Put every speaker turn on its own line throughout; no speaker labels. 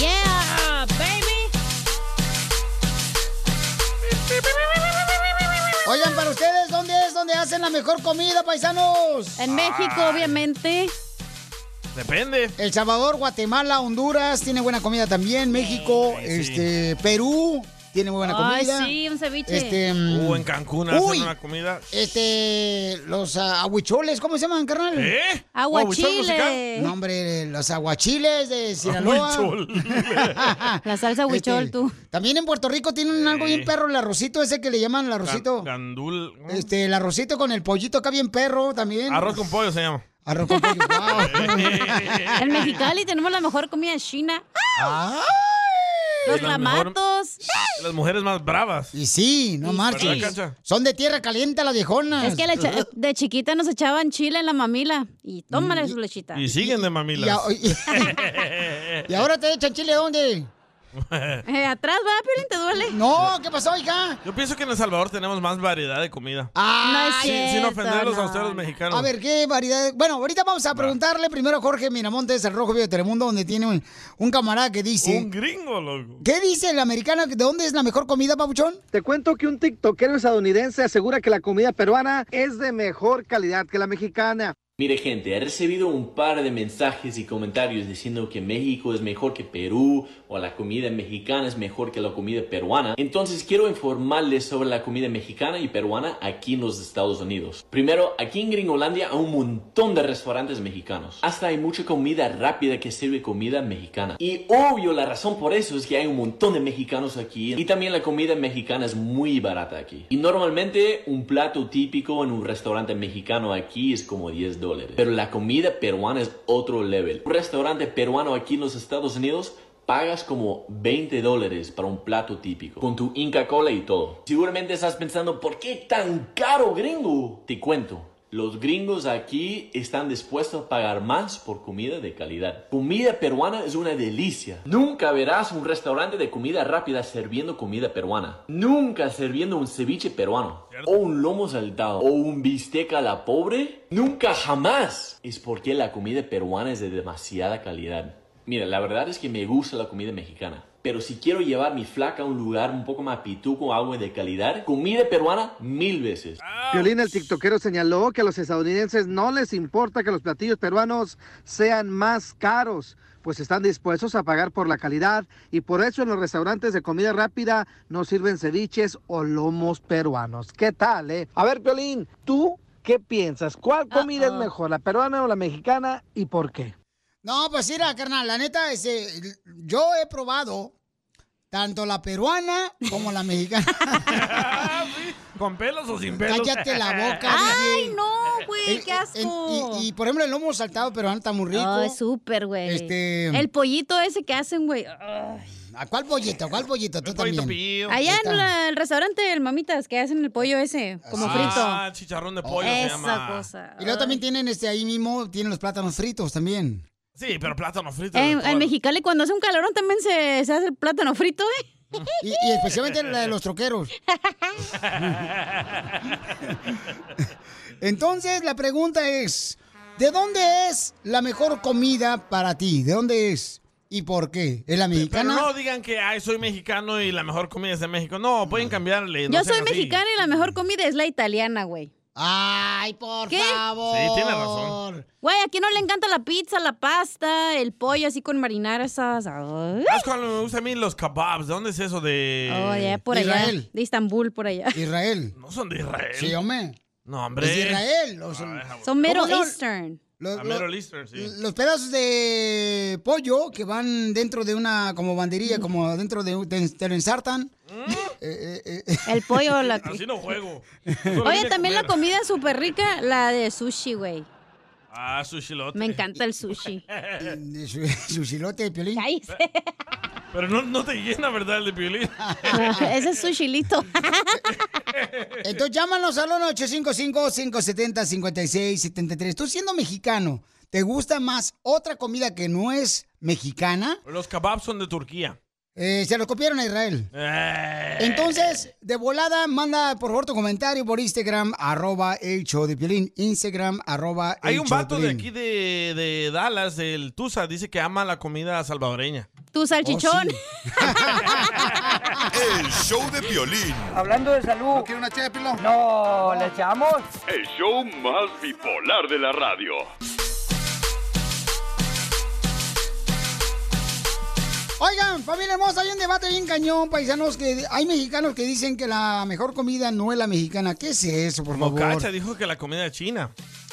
Yeah, baby.
Oigan, para ustedes, ¿dónde es donde hacen la mejor comida, paisanos?
En México, obviamente.
Depende.
El Salvador, Guatemala, Honduras tiene buena comida también. México,
Ay, sí.
este, Perú tiene muy buena
Ay,
comida.
sí, un ceviche.
Este, mm,
Uh, en Cancún
Uy.
hacen una comida.
este, los ah, aguicholes, ¿cómo se llaman, carnal?
¿Eh?
Aguachile.
¿Guaguichol musical?
No, hombre, los aguachiles de Sinaloa.
Aguichol.
La salsa
Este,
huichol, tú.
También en Puerto Rico tienen algo bien
Sí.
perro, el arrocito ese que le llaman el arrocito.
Gan- Gandul.
Este, el arrocito con el pollito acá bien perro también.
Arroz con pollo se llama.
Arroz con pollo. wow.
En Mexicali tenemos la mejor comida china.
Ah,
Los
Y la mejor-
clamatos.
Las mujeres más bravas.
Y sí, no marches.
¿Verdad, Cacha?
Son de tierra caliente las viejonas.
Es que le echa- de chiquita nos echaban chile en la mamila. Y tómale su lechita.
Y siguen de
y,
mamilas.
a- y- ¿Y ahora te echan chile dónde?
Eh, atrás va, Piolín, te duele.
No, ¿qué pasó, hija?
Yo pienso que en El Salvador tenemos más variedad de comida.
No
Ah,
es
Sin-
cierto.
sin ofenderlos a
no,
ustedes los
no.
mexicanos.
a ver, qué variedad. de- Bueno, ahorita vamos a preguntarle primero a Jorge Miramontes, el Rojo Vivo de Telemundo, donde tiene un, un camarada que dice...
Un gringo, loco.
¿Qué dice la americana? ¿De dónde es la mejor comida, papuchón?
Te cuento que un tiktokero estadounidense asegura que la comida peruana es de mejor calidad que la mexicana.
Mire gente, he recibido un par de mensajes y comentarios diciendo que México es mejor que Perú o la comida mexicana es mejor que la comida peruana. Entonces quiero informarles sobre la comida mexicana y peruana aquí en los Estados Unidos. Primero, aquí en Gringolandia hay un montón de restaurantes mexicanos. Hasta hay mucha comida rápida que sirve comida mexicana. Y obvio, la razón por eso es que hay un montón de mexicanos aquí y también la comida mexicana es muy barata aquí. Y normalmente un plato típico en un restaurante mexicano aquí es como 10 dólares. Pero la comida peruana es otro level. Un restaurante peruano aquí en los Estados Unidos pagas como 20 dólares para un plato típico, con tu Inca Cola y todo. Seguramente estás pensando, ¿por qué tan caro gringo? Te cuento. Los gringos aquí están dispuestos a pagar más por comida de calidad. Comida peruana es una delicia. Nunca verás un restaurante de comida rápida sirviendo comida peruana. Nunca sirviendo un ceviche peruano. O un lomo saltado. O un bistec a la pobre. Nunca jamás. Es porque la comida peruana es de demasiada calidad. Mira, la verdad es que me gusta la comida mexicana. Pero si quiero llevar mi flaca a un lugar un poco más pituco, algo de calidad, comida peruana mil veces.
Violín, el tiktokero, señaló que a los estadounidenses no les importa que los platillos peruanos sean más caros, pues están dispuestos a pagar por la calidad y por eso en los restaurantes de comida rápida no sirven ceviches o lomos peruanos. ¿Qué tal, eh? A ver, Violín, ¿tú qué piensas? ¿Cuál comida
Uh-oh.
es mejor, la peruana o la mexicana y por qué?
No, pues mira, carnal, la neta, este, yo he probado tanto la peruana como la mexicana.
¿Con pelos o sin pelos?
Cállate la boca.
Ay,
DJ.
no, güey,
El-
qué
el-
asco.
y, y, por ejemplo, el lomo saltado peruano está muy rico.
No, es súper, güey.
Este-
El pollito ese que hacen, güey. Ay.
¿A cuál pollito? ¿A cuál pollito? Tú
Un poquito
también.
pillo.
Allá
está.
en la- el restaurante el Mamitas que hacen el pollo ese, como
Ah, chicharrón de
frito.
pollo se
Esa
llama.
cosa.
Y luego
Ay.
también tienen este ahí mismo, tienen los plátanos fritos también.
Sí, pero plátano frito. de
En,
todo.
en Mexicali cuando hace un calorón también se, se hace el plátano frito, ¿eh?
Y, y especialmente la de los troqueros. Entonces, la pregunta es, ¿de dónde es la mejor comida para ti? ¿De dónde es? ¿Y por qué? ¿Es la
Pero
mexicana?
no digan que, ay, soy mexicano y la mejor comida es de México. No, pueden cambiarle. no
Yo
sean
soy
así.
mexicana y la mejor comida es la italiana, güey.
Ay, por
¿Qué?
favor.
Sí, tiene razón.
Güey, ¿a quién no le encanta la pizza, la pasta, el pollo así con marinara esas? Ay,
¿Sabes cuál me gusta a mí? Los kebabs. ¿De dónde es eso? De...
oh, allá por
Israel.
allá. De Istambul, por allá.
Israel.
No son de Israel.
Sí, hombre.
No,
Es
hombre.
de Israel. Los,
Ah,
Son Middle
¿Cómo no?
Eastern.
los-
A
los-
Middle Eastern, sí.
los pedazos de pollo que van dentro de una como banderilla, como dentro de un- te, te lo ensartan. Eh, eh, eh,
El pollo, la...
Así no juego.
Oye, también la comida súper rica, la de sushi, güey.
Ah, sushi lote.
Me encanta el sushi.
eh, su, su chilote de piolín.
Cállese.
Pero no, no te llena, ¿verdad? El de piolín.
Ese es sushilito.
Entonces llámanos al 1-855-570-5673. Tú siendo mexicano, ¿te gusta más otra comida que no es mexicana?
Los kebabs son de Turquía.
Eh, se lo copiaron a Israel.
Eh.
Entonces, de volada, manda por favor tu comentario por Instagram, arroba el show de Piolín. Instagram, arroba el
Hay un
show
vato de
Piolín.
aquí de, de Dallas, el Tusa, dice que ama la comida salvadoreña.
Tu salchichón.
Oh, sí.
El show de violín.
Hablando de salud,
¿Quiere una chépilo?
no, ¿le echamos?
El show más bipolar de la radio.
Oigan, familia hermosa, hay un debate bien cañón, paisanos, que hay mexicanos que dicen que la mejor comida no es la mexicana. ¿Qué es eso, por favor?
Mocacha dijo que la comida china.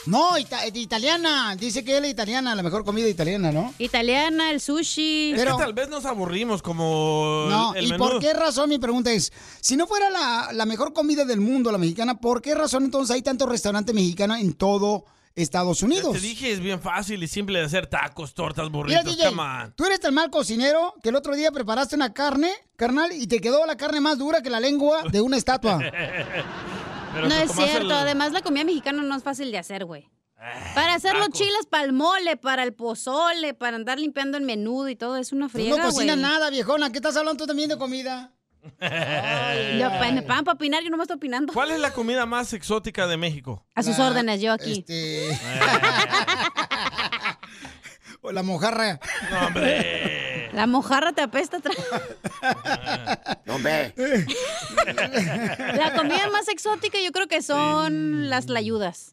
No, ita- italiana. Dice que es la italiana, la mejor comida italiana, ¿no?
Italiana, el sushi.
Es
Pero-
que tal vez nos aburrimos como
No,
el
¿y
menú.
por qué razón? Mi pregunta es, si no fuera la, la mejor comida del mundo, la mexicana, ¿por qué razón entonces hay tantos restaurantes mexicanos en todo Estados
Ya
Unidos?
te dije, es bien fácil y simple de hacer tacos, tortas,
Mira,
burritos,
DJ,
come on.
tú eres tan mal cocinero que el otro día preparaste una carne, carnal, y te quedó la carne más dura que la lengua de una estatua.
Pero
No
te
es
tomas
cierto.
el-
Además, la comida mexicana no es fácil de hacer, güey.
Ah,
Para hacer los
tacos.
chiles, para el mole, para el pozole, para andar limpiando el menudo y todo, es una
Tú
friega,
Pues no cocinas
güey.
nada, viejona. ¿Qué estás hablando tú también de comida?
Ay, yo, pa- me pagan para opinar, yo no me estoy opinando.
¿Cuál es la comida más exótica de México? Eh,
A sus
La-
órdenes, yo aquí.
Ah, Este... o la mojarra.
No, hombre. Ah.
La mojarra te apesta. tra- la comida más exótica yo creo que son las layudas.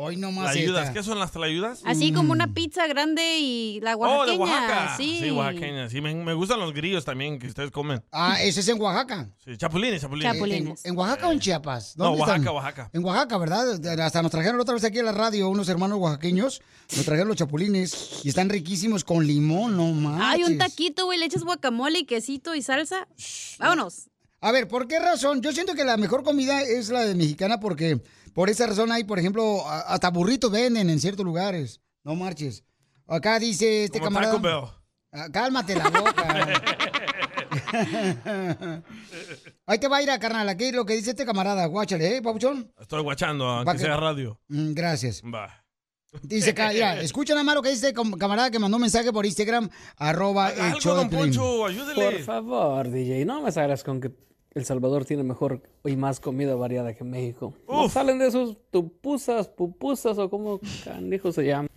Hoy nomás
¿Tlayudas?
esta.
¿Qué son las tlayudas? Mm.
Así como
Mm.
una pizza grande y la
Oh,
oaxaqueña.
de Oaxaca.
Sí.
oaxaqueña. Sí, me, me gustan los grillos también que ustedes comen.
Ah, ese es en Oaxaca.
Sí, chapulines, chapulines.
Chapulines.
¿En, en Oaxaca o en Chiapas?
No,
¿Dónde
Oaxaca,
están?
Oaxaca.
En Oaxaca, ¿verdad? Hasta nos trajeron otra vez aquí a la radio unos hermanos oaxaqueños. Nos trajeron los chapulines y están riquísimos con limón, no más.
Ay, un taquito, güey, le echas guacamole y quesito y salsa. Vámonos.
A ver, ¿por qué razón? Yo siento que la mejor comida es la de mexicana porque por esa razón hay, por ejemplo, a- hasta burritos venden en ciertos lugares. No marches. Acá dice este
Como
camarada.
Taco Bell.
Ah, Cálmate la boca. Ahí te va a ir a carnal. Aquí lo que dice este camarada. Guáchale, ¿eh, papuchón?
Estoy guachando,
Va
aunque
que-
sea radio.
Mm, gracias.
Va.
Dice acá, mira, escucha nada más lo que dice este com- camarada que mandó un mensaje por Instagram, arroba
Haga
el
algo,
show de
don
Piolín.
Poncho,
Por
ayúdele.
favor, DJ, no me salgas con que El Salvador tiene mejor y más comida variada que México. No
Uf.
salen de esos tupusas, pupusas o como canijo se llama.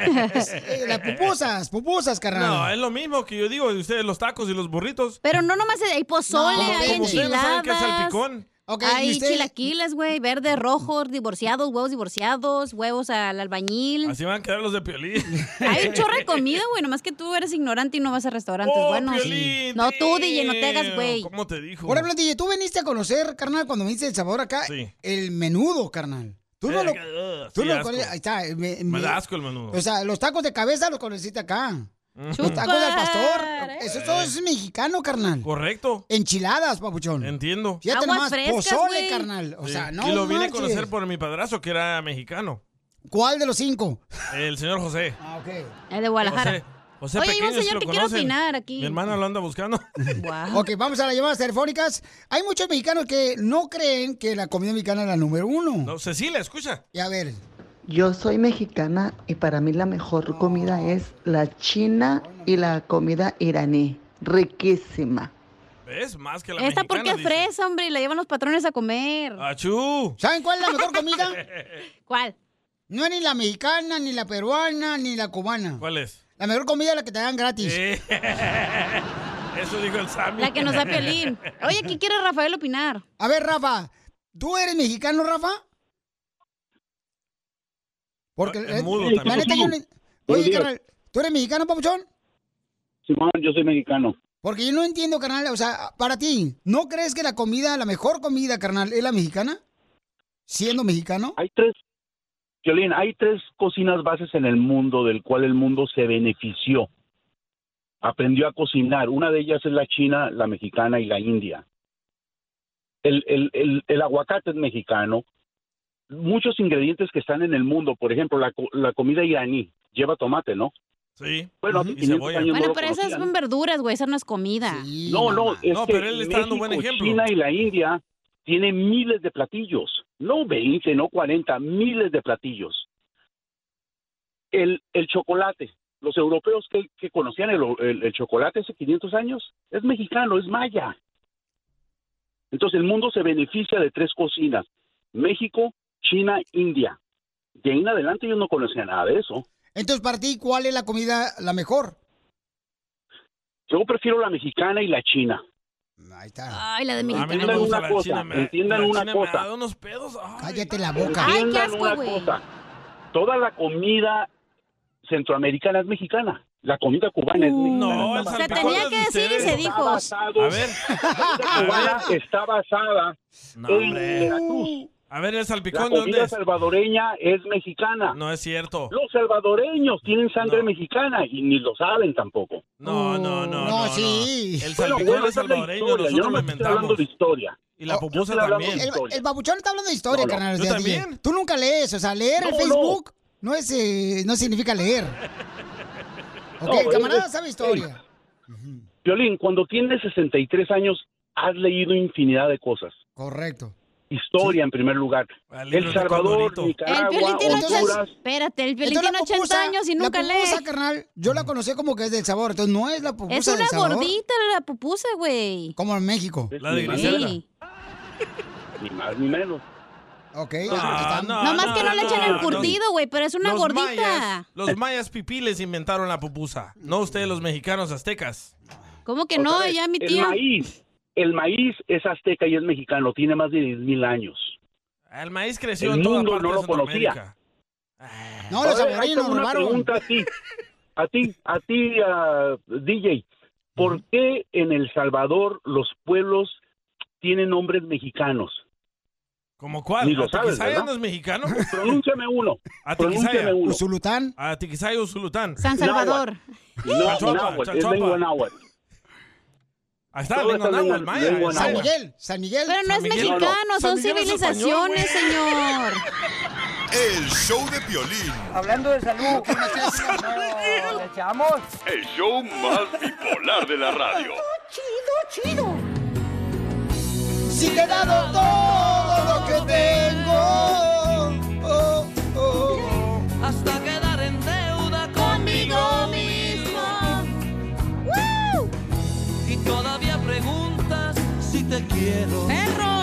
Eh, las pupusas, pupusas, carnal.
No, eh. es lo mismo que yo digo de ustedes, los tacos y los burritos.
Pero no nomás hay pozole,
No,
hay
como
ustedes no saben qué es
enchiladas.
salpicón.
Ok, ¿y
hay
usted-
chilaquiles, güey, verdes, rojos, divorciados, huevos divorciados, huevos al albañil.
Así van a quedar los de Piolín.
Hay un chorro de comida, güey, nomás que tú eres ignorante y no vas a restaurantes
Oh,
buenos.
Piolín,
No, tú,
damn.
DJ, no te hagas, güey.
¿Cómo te dijo?
Por ejemplo, DJ, tú viniste a conocer, carnal, cuando me dices el sabor acá,
Sí.
el menudo, carnal. Tú no lo...
Verga,
Tú
sí,
no lo
asco.
conoces- Ahí está. me-
Me
me-
da asco el menudo.
O sea, los tacos de cabeza los conociste acá. Los
Chupa.
tacos del pastor.
¿eh?
Eso todo es mexicano, carnal.
Correcto.
Enchiladas, papuchón.
Entiendo.
Fíjate
Aguas
nomás,
frescas,
pozole,
güey.
carnal. O
Sí.
sea, no
y lo vine a
marches.
conocer por mi padrazo, que era mexicano.
¿Cuál de los cinco?
El señor José.
Ah, ok.
El Eh, de Guadalajara.
José, José
Oye, hay
Pequeño,
un
si
señor
lo
que quiere
conocen.
opinar aquí.
Mi hermana lo anda buscando.
Guau.
Ok, vamos a las llamadas telefónicas. Hay muchos mexicanos que no creen que la comida mexicana es la número uno.
No, Cecilia, escucha.
Y a ver,
Yo soy mexicana y para mí la mejor comida es la china y la comida iraní. Riquísima.
¿Ves? Más que la
Esta
mexicana,
porque es
dice.
fresa, hombre, y la llevan los patrones a comer.
¡Achú!
¿saben cuál es la mejor comida?
¿Cuál?
No es ni la mexicana, ni la peruana, ni la cubana.
¿Cuál es?
La mejor comida es la que te dan gratis.
Eh, Eso dijo el Sammy.
La que nos da Piolín. Oye, ¿qué quiere Rafael opinar?
A ver, Rafa, ¿tú eres mexicano, Rafa? Porque
Ah, Es
eh,
mudo
la
también.
neta, yo no-
Buenos
Oye,
días.
carnal, ¿tú eres mexicano, papuchón?
Simón, yo soy mexicano.
Porque yo no entiendo, carnal. O sea, para ti, ¿no crees que la comida, la mejor comida, carnal, es la mexicana? Siendo mexicano.
Hay tres, Violín, hay tres cocinas bases en el mundo del cual el mundo se benefició. Aprendió a cocinar. Una de ellas es la china, la mexicana y la india. El, el- el- el aguacate es mexicano. Muchos ingredientes que están en el mundo, por ejemplo, la, co- la comida iraní lleva tomate, ¿no?
Sí.
Bueno, hace
Y
500
cebolla.
años no
Bueno,
lo
pero esas
conocían.
son verduras, güey. Esa no es comida.
No, no, es
No,
que
pero él está dando buen
México,
ejemplo.
China y la India tienen miles de platillos, no 20, no 40, miles de platillos. El, el chocolate, los europeos que, que conocían el, el- el chocolate hace 500 años, es mexicano, es maya. Entonces el mundo se beneficia de tres cocinas, México, China, India. De ahí en adelante ellos no conocían nada de eso.
Entonces, para ti, ¿cuál es la comida la mejor?
Yo prefiero la mexicana y la china.
Ahí está.
Ay, la de
A mí
mexicana.
no me gusta la cosa, entiendan una cosa.
Cállate la boca.
Entiendan una cosa. Toda la comida centroamericana es mexicana. La comida cubana es mexicana.
No, el
Está
salpicón
basada-
es de ustedes. A ver,
La comida cubana está basada
No,
en
hombre.
Veracruz.
a ver, el
La
salpicón de dónde
comida
es.
salvadoreña es mexicana.
No es cierto.
Los salvadoreños tienen sangre mexicana y ni lo saben tampoco.
No, no, no. No,
sí.
Bueno,
El salpicón
bueno,
es
esa es la
salvadoreño,
historia, yo
nosotros
no
lo
me estoy hablando
inventamos.
de historia. Oh,
Y la pupusa
estoy hablando
también.
de
El,
historia.
el babuchón está hablando de
No,
historia,
no.
carnal.
Yo
de- de-
también.
Tú nunca lees, o sea, leer
No,
el
no.
Facebook no, es, eh, no significa leer. Ok,
No, pues,
el camarada
es-
sabe historia.
Violín, cuando tienes 63 años, has leído infinidad de cosas.
Correcto.
Historia en primer lugar. El Salvador,
El
Nicaragua,
Piolín tiene
Honduras.
80, espérate, el Piolín
Entonces,
tiene
la
80
pupusa-
años y nunca
la
lee.
pupusa, carnal, yo la conocí como que es del sabor, entonces no es la pupusa
Es una
del sabor.
gordita la pupusa, güey.
Como en México.
La de Griselda.
Sí.
Ni más ni menos.
Ok.
No, más que no le
Ah,
echen el curtido, güey, pero es una
Los
gordita.
mayas, los mayas pipiles inventaron la pupusa.
Mm.
No ustedes, los mexicanos aztecas.
¿Cómo que
Otra
no?
vez,
Ya mi
El
tía.
maíz. El maíz es azteca y es mexicano. Tiene más de 10.000 años.
El maíz creció
El
en toda
mundo
parte
no
de
lo conocía.
Centroamérica.
No,
Ahora,
los
ahí
salvadoreños
tengo
nos
una
robaron.
pregunta a ti. A ti, a ti, a DJ. ¿Por qué en El Salvador los pueblos tienen nombres mexicanos?
¿Como cuál?
Ni lo sabes,
¿Atiquizaya
¿verdad?
no es mexicano?
Pronúnciame uno.
Atiquizaya.
Pronúnciame uno.
Usulután.
Atiquizaya, Usulután.
San Salvador.
No,
Chachuapa,
náhuatl, es
chachuapa.
lengua náhuatl.
Ahí está,
Todo
lengua
está
náhuatl,
lengua-
maya.
lengua
es
San
ella.
Miguel, San Miguel.
Pero no es
San Miguel.
mexicano,
No, no,
son
San Miguel es español,
civilizaciones, señor.
El show de Piolín.
Hablando de salud. No, ¿Le echamos?
El show más bipolar de la radio.
Chido, chido. Si te he dado todo lo que tengo. oh, oh, oh.
Hasta quedar en deuda conmigo mismo. Y todavía preguntas si te quiero.
¡Perro!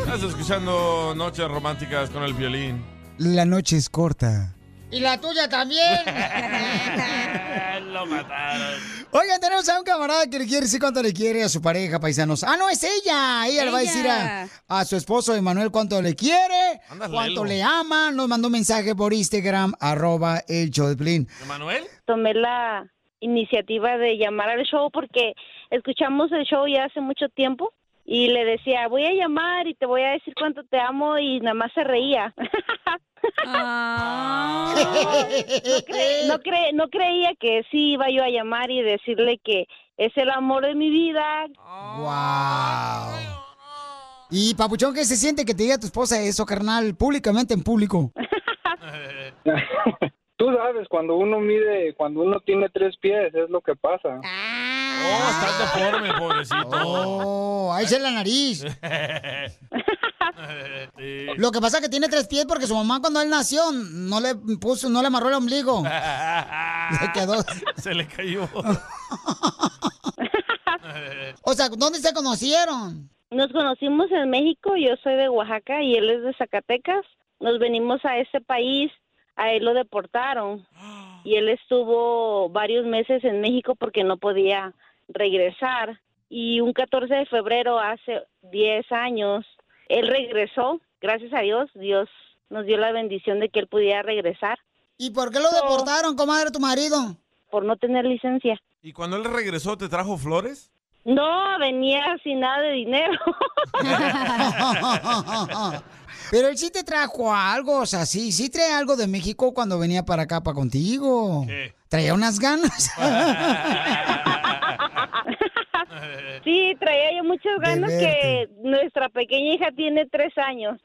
Estás escuchando Noches Románticas con el violín.
La noche es corta. Y la tuya también.
Eh, Lo mataron.
Oigan, tenemos a un camarada que le quiere decir cuánto le quiere a su pareja, paisanos. Ah, no, es ella. Ella, le va a decir a,
Ella.
a su esposo Emanuel cuánto le quiere,
Ándale,
cuánto
Lelo.
le ama. Nos mandó un mensaje por Instagram, arroba el show de Piolín.
¿Manuel?
tomé la iniciativa de llamar al show porque escuchamos el show ya hace mucho tiempo y le decía, voy a llamar y te voy a decir cuánto te amo y nada más se reía. no, cre- no cre- no creía que sí iba yo a llamar y decirle que es el amor de mi vida.
Wow. Y Papuchón, ¿qué se siente que te diga tu esposa eso, carnal, públicamente en público?
Tú sabes, cuando uno mide, cuando uno tiene tres pies, es lo que pasa.
Oh, estás deforme, pobrecito.
Oh, ahí se la nariz. Lo que pasa es que tiene tres pies porque su mamá cuando él nació no le puso, no le amarró el ombligo. Le quedó.
Se le cayó.
O sea, ¿dónde se conocieron?
Nos conocimos en México, yo soy de Oaxaca y él es de Zacatecas. Nos venimos a este país, a él lo deportaron y él estuvo varios meses en México porque no podía regresar. Y un 14 de febrero, hace 10 años, él regresó gracias a Dios, Dios nos dio la bendición de que él pudiera regresar.
¿Y por qué lo deportaron, comadre, tu marido?
Por no tener licencia.
¿Y cuando él regresó, te trajo flores?
No, venía sin nada de dinero.
Pero él sí te trajo algo, o sea, sí, sí trae algo de México cuando venía para acá, para contigo. Traía unas ganas.
Sí, traía yo muchas ganas que
verte.
nuestra pequeña hija tiene tres años.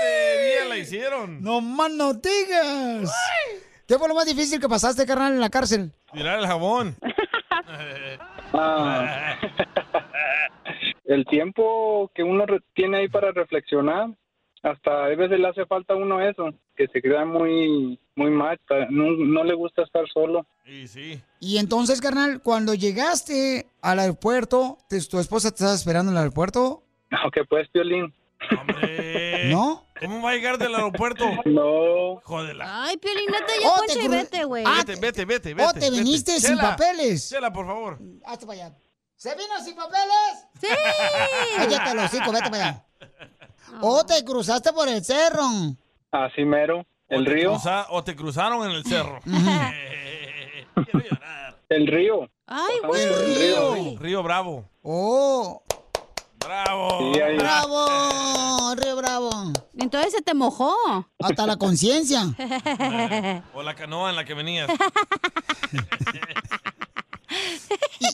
Este día la hicieron.
no más no digas. ¿Qué fue lo más difícil que pasaste, carnal, en la cárcel?
Tirar el jabón.
Ah. el tiempo que uno re- tiene ahí para reflexionar, hasta a veces le hace falta a uno eso, que se queda muy, muy mal, ta- no, no le gusta estar solo.
Y sí.
Y entonces, carnal, cuando llegaste al aeropuerto, te- ¿tu esposa te estaba esperando en el aeropuerto?
Aunque pues, Piolín.
¿No?
¿Cómo va a llegar del aeropuerto?
No.
Jódela.
Ay, Piolín, neta, ya concha y vete,
Ah,
güey.
Vete, vete, vete, vete.
Ah, oh, te
vete.
viniste sin
Chela,
papeles.
Chela, por favor.
Hazte para allá. ¿Se vino sin papeles? ¡Sí! Cállate los hocico, vete para allá. O te cruzaste por el cerro.
Así mero. El
Te
río.
cruza- o te cruzaron en el cerro.
El río.
Ay,
güey. El río.
Río Bravo.
¡Oh!
¡Bravo!
Sí, ahí.
¡Bravo! ¡Río Bravo!
Entonces se te mojó.
Hasta la conciencia.
O la canoa en la que venías.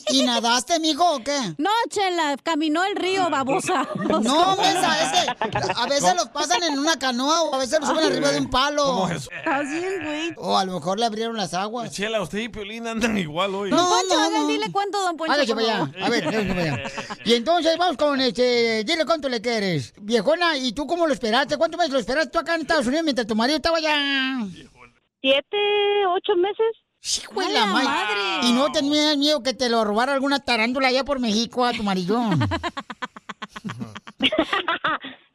¿Y, y nadaste, mijo, o qué?
No, chela, caminó el río, babosa.
Ah. No, hombre, a veces, a veces los pasan en una canoa o a veces los suben arriba de un palo.
¿Cómo es?
Así es, güey.
O a lo mejor le abrieron las aguas.
Chela, usted y Piolín andan igual hoy.
Don No, Poncho, no, haga el no.
dile cuánto, don Poncho.
Hágase
por
para allá.
favor.
A ver, hágase para allá. Y entonces vamos con este. Dile cuánto le quieres. Viejona, ¿y tú cómo lo esperaste? ¿Cuánto meses lo esperaste tú acá en Estados Unidos mientras tu marido estaba allá?
Siete, ocho meses.
Hijo de la ma- Y no tenías miedo que te lo robara alguna tarándula allá por México a tu marido.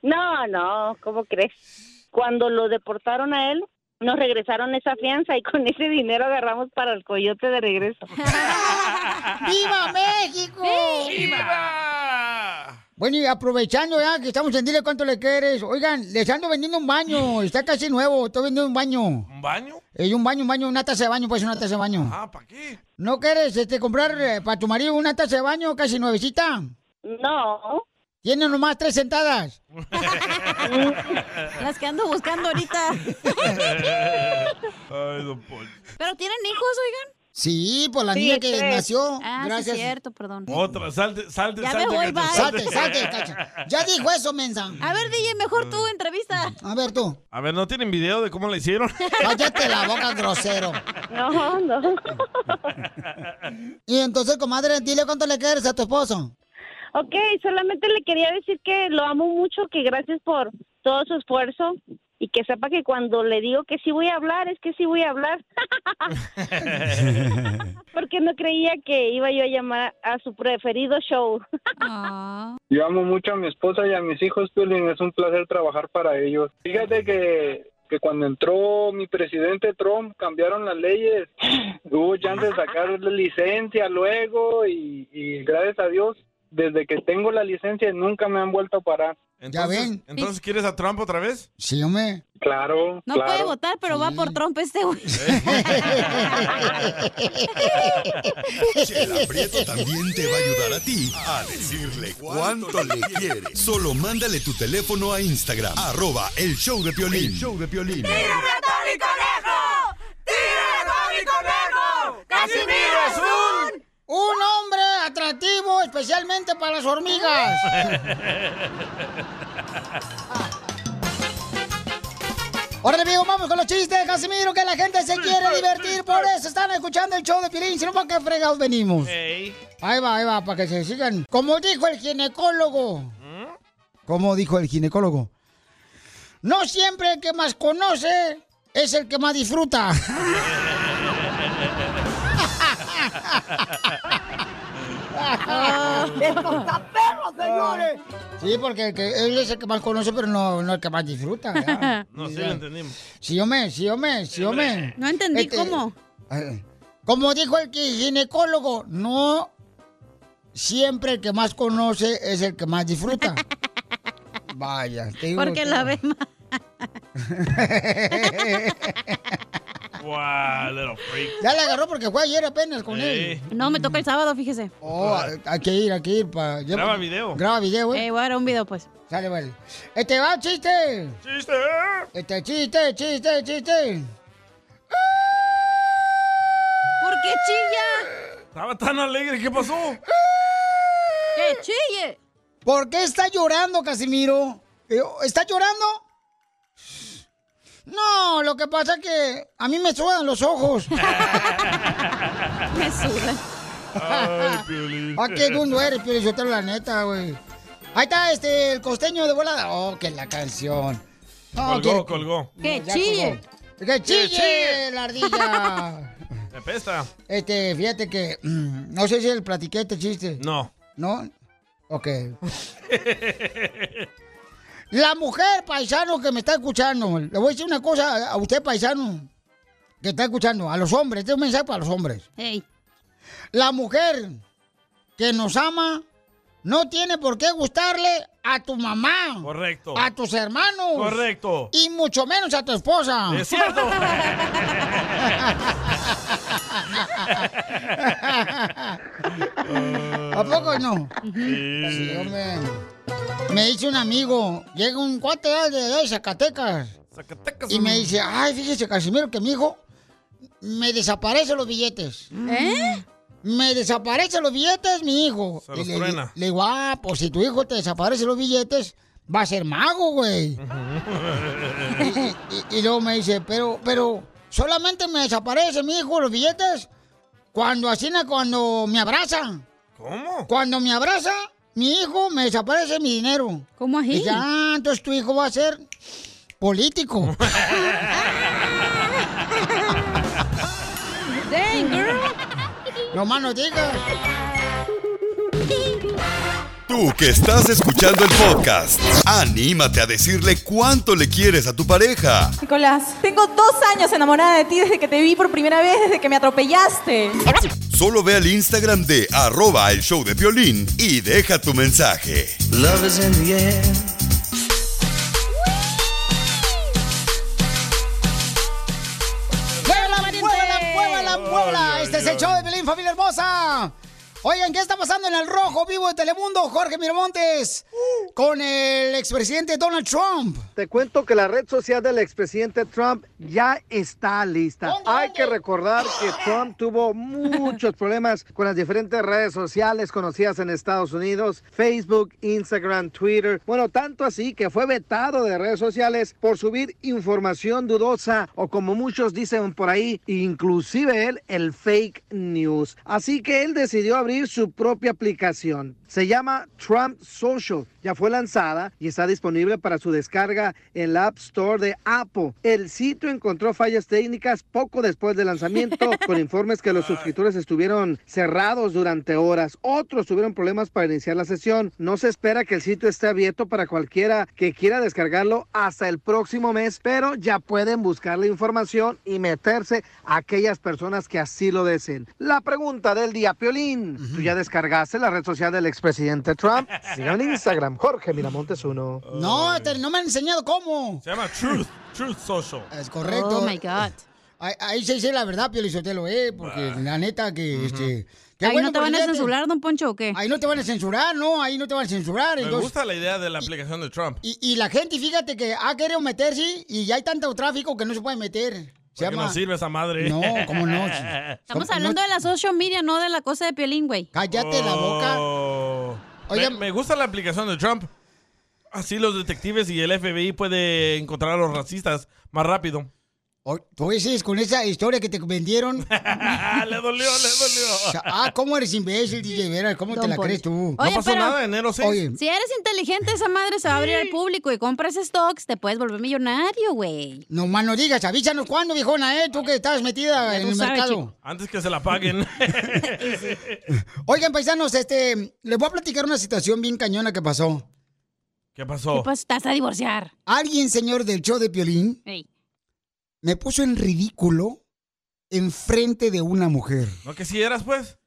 No, no, ¿cómo crees? Cuando lo deportaron a él, nos regresaron esa fianza y con ese dinero agarramos para el coyote de regreso.
¡Viva México! Bueno, y aprovechando ya que estamos en Dile Cuánto Le Quieres, oigan, les ando vendiendo un baño, está casi nuevo, estoy vendiendo un baño. ¿Un
baño?
un baño, un baño, una taza de baño, pues una taza de baño.
Ah, ¿para qué?
¿No quieres este, comprar eh, para tu marido una taza de baño casi nuevecita?
No.
Tiene nomás tres sentadas.
Las que ando buscando ahorita.
Ay, don Poncho.
¿Pero tienen hijos, oigan?
Sí, por la
Sí,
niña que
tres.
nació.
Ah, sí,
gracias.
cierto, perdón.
Otra, salte, salte,
Ya me
salte.
voy,
cacha,
bye.
Salte, salte, cacha. Ya dijo eso, mensa.
A ver, DJ, mejor tú, entrevista.
A ver, tú.
A ver, ¿no tienen video de cómo la hicieron?
Cállate la boca, grosero.
No, no.
Y entonces, comadre, dile cuánto le quieres a tu esposo.
Ok, solamente le quería decir que lo amo mucho, que gracias por todo su esfuerzo y que sepa que cuando le digo que sí voy a hablar, es que sí voy a hablar, porque no creía que iba yo a llamar a su preferido show.
Yo amo mucho a mi esposa y a mis hijos, Piolín. Es un placer trabajar para ellos. Fíjate que, que cuando entró mi presidente Trump, cambiaron las leyes. Hubo chance de sacar licencia luego y, y gracias a Dios, desde que tengo la licencia nunca me han vuelto a parar.
Ah,
Entonces, ¿Entonces quieres a Trump otra vez?
Sí, hombre.
Claro,
No
claro.
puede votar, pero va por Trump este güey.
Chela Prieto también te va a ayudar a ti a decirle cuánto le quieres. Solo mándale tu teléfono a Instagram, arroba el show de Piolín. El show de Piolín.
¡Casimiro es un-
Un hombre atractivo especialmente para las hormigas. Órale, amigo, vamos con los chistes, Casimiro, que la gente se quiere divertir, por eso están escuchando el show de Pirín, si no, ¿para qué fregados venimos? Ahí va, ahí va, para que se sigan. Como dijo el ginecólogo. Como dijo el ginecólogo. No siempre el que más conoce es el que más disfruta.
¡Esto está perro, señores!
Sí, porque el que- él es el que más conoce, pero no, no el que más disfruta. ¿verdad?
No, sí, lo entendimos.
Sí, hombre, sí, hombre, sí, hombre.
No entendí
Este,
cómo.
eh, Como dijo el que- ginecólogo, no siempre el que más conoce es el que más disfruta.
Vaya, te digo
Porque
usted.
la ve más.
Wow, little freak.
Ya la agarró porque fue ayer apenas con él.
No, me toca el sábado, fíjese.
Oh, hay que ir, hay que ir para.
Graba video.
Graba video, eh.
Eh, voy a grabar un video, pues.
Sale, vale. Este va, chiste.
Chiste.
Este chiste, chiste, chiste.
¿Por qué chilla?
Estaba tan alegre, ¿qué pasó?
¡Que chille!
¿Por qué está llorando, Casimiro? Eh, ¿Está llorando? No, lo que pasa es que a mí me sudan los ojos.
Me sudan.
Ah, qué dundo eres, Piolín, yo te la neta, güey. Ahí está, este, el costeño de volada. Oh, que la canción.
colgó,
quiere-
colgó.
No, ya colgó. Que chille,
chille.
la ardilla.
Me pesta.
este, fíjate que, mm, no sé si el platiqué este chiste.
No.
¿No? Ok. La mujer, paisano, que me está escuchando, le voy a decir una cosa a usted, paisano, que está escuchando, a los hombres, este es un mensaje para los hombres. La mujer que nos ama no tiene por qué gustarle a tu mamá.
Correcto.
A tus hermanos.
Correcto.
Y mucho menos a tu esposa.
Es cierto.
¿A poco no? Sí, hombre. Me dice un amigo, llega un cuate de, allá de Zacatecas. Y me dice, ay, fíjese, Casimiro, que mi hijo me desaparecen los billetes.
¿Eh?
Me desaparecen los billetes, mi hijo.
Se los
Y le,
truena.
le digo, ah, pues si tu hijo te desaparece los billetes, va a ser mago, güey.
Mm.
Y, y luego me dice, pero, pero, solamente me desaparecen, mi hijo, los billetes cuando asina, cuando me abrazan.
¿Cómo?
Cuando me abraza, mi hijo me desaparece mi dinero.
¿Cómo así?
Y ya, entonces tu hijo va a ser político.
Dang, girl.
No más no digas.
Tú que estás escuchando el podcast, anímate a decirle cuánto le quieres a tu pareja.
Nicolás, tengo dos años enamorada de ti desde que te vi por primera vez, desde que me atropellaste.
Solo ve al Instagram de arroba el show de violín y deja tu mensaje.
¡Muévela, muévela, muévela, muévela! Este es el show de Belín, familia hermosa. Oigan, ¿qué está pasando en el rojo vivo de Telemundo, Jorge Miramontes?
Uh.
Con el expresidente Donald Trump.
Te cuento que la red social del expresidente Trump ya está lista. Hay que recordar que Trump tuvo muchos problemas con las diferentes redes sociales conocidas en Estados Unidos, Facebook, Instagram, Twitter. Bueno, tanto así que fue vetado de redes sociales por subir información dudosa o como muchos dicen por ahí, inclusive él, el fake news. Así que él decidió abrir su propia aplicación. Se llama Trump Social. Ya fue lanzada y está disponible para su descarga en la App Store de Apple. El sitio encontró fallas técnicas poco después del lanzamiento, con informes que los suscriptores estuvieron cerrados durante horas. Otros tuvieron problemas para iniciar la sesión. No se espera que el sitio esté abierto para cualquiera que quiera descargarlo hasta el próximo mes, pero ya pueden buscar la información y meterse a aquellas personas que así lo deseen. La pregunta del día, Piolín. ¿Tú ya descargaste la red social del expresidente Trump? Síganme en Instagram, Jorge Miramontes 1.
No, te- no me han enseñado cómo.
Se llama Truth, Truth Social.
Es correcto.
Oh, my God.
Ahí, ahí se dice la verdad, Pio Lizotelo, ¿eh? Porque la neta que, este... qué
Ahí
bueno
no te
por
van a
el billete.
censurar, don Poncho, ¿o qué?
Ahí no te van a censurar, no, ahí no te van a censurar.
Me
entonces-
gusta la idea de la aplicación de Trump.
Y, y la gente, fíjate que ha querido meterse y ya hay tanto tráfico que no se puede meter. Se
Porque no sirve esa madre.
No, cómo no.
Estamos hablando de la social media, no de la cosa de Piolín, güey.
Cállate la boca.
Oh.
Oigan-
me, me gusta la aplicación de Trump. Así los detectives y el FBI puede encontrar a los racistas más rápido.
Tú dices pues con esa historia que te vendieron.
Ah, le dolió, le dolió.
Ah, ¿cómo eres imbécil, DJ Vera? ¿Cómo te
Don
la
Poncho.
crees tú?
Oye, pero
Oye,
Si eres inteligente, esa madre se va a abrir al público y compras stocks, te puedes volver millonario, güey.
no más no digas, avísanos cuándo, viejona, ¿eh? Tú que estás metida
Ya
en
tú
el
sabes,
mercado.
chico.
Antes que se la paguen.
Oigan, paisanos, este, les voy a platicar una situación bien cañona que pasó.
¿Qué pasó?
Estás a divorciar.
Alguien, señor del show de Piolín,
Ey.
me puso en ridículo enfrente de una mujer.
¿No que si eras, pues?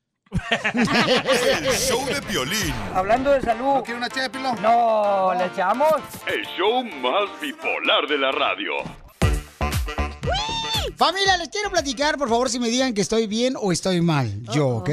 El show de Piolín.
Hablando de salud. ¿No quiere una ché No, ¿le echamos?
El show más bipolar de la radio.
Familia, les quiero platicar, por favor, si me digan que estoy bien o estoy mal. Yo, ¿ok?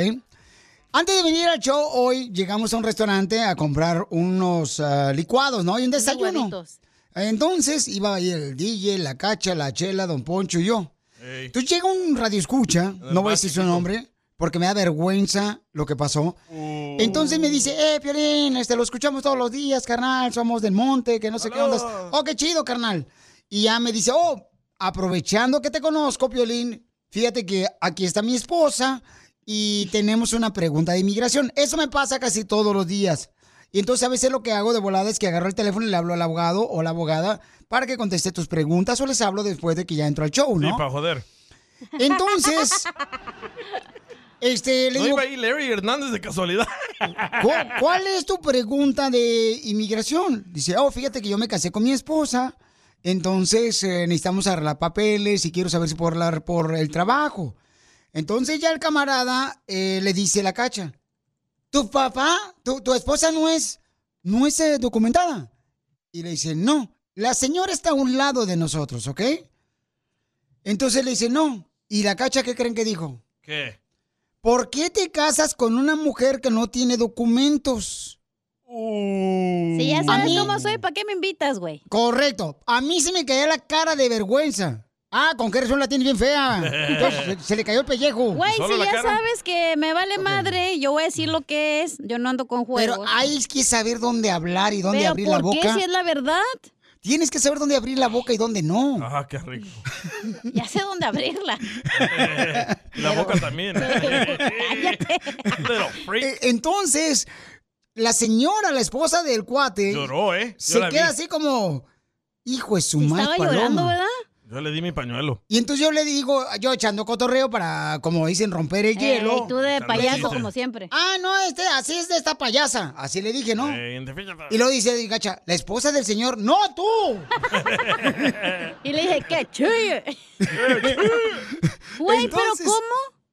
Antes de venir al show, hoy llegamos a un restaurante a comprar unos ah, licuados, ¿no? Y un desayuno.
huevitos.
Entonces iba ahí el DJ, la cacha, la chela, don Poncho y yo. Entonces llega un radio escucha, no voy a decir su nombre, porque me da vergüenza lo que pasó. Entonces me dice, eh, Piolín, este, lo escuchamos todos los días, carnal, somos del monte, que no sé qué onda. Oh, qué chido, carnal. Y ya me dice, oh, aprovechando que te conozco, Piolín, fíjate que aquí está mi esposa y tenemos una pregunta de inmigración. Eso me pasa casi todos los días. Y entonces a veces lo que hago de volada es que agarro el teléfono y le hablo al abogado o la abogada para que conteste tus preguntas o les hablo después de que ya entro al show,
Sí,
¿no?
para joder.
Entonces, este, le
No
digo,
iba ahí Larry Hernández de casualidad.
"¿Cu- ¿cuál es tu pregunta de inmigración? Dice, oh, fíjate que yo me casé con mi esposa, entonces eh, necesitamos arreglar papeles y quiero saber si puedo hablar por el trabajo. Entonces ya el camarada eh, le dice la cacha, ¿tu papá, tu, tu esposa no es, no es eh, documentada? Y le dice, no, la señora está a un lado de nosotros, ¿ok? Entonces le dice, no. ¿Y la cacha qué creen que dijo?
¿Qué?
¿Por qué te casas con una mujer que no tiene documentos?
Si ya sabes
A mí-
cómo soy, ¿para qué me invitas, güey?
Correcto. A mí se me caía la cara de vergüenza. Ah, con qué razón la tiene bien fea. Entonces, se, se le cayó el pellejo.
Güey, si ya sabes que me vale madre, yo voy a decir lo que es, yo no ando con juegos.
Pero hay que saber dónde hablar y dónde
Pero
abrir la
¿por qué?
boca.
Si es la verdad.
Tienes que saber dónde abrir la boca y dónde no.
Ah, qué rico.
Ya sé dónde abrirla.
Y la boca también.
Eh, Entonces, la señora, la esposa del cuate.
Lloró, ¿eh? Yo
se
la vi.
queda así como, hijo de su madre. paloma".
Yo le di mi pañuelo.
Y entonces yo le digo, yo echando cotorreo para, como dicen, romper el
Ey,
hielo.
tú de payaso, como siempre.
Ah, no, este, así es de esta payasa. Así le dije, ¿no? Y luego dice, gacha, la esposa del señor, no, tú.
Y le dije, qué chille. Güey, pero ¿cómo?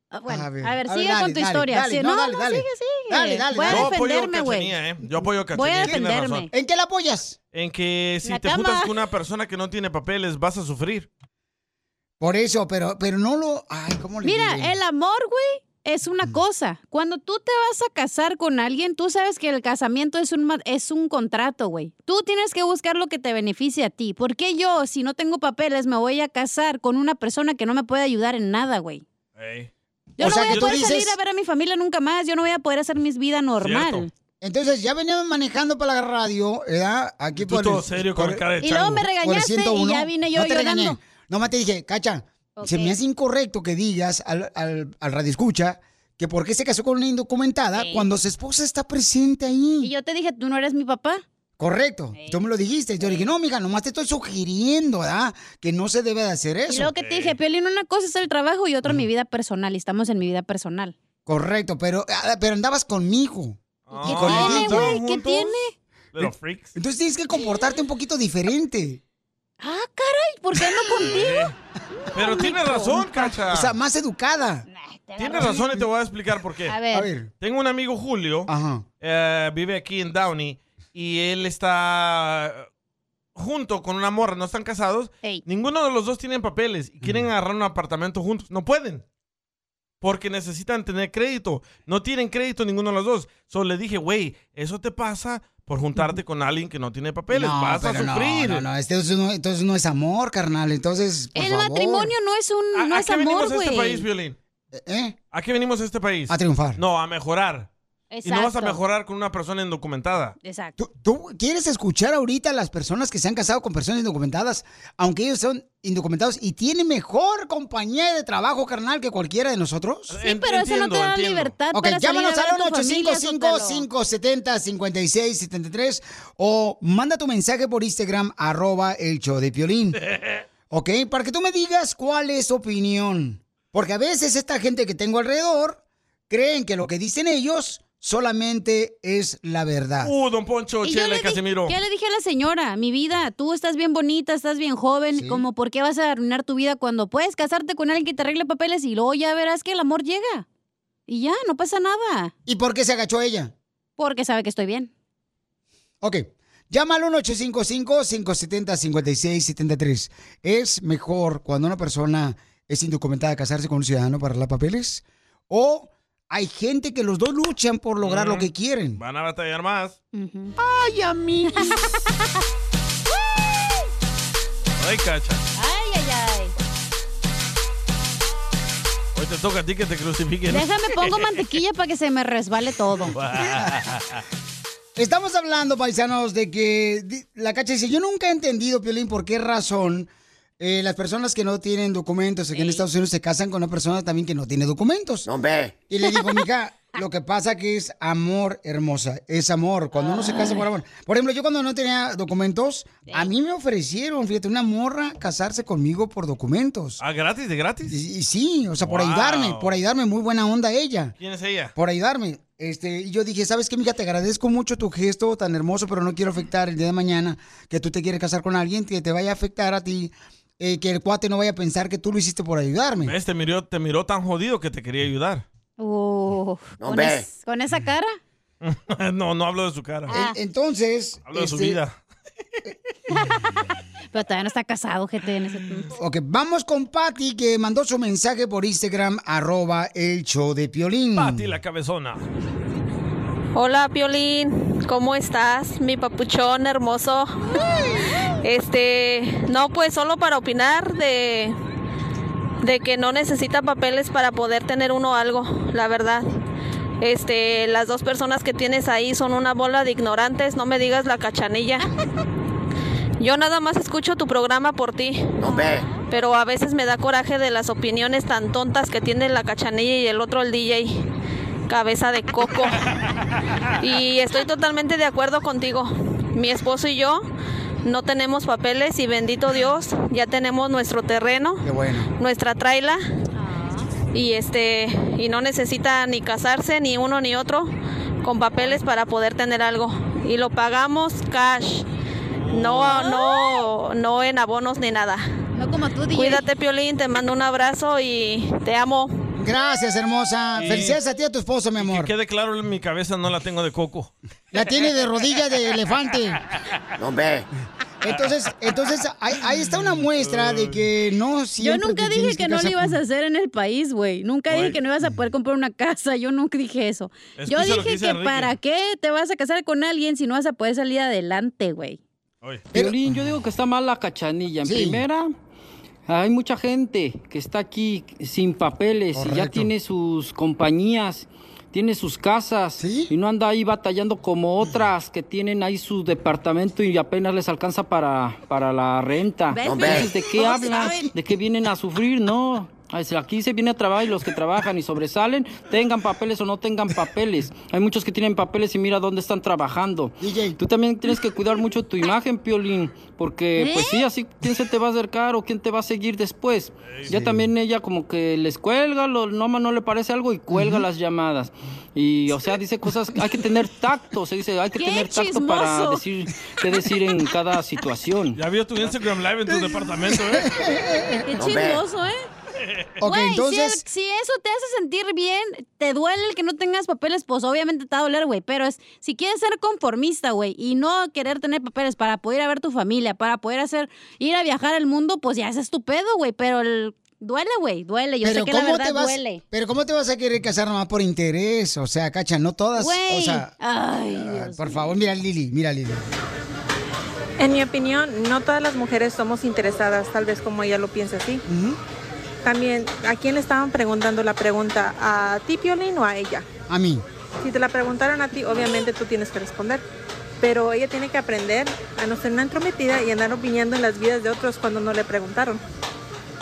Ah, Bueno, a
A
ver,
ver.
A ver,
sigue
dale,
con tu
dale,
historia.
dale,
Sí,
no,
no,
dale,
no,
dale.
sigue, sigue.
Dale, dale,
Voy a
Yo
dale.
apoyo a
defenderme, güey.
Cachanía, ¿eh? Yo apoyo a
Voy a
Cachanía, tiene
defenderme.
razón.
¿En qué la apoyas?
En que si
La
te
cama.
juntas con una persona que no tiene papeles, vas a sufrir.
Por eso, pero, pero no lo. Ay, ¿cómo le diré?
Mira, el amor, güey, es una cosa. Cuando tú te vas a casar con alguien, tú sabes que el casamiento es un, ma- es un contrato, güey. Tú tienes que buscar lo que te beneficie a ti. ¿Por qué yo, si no tengo papeles, me voy a casar con una persona que no me puede ayudar en nada, güey? Yo
O
no
sea,
voy
que
a
tú
poder salir
dices-
a ver a mi familia nunca más. Yo no voy a poder hacer mis vida normal.
Cierto. Entonces, ya veníamos manejando para la radio, ¿verdad? Aquí
Tú
por
todo serio con cara de
Y luego chango. me regañaste
por el 101.
y ya vine yo
no te
llorando.
regañé. Nomás te dije, cacha, se me hace incorrecto que digas al, al, al radio escucha que por qué se casó con una indocumentada cuando su esposa está presente ahí.
Y yo te dije, tú no eres mi papá.
Correcto, tú me lo dijiste. Yo le dije, no, mija, nomás te estoy sugiriendo, ¿verdad? Que no se debe de hacer eso.
Y luego que te dije, Piolín, una cosa es el trabajo y otra mi vida personal. Y estamos en mi vida personal.
Correcto, pero, ah, pero andabas conmigo.
Ah,
¿Qué tiene, güey? ¿Qué tiene?
Little freaks.
Entonces tienes que comportarte un poquito diferente.
Ah, caray, ¿por qué no contigo?
Pero tiene razón, Cacha.
O sea, más educada.
Tienes razón y te voy a explicar por qué.
A ver. A ver.
Tengo un amigo Julio, eh, vive aquí en Downey y él está eh, junto con una morra, no están casados. Ninguno de los dos tienen papeles y quieren agarrar un apartamento juntos. No pueden. Porque necesitan tener crédito. No tienen crédito ninguno de los dos. Solo le dije, güey, eso te pasa por juntarte con alguien que no tiene papeles.
No,
Vas a
pero no,
sufrir.
No, no, este- entonces no, entonces no es amor, carnal. Entonces, por
El
favor.
matrimonio no es un no
¿A
es
qué
amor,
venimos a este
güey.
país, Violín?
¿A
qué venimos a este país?
Eh, A triunfar.
No, a mejorar. Y no vas a
Exacto.
mejorar con una persona indocumentada.
Exacto.
¿Tú quieres escuchar ahorita a las personas que se han casado con personas indocumentadas, aunque ellos son indocumentados y tienen mejor compañía de trabajo, carnal, que cualquiera de nosotros?
Sí, pero eso no te da entiendo. libertad
Ok,
para salir
llámanos
a ver
al
a tu familia,
1-855-570-5673 o manda tu mensaje por Instagram, arroba el show de Piolín. ¿Ok? Para que tú me digas cuál es tu opinión. Porque a veces esta gente que tengo alrededor creen que lo que dicen ellos solamente es la verdad.
Uh, don Poncho,
Y yo
Chela
le
y
di-
Casimiro.
Ya le dije a la señora, mi vida, tú estás bien bonita, estás bien joven, como por qué vas a arruinar tu vida cuando puedes casarte con alguien que te arregle papeles y luego ya verás que el amor llega. Y ya, no pasa nada.
¿Y por qué se agachó ella?
Porque sabe que estoy bien.
Ok. Llama al 1-855-570-5673. ¿Es mejor cuando una persona es indocumentada casarse con un ciudadano para arreglar papeles? ¿O hay gente que los dos luchan por lograr
Mm.
Ujú.
lo que quieren?
Van a batallar más.
¡Ay, amigos!
Ay, cacha.
Ay, ay, ay.
Hoy te toca a ti que te crucifiquen.
Déjame pongo mantequilla para que se me resbale todo.
Estamos hablando, paisanos, de que di- la cacha dice, yo nunca he entendido, Piolín, por qué razón eh, las personas que no tienen documentos aquí en Estados Unidos se casan con una persona también que no tiene documentos. Y le digo, mija, lo que pasa que es amor, hermosa, es amor. Cuando uno se casa por amor. Por ejemplo, yo cuando no tenía documentos, a mí me ofrecieron, fíjate, una morra casarse conmigo por documentos.
Ah, gratis, de gratis.
Y, y sí, o sea, por
Wow.
ayudarme, por ayudarme, muy buena onda ella
¿Quién es ella?
por ayudarme. Este, y yo dije, ¿sabes qué, mija? Te agradezco mucho tu gesto tan hermoso, pero no quiero afectar el día de mañana que tú te quieres casar con alguien que te vaya a afectar a ti, eh, que el cuate no vaya a pensar que tú lo hiciste por ayudarme.
¿Ves? Te miró, te miró tan jodido que te quería ayudar.
Uh, con,
Hombre.
es- con esa cara.
no, no hablo de su cara.
Ah.
En- entonces...
Hablo de su
este,
vida.
Pero todavía no está casado, gente. En ese punto.
Ok, vamos con Patty que mandó su mensaje por Instagram, arroba el show de Piolín.
Pati la cabezona.
Hola Piolín, ¿cómo estás? Mi papuchón hermoso. Este, no, pues solo para opinar de, de que no necesita papeles para poder tener uno algo, la verdad. Este, las dos personas que tienes ahí son una bola de ignorantes, no me digas la cachanilla. Yo nada más escucho tu programa por ti. Pero a veces me da coraje de las opiniones tan tontas que tiene la cachanilla y el otro el DJ. Cabeza de coco. Y estoy totalmente de acuerdo contigo. Mi esposo y yo no tenemos papeles y bendito Dios, ya tenemos nuestro terreno,
Qué bueno.
nuestra traila. Y este y no necesita ni casarse ni uno ni otro con papeles para poder tener algo y lo pagamos cash. No, no, no en abonos ni nada.
No como tú, DJ.
Cuídate, Piolín, te mando un abrazo y te amo.
Gracias, hermosa.
Sí.
Felicidades a ti y a tu esposo, mi
Que
amor.
quede claro, en mi cabeza no la tengo de coco.
La tiene de rodilla de elefante. Entonces, entonces ahí, ahí está una muestra de que no
Yo
siempre
nunca
te
dije
tienes
que, no lo
casar
ibas
con-
a hacer en el país, güey. Nunca
Güey.
dije que no ibas a poder comprar una casa. Yo nunca dije eso.
Escucha lo que
Yo dije
dice
que
Enrique.
para qué te vas a casar con alguien si no vas a poder salir adelante, güey.
Piolín, yo digo que está mal la cachanilla. En
Sí.
primera, hay mucha gente que está aquí sin papeles y ya
Correcto.
tiene sus compañías, tiene sus casas y no anda ahí batallando como otras que tienen ahí su departamento y apenas les alcanza para, para la renta.
¿Ves?
Entonces, ¿De qué
No
hablan?
saben.
¿De qué vienen a sufrir? No. Ay, si Aquí se viene a trabajar y los que trabajan y sobresalen, tengan papeles o no tengan papeles. Hay muchos que tienen papeles y mira dónde están trabajando. Tú también tienes que cuidar mucho tu imagen, Piolín, porque
¿Eh?
pues sí, así quién se te va a acercar o quién te va a seguir después. Ya también ella como que les cuelga, lo, no, ma- no le parece algo y cuelga las llamadas. Y o sea, dice cosas, hay que tener tacto, se dice, hay que
¡Qué
tener tacto para
chismoso!
decir qué decir en cada situación.
Ya vio tu Instagram Live en tu departamento, ¿eh?
Qué chismoso, ¿eh?
Ok,
Güey, si
entonces-
el- si, eso te hace sentir bien, te duele el que no tengas papeles, pues obviamente te va a doler, güey. Pero es, si quieres ser conformista, güey, y no querer tener papeles para poder ir a ver tu familia, para poder hacer, ir a viajar al mundo, pues ya ese es tu pedo, güey. Pero el- duele, güey, duele. Yo sé que la verdad
te vas,
duele.
pero ¿cómo te vas a querer casar nomás por interés? O sea, cacha, no todas. O
Güey,
sea,
ay,
ah, por favor, mira Lili, mira Lili.
En mi opinión, no todas las mujeres somos interesadas, tal vez como ella lo piensa así. También, ¿a quién le estaban preguntando la pregunta? ¿A ti, Piolín, o a ella?
A mí.
Si te la preguntaron a ti, obviamente tú tienes que responder. Pero ella tiene que aprender a no ser una entrometida y andar opinando en las vidas de otros cuando no le preguntaron.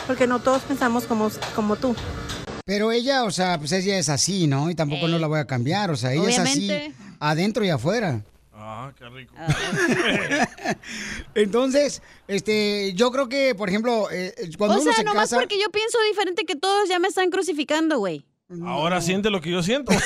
Porque no todos pensamos como, como tú.
Pero ella, o sea, pues ella es así, ¿no? Y tampoco no la voy a cambiar. O sea, ella es
Obviamente.
así adentro y afuera.
Ah, qué rico.
Entonces, este, yo creo que, por ejemplo, eh, eh, cuando
o
uno
sea,
se
nomás
casa.
porque yo pienso diferente que todos ya me están crucificando, güey.
Ahora siente lo que yo siento.
O O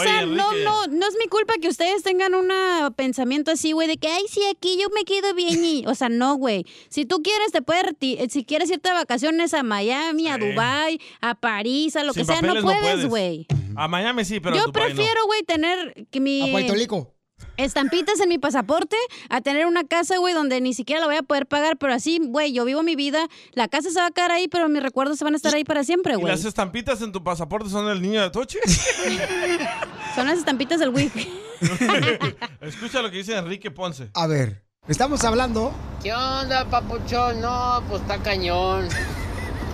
sea,
Oye,
no,
Enrique.
no, no es mi culpa que ustedes tengan un pensamiento así, güey, de que, ay, sí, aquí yo me quedo bien y... O sea, no, güey. Si tú quieres, te puedes reti- eh, Si quieres irte de vacaciones a Miami, a
Sí.
Dubai, a París, a lo
Sin
que sea, no
papeles
puedes, güey.
A Miami sí, pero a
Yo
Dubái no.
prefiero, güey, tener que
A
mi...
Puerto Rico.
Estampitas en mi pasaporte, a tener una casa, güey, donde ni siquiera la voy a poder pagar, pero así, güey, yo vivo mi vida, la casa se va a quedar ahí, pero mis recuerdos se van a estar ahí para siempre,
¿Y
güey.
las estampitas en tu pasaporte son del niño de Toche?
Son las estampitas del WIC.
Escucha lo que dice Enrique Ponce.
A ver, estamos hablando.
¿Qué onda, papuchón? No, pues está cañón.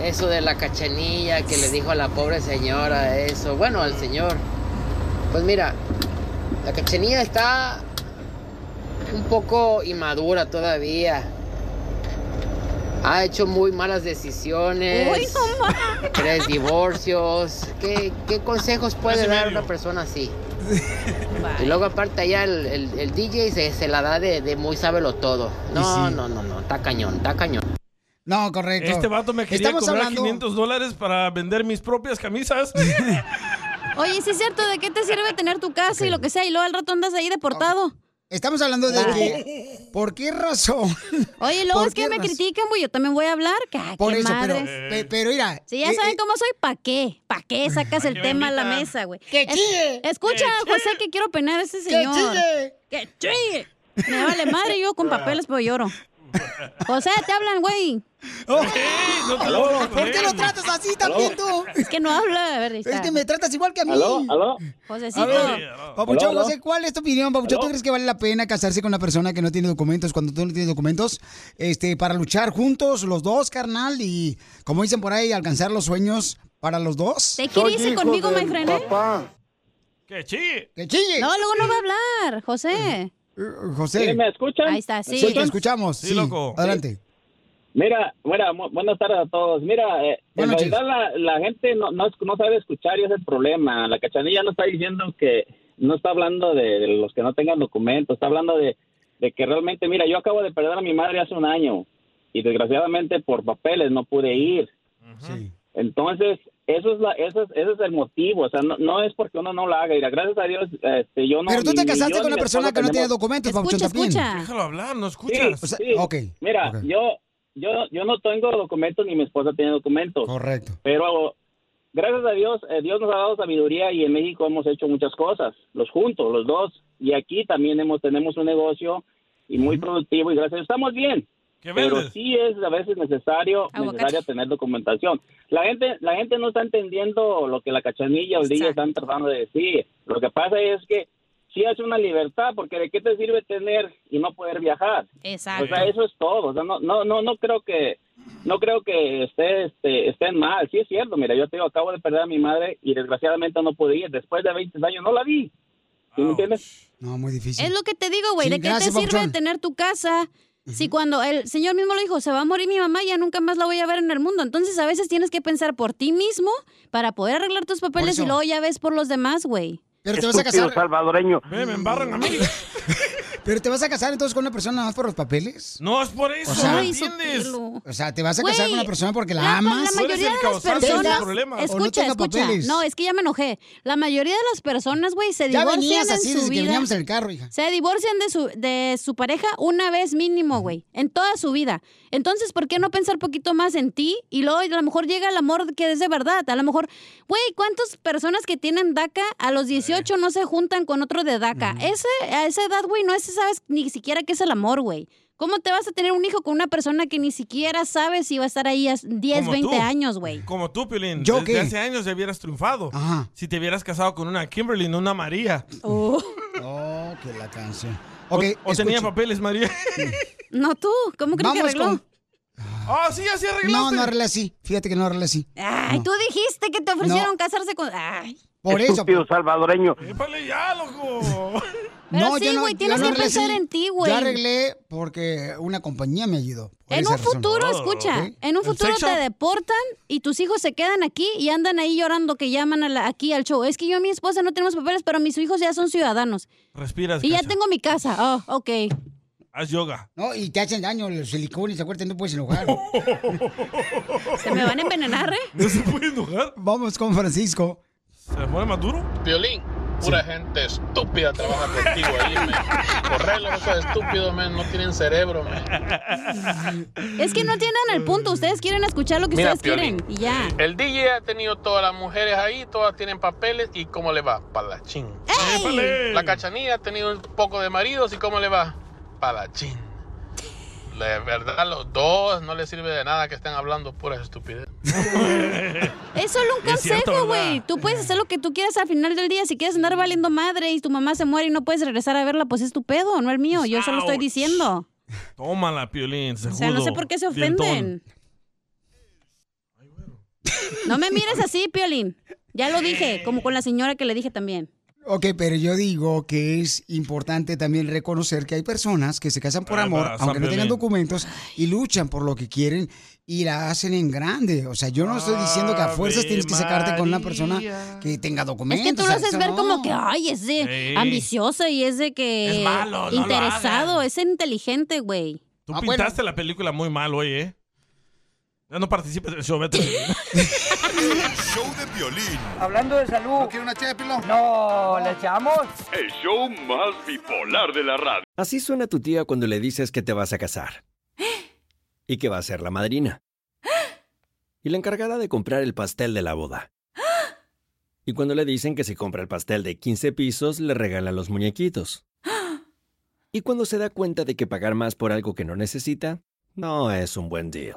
Eso de la cachanilla que le dijo a la pobre señora, eso. Bueno, al señor. Pues mira, la cachanilla está un poco inmadura todavía. Ha hecho muy malas decisiones.
Uy,
Tres divorcios. ¿Qué, qué consejos puede
Casi
dar
medio.
una persona así? Y luego aparte allá el, el- el DJ se, se la da de, de muy sábelo todo. No, no, no, no, está cañón, está cañón.
No, correcto.
Este vato me quería
Estamos
cobrar
hablando-
500 dólares para vender mis propias camisas.
Oye, sí es cierto, ¿de qué te sirve tener tu casa y lo que sea? Y luego al rato andas ahí deportado.
Estamos hablando de que, ¿por qué razón?
Oye, luego
¿Por
es que
qué
me
razón?
critican, güey, yo también voy a hablar. que, ah,
Por
qué
eso, pero,
madres.
pe- pero mira.
Si ya
eh,
saben
eh,
cómo soy, ¿pa' qué? ¿Pa' qué sacas el
qué me
tema a la
invitan?
mesa, güey?
¡Que
Es-
chille!
Escucha,
¡Que
José, que quiero penar a ese
¡Que
señor.
chille!
¡Que chille! Me vale madre, yo con papeles pero lloro. José, te hablan, güey.
no
te lo hagas ¿Por qué lo tratas así también tú?
Es que no habla, a ver, ahí
Es
está.
que me tratas igual que a mí.
¿Aló?
¿Aló?
Josecito.
Papuchón,
Aló, aló.
José, ¿cuál es tu opinión, Papuchón? ¿Tú
¿Aló?
crees que vale la pena casarse con una persona que no tiene documentos cuando tú no tienes documentos? Este, para luchar juntos los dos, carnal, y como dicen por ahí, alcanzar los sueños para los dos.
¿Te quiere irse conmigo, my friend? eh?
¡Que chille!
¡Que chille!
No, luego no va a hablar, José.
José.
¿Sí, me escuchan?
Ahí está, sí.
te escuchamos. Sí, Adelante.
Mira, mira, mu- buenas tardes a todos. Mira, eh, en
Buenas
realidad la, la gente no, no, es- no sabe escuchar y ese es el problema. La cachanilla no está diciendo que, no está hablando de, de los que no tengan documentos, está hablando de, de que realmente, mira, yo acabo de perder a mi madre hace un año y desgraciadamente por papeles no pude ir. Entonces, eso es, la, eso es, ese es el motivo, o sea, no, no es porque uno no lo haga, y gracias a Dios, este, yo no...
Pero tú
ni-
te
ni
casaste
yo
con
ni
una
mi
persona
esposa
que no tiene
tenemos-
documentos, Papuchón, también.
Déjalo hablar, no escuchas.
Sí,
O sea,
sí.
ok.
Mira,
ok.
yo yo yo no tengo documentos ni mi esposa tiene documentos.
Correcto.
Pero gracias a Dios, eh, Dios nos ha dado sabiduría y en México hemos hecho muchas cosas, los juntos, los dos. Y aquí también hemos tenemos un negocio y muy productivo y gracias a Dios estamos bien. Pero sí es a veces necesario
Aguacate.
necesario tener documentación. La gente la gente no está entendiendo lo que la cachanilla o el DJ están tratando de decir. Lo que pasa es que sí es una libertad, porque ¿de qué te sirve tener y no poder viajar?
Exacto.
O sea, eso es todo. O sea, no, no, no, no creo que no creo que esté, este, estén mal. Sí es cierto. Mira, yo te digo, acabo de perder a mi madre y desgraciadamente no pude ir. Después de 20 años no la vi. ¿Sí me entiendes?
No, muy difícil.
Es lo que te digo, güey.
Sí,
¿De qué
gracias,
te sirve
Papuchón.
tener tu casa? Si cuando el señor mismo lo dijo, se va a morir mi mamá y ya nunca más la voy a ver en el mundo. Entonces a veces tienes que pensar por ti mismo para poder arreglar tus papeles y
eso.
luego ya ves por los demás, güey.
Pero te vas a
Estúpido
casar.
salvadoreño.
me embarran a mí.
Pero te vas a casar entonces con una persona nada más por los papeles.
No, es por eso,
O sea,
¿no
Ay,
entiendes?
O sea, te vas a casar
Güey,
con una persona porque la,
la-
amas.
La mayoría de las personas. Escucha, escucha. No, es que ya me enojé. La mayoría de las personas, güey, se
Ya
divorcian
venías
en
así
su
desde que
vida.
veníamos en el carro, hija.
Se divorcian de su, de su pareja una vez mínimo, güey, en toda su vida. Entonces, ¿por qué no pensar poquito más en ti? Y luego a lo mejor llega el amor que es de verdad. A lo mejor, güey, ¿cuántas personas que tienen DACA a los 18 no se juntan con otro de DACA? Ese, a esa edad, güey, no es, sabes ni siquiera qué es el amor, güey. ¿Cómo te vas a tener un hijo con una persona que ni siquiera sabes si va a estar ahí a 10,
Como tú.
20 años, güey?
Como tú, Piolín.
¿Yo
Desde
qué?
hace años ya hubieras triunfado.
Ajá.
Si te hubieras casado con una Kimberly, no una María.
Oh, que la canción.
O-
Ok,
o, tenía
escucha.
papeles, María.
No tú, ¿cómo crees que
Vamos
arregló?
con-
Ah, sí, así arreglaste.
No, no arreglé así. Fíjate que no arreglé así.
Ay,
No.
tú dijiste que te ofrecieron casarse con. Ay.
Por eso.
Estúpido salvadoreño.
ya, loco!
Pero sí, güey, tienes que
arreglé
pensar
así.
en ti, güey.
Yo arreglé porque una compañía me ayudó. por
En
esa
un
razón.
futuro, escucha,
¿Ok?
en un futuro te deportan y tus hijos se quedan aquí y andan ahí llorando que llaman a la- aquí al show. Es que yo y mi esposa no tenemos papeles, pero mis hijos ya son ciudadanos.
Respiras,
Y ya
Cacha.
tengo mi casa. Ah, ok.
Haz yoga.
No, y te hacen daño los silicones, acuérdate, no puedes enojar.
Se me van a envenenar, ¿eh?
¿No se puede enojar?
Vamos con Francisco.
¿Se pone más duro?
Violín,
Pura gente estúpida trabaja contigo ahí, men. Correlo, no seas estúpido, men. No tienen cerebro, men.
Es que no entienden el punto. Ustedes quieren escuchar lo que
Mira,
ustedes quieren.
Piolín.
Y ya.
El DJ ha tenido todas las mujeres ahí, todas tienen papeles. ¿Y cómo le va? Palachín. La cachanilla ha tenido un poco de maridos. ¿Y cómo le va? Palachín. De verdad, los dos no les sirve de nada que estén hablando puras estupidez.
Es solo un
Y es cierto,
consejo,
¿verdad?
güey. Tú puedes hacer lo que tú quieras al final del día. Si quieres andar valiendo madre y tu mamá se muere y no puedes regresar a verla, pues es tu pedo, no el mío. Yo solo estoy
Ouch.
diciendo.
Tómala, Piolín.
O sea, no sé por qué se ofenden. No me mires así, Piolín. Ya lo dije, como con la señora que le dije también.
Ok, pero yo digo que es importante también reconocer que hay personas que se casan por
Ahí
amor,
va, Ah, San
aunque no tengan
Piolín.
documentos, y luchan por lo que quieren y la hacen en grande. O sea, yo no estoy diciendo que a fuerzas
Ave
tienes que sacarte con una persona que tenga
Es
documentos.
que tú lo
o sea,
haces
eso
ver
no.
como que, ay, es de
Sí.
ambicioso y es de que...
Es malo, no lo
interesado, es inteligente, güey.
Tú pintaste la película muy mal hoy, ¿eh? Ya no participes del show, vete.
El show de violín.
Hablando de salud. ¿No quiere una ché No, ¿le echamos?
El show más bipolar de la radio.
Así suena tu tía cuando le dices que te vas a casar. Y que va a ser la madrina. Y la encargada de comprar el pastel de la boda. Y cuando le dicen que si compra el pastel de 15 pisos, le regalan los muñequitos. Y cuando se da cuenta de que pagar más por algo que no necesita, no es un buen deal.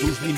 ¿Tus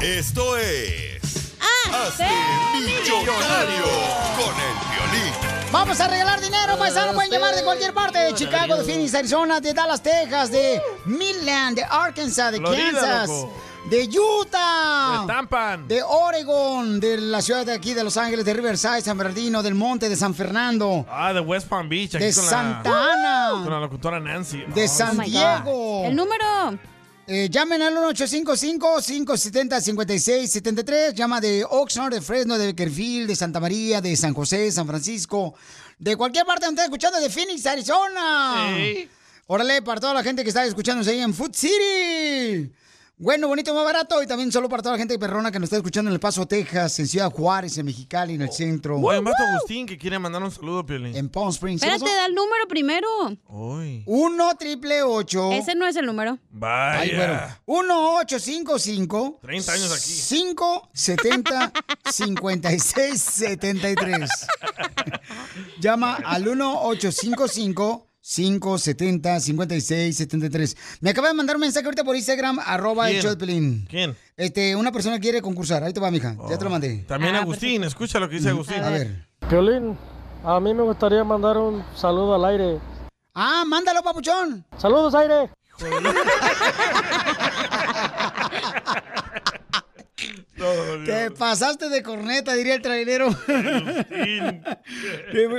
Esto es.
Ah,
Ah,
Hazte millonario con el violín.
Vamos a regalar dinero, paisano. Pueden llamar de cualquier parte: de Chicago, de Phoenix, Arizona, de Dallas, Texas, de Midland, de Arkansas, de
Florida,
Kansas,
loco.
de Utah,
De
de Oregon, de la ciudad de aquí, de Los Ángeles, de Riverside, San Bernardino, del Monte, de San Fernando,
Ah, de West Palm Beach. aquí
de
con la-
Santa Ana.
Con la locutora Nancy.
de San
my God.
Diego.
Oh
Eh,
El número.
llamen al 1-855-570-5673. Llama de Oxnard, de Fresno, de Beckerfield, de Santa María, de San José, San Francisco. De cualquier parte donde estén escuchando, de Phoenix, Arizona.
Sí.
Órale, para toda la gente que está escuchándose ahí en Food City. Bueno, bonito, más barato. Y también solo para toda la gente perrona que nos está escuchando en El Paso, Texas, en Ciudad Juárez, en Mexicali, en el centro.
Oye, un vato Agustín que quiere mandar un saludo, Piolín.
En Palm Springs.
Espérate, da el número primero.
Uy.
1 triple 8.
Ese no es el número.
Vaya.
Ay, bueno. 1855
30 años aquí.
570 5673. Llama al 1855 570 5673. Me acaba de mandar un mensaje ahorita por Instagram arroba el
¿Quién?
show de Piolín.
¿Quién?
Este, una persona quiere concursar. Ahí te va, mija. Ya te lo mandé.
Ah,
También Agustín, escucha lo que dice Agustín.
Mm. A ver.
Violín, a mí me gustaría mandar un saludo al aire.
Ah, mándalo, papuchón.
Saludos, aire.
Te pasaste de corneta, diría el trailero. Te-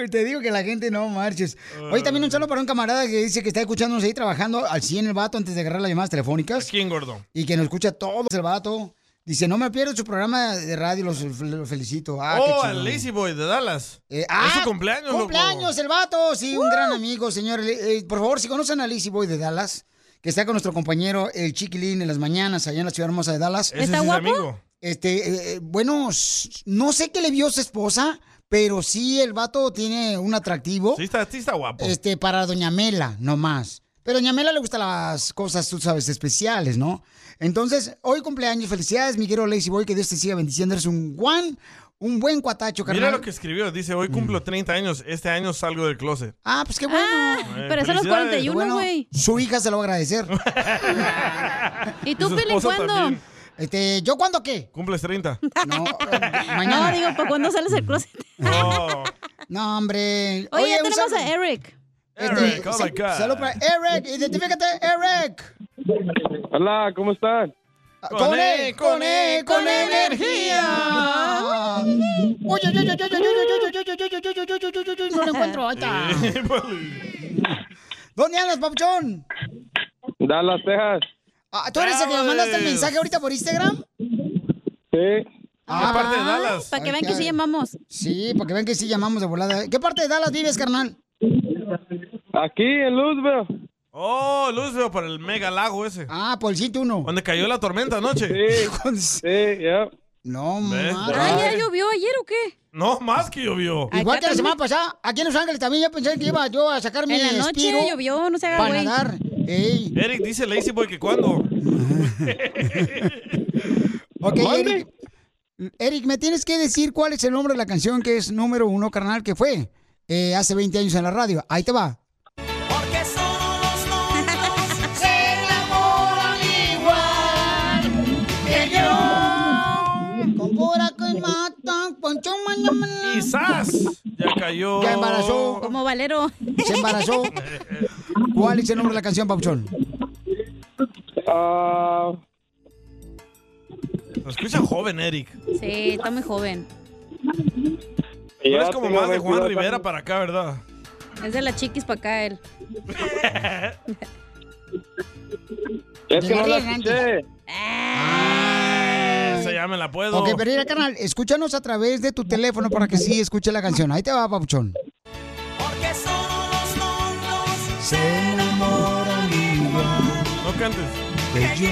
Te digo que la gente no marches. Hoy también un saludo para un camarada que dice que está escuchándonos ahí trabajando al 100 el vato antes de agarrar las llamadas telefónicas.
¿Quién, gordo?
Y que nos escucha todo el vato. Dice, no me pierdo su programa de radio, los, los felicito. Ah, qué
oh,
chido.
al Lazy Boy de Dallas.
ah,
es su cumpleaños, loco.
Cumpleaños el vato, sí, un gran amigo, señor. Eh, por favor, si conocen a Lizzy Boy de Dallas, que está con nuestro compañero el Chiquilín en las mañanas allá en la ciudad hermosa de Dallas.
Ese ¿Está sí es guapo? amigo.
Este, eh, eh, bueno, s- no sé qué le vio su esposa, Pero sí, el vato tiene un atractivo.
Sí está, sí está guapo.
Este, para Doña Mela, nomás. Pero a Doña Mela le gustan las cosas, tú sabes, especiales, ¿no? Entonces, hoy cumpleaños, felicidades, mi querido Lazy Boy, que Dios te siga bendiciendo. Eres un guan, un buen cuatacho, carnal. Mm.
Mira lo que escribió. Dice, hoy cumplo 30 años. Este año salgo del closet.
Ah, pues qué bueno.
Eh, pero es a los felicidades. 41, güey.
su hija se lo va a agradecer.
¿Y tú, Pili, cuándo?
Este, ¿yo cuándo qué?
Cumples 30.
No, mañana.
No, digo, ¿para cuándo sales del closet?
No, hombre.
Oye, ya
un
tenemos
sal-
a Eric.
Eric, oh
sal-
my God.
Salud para Eric, identifícate, Eric.
Hola, ¿cómo están?
Con él, con él, con energía. Oye, oye, oye, oye, oye, oye, oye, oye, oye, oye, oye, oye, oye, no lo encuentro, ahí está.
pues,
¿Dónde andas, papuchón?
Dallas, Texas.
Ah, ¿Tú eres el que me mandaste el mensaje ahorita pues. por Instagram?
Sí.
Ah,
parte de Dallas? para que vean que sí
llamamos. Sí, para que vean que sí llamamos de volada. ¿Qué parte de Dallas vives, carnal?
Aquí en Luzbel.
Oh, Luzbel, por el mega lago ese.
Ah, por el sitio uno.
Donde cayó la tormenta anoche.
Sí, sí, ya.
No,
Ah, ¿ya llovió ayer o qué?
No, más que llovió.
Igual que la semana pasada, aquí en Los Ángeles también yo pensé que iba yo a sacar mi
En la noche
espiro
llovió, no se haga
para
güey.
nadar. Ey.
Eric dice Lazy Boy que cuándo.
Ok,
¿Mande?
Eric. Eric, me tienes que decir cuál es el nombre de la canción que es número uno, carnal, que fue eh, hace 20 años en la radio. Ahí te va.
Porque solo los novios
se enamoran igual
que yo.
Con pura que matan, poncho mañana.
Quizás ya cayó.
Ya embarazó. Como
Valero.
Se embarazó. ¿Cuál es el nombre de la canción, Pauchón?
Ah,
Lo escucha joven, Eric.
Sí, está muy joven.
Tú eres
Ya
como
tengo
más de
22
Juan
años.
Rivera para acá, ¿verdad?
Es de las chiquis para acá él.
es que no la
Elegante.
escuché.
Ah, Esa ya me la puedo.
Ok, pero mira, carnal, escúchanos a través de tu teléfono para que sí escuche la canción. Ahí te va, Pauchón.
Porque solo los novios
se enamoran igual
No cantes.
que yo.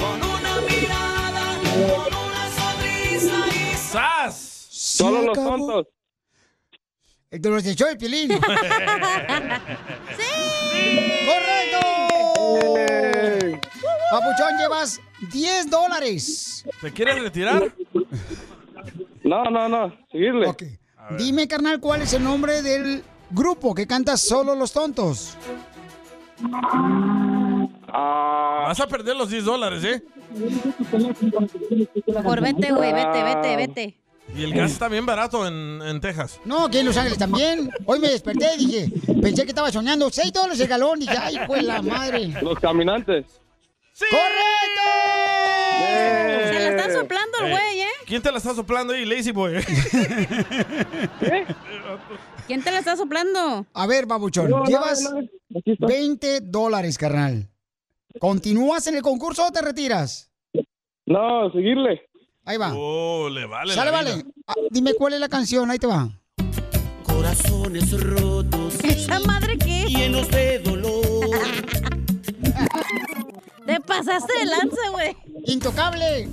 Con una mirada, con una sonrisa y
¡Sas!
Solo los tontos.
El de los de Show de Pilín. ¡Correcto! Papuchón, llevas 10 dólares.
¿Te quieres retirar?
No, no, no. Seguirle.
Dime, carnal, ¿cuál es el nombre del grupo que canta Solo los Tontos?
Ah.
Vas a perder los 10 dólares, ¿eh?
Mejor vete, güey,
Ah.
vete, vete, vete.
Y el gas está bien barato en, en Texas.
No, aquí en Los Ángeles también. Hoy me desperté y dije, pensé que estaba soñando. 6 dólares el galón. Dije, ay, pues la madre.
Los caminantes.
¡Correcto!
Se la están soplando el güey, ¿eh?
¿Quién te la está soplando ahí, Lazy Boy?
¿Quién te la está soplando?
A ver, babuchón,
No, no,
llevas
no,
20 dólares, carnal. ¿Continúas en el concurso o te retiras?
No, seguirle.
Ahí va.
Oh, le vale.
Sale,
la
vale.
vida.
Ah, dime cuál es la canción, ahí te va.
Corazones rotos.
¿Esa madre qué?
Llenos de dolor.
Te pasaste de lanza, güey.
Intocable.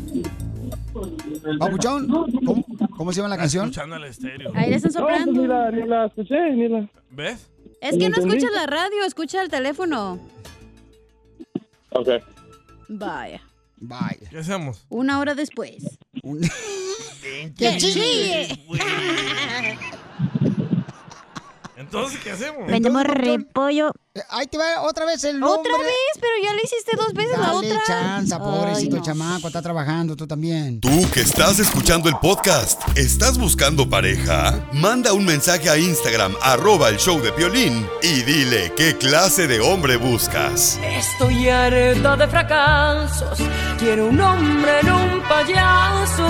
Babuchón, ¿cómo, cómo se llama la canción?
Escuchando el estéreo.
Ahí le están
No,
soplando.
ni la, ni la escuché, ni la.
¿Ves?
Es que no
¿Entendí?
escuchas la radio, escucha el teléfono.
Ok.
Vaya.
Vaya.
¿Qué hacemos?
Una hora después.
¡Que
chille!
Entonces, ¿qué hacemos?
Vendemos repollo.
Ahí te va otra vez el nombre.
¿Otra vez? Pero ya lo hiciste dos veces la
Dale
otra.
chanza, pobrecito
Ay, no.
chamaco, está trabajando tú también.
Tú que estás escuchando el podcast, ¿estás buscando pareja? Manda un mensaje a Instagram, arroba el show de violín, y dile qué clase de hombre buscas.
Estoy harta de fracasos. Quiero un hombre en un payaso.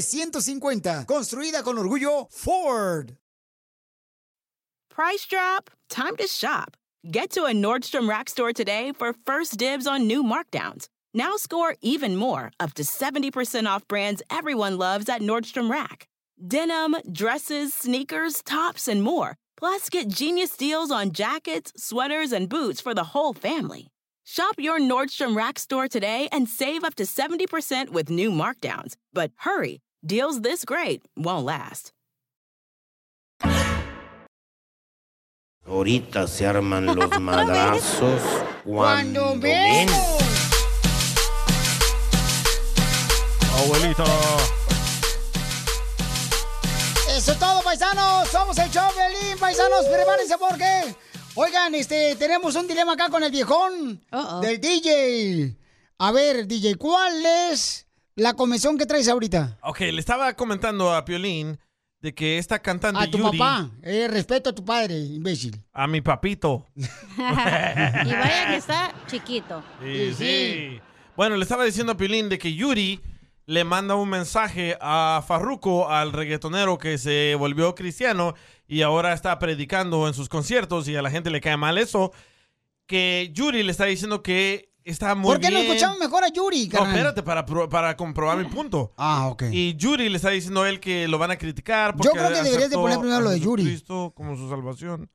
350. Construida con orgullo Ford.
Price drop? Time to shop. Get to a Nordstrom Rack store today for first dibs on new markdowns. Now score even more, up to 70% off brands everyone loves at Nordstrom Rack. Denim, dresses, sneakers, tops, and more. Plus, get genius deals on jackets, sweaters, and boots for the whole family. Shop your Nordstrom Rack store today and save up to 70% with new markdowns. But hurry, deals this great won't last.
Ahorita se arman los madrazos cuando,
Cuando
ven.
veo.
Abuelito.
Eso es todo, paisanos. Somos el show, Belín. Paisanos,
Uh.
prepárense porque. Oigan, este, tenemos un dilema acá con el viejón del DJ. A ver, DJ, ¿cuál es la comisión que traes ahorita?
Ok, le estaba comentando a Piolín de que esta cantante
A tu
Yuri-
papá. Eh, respeto a tu padre, imbécil.
A mi papito.
y vaya que está chiquito.
Sí, sí. Bueno, le estaba diciendo a Piolín de que Yuri le manda un mensaje a Farruko, al reggaetonero que se volvió cristiano y ahora está predicando en sus conciertos y a la gente le cae mal eso, que Yuri le está diciendo que está muy
¿Por qué no
bien.
escuchamos mejor a Yuri,
No,
carnal?
espérate, para, pro- para comprobar mi punto.
Ah, ok.
Y Yuri le está diciendo a él que lo van a criticar. Porque
Yo creo que deberías de
aceptó
poner primero lo de
a
Yuri.
Jesucristo como su salvación.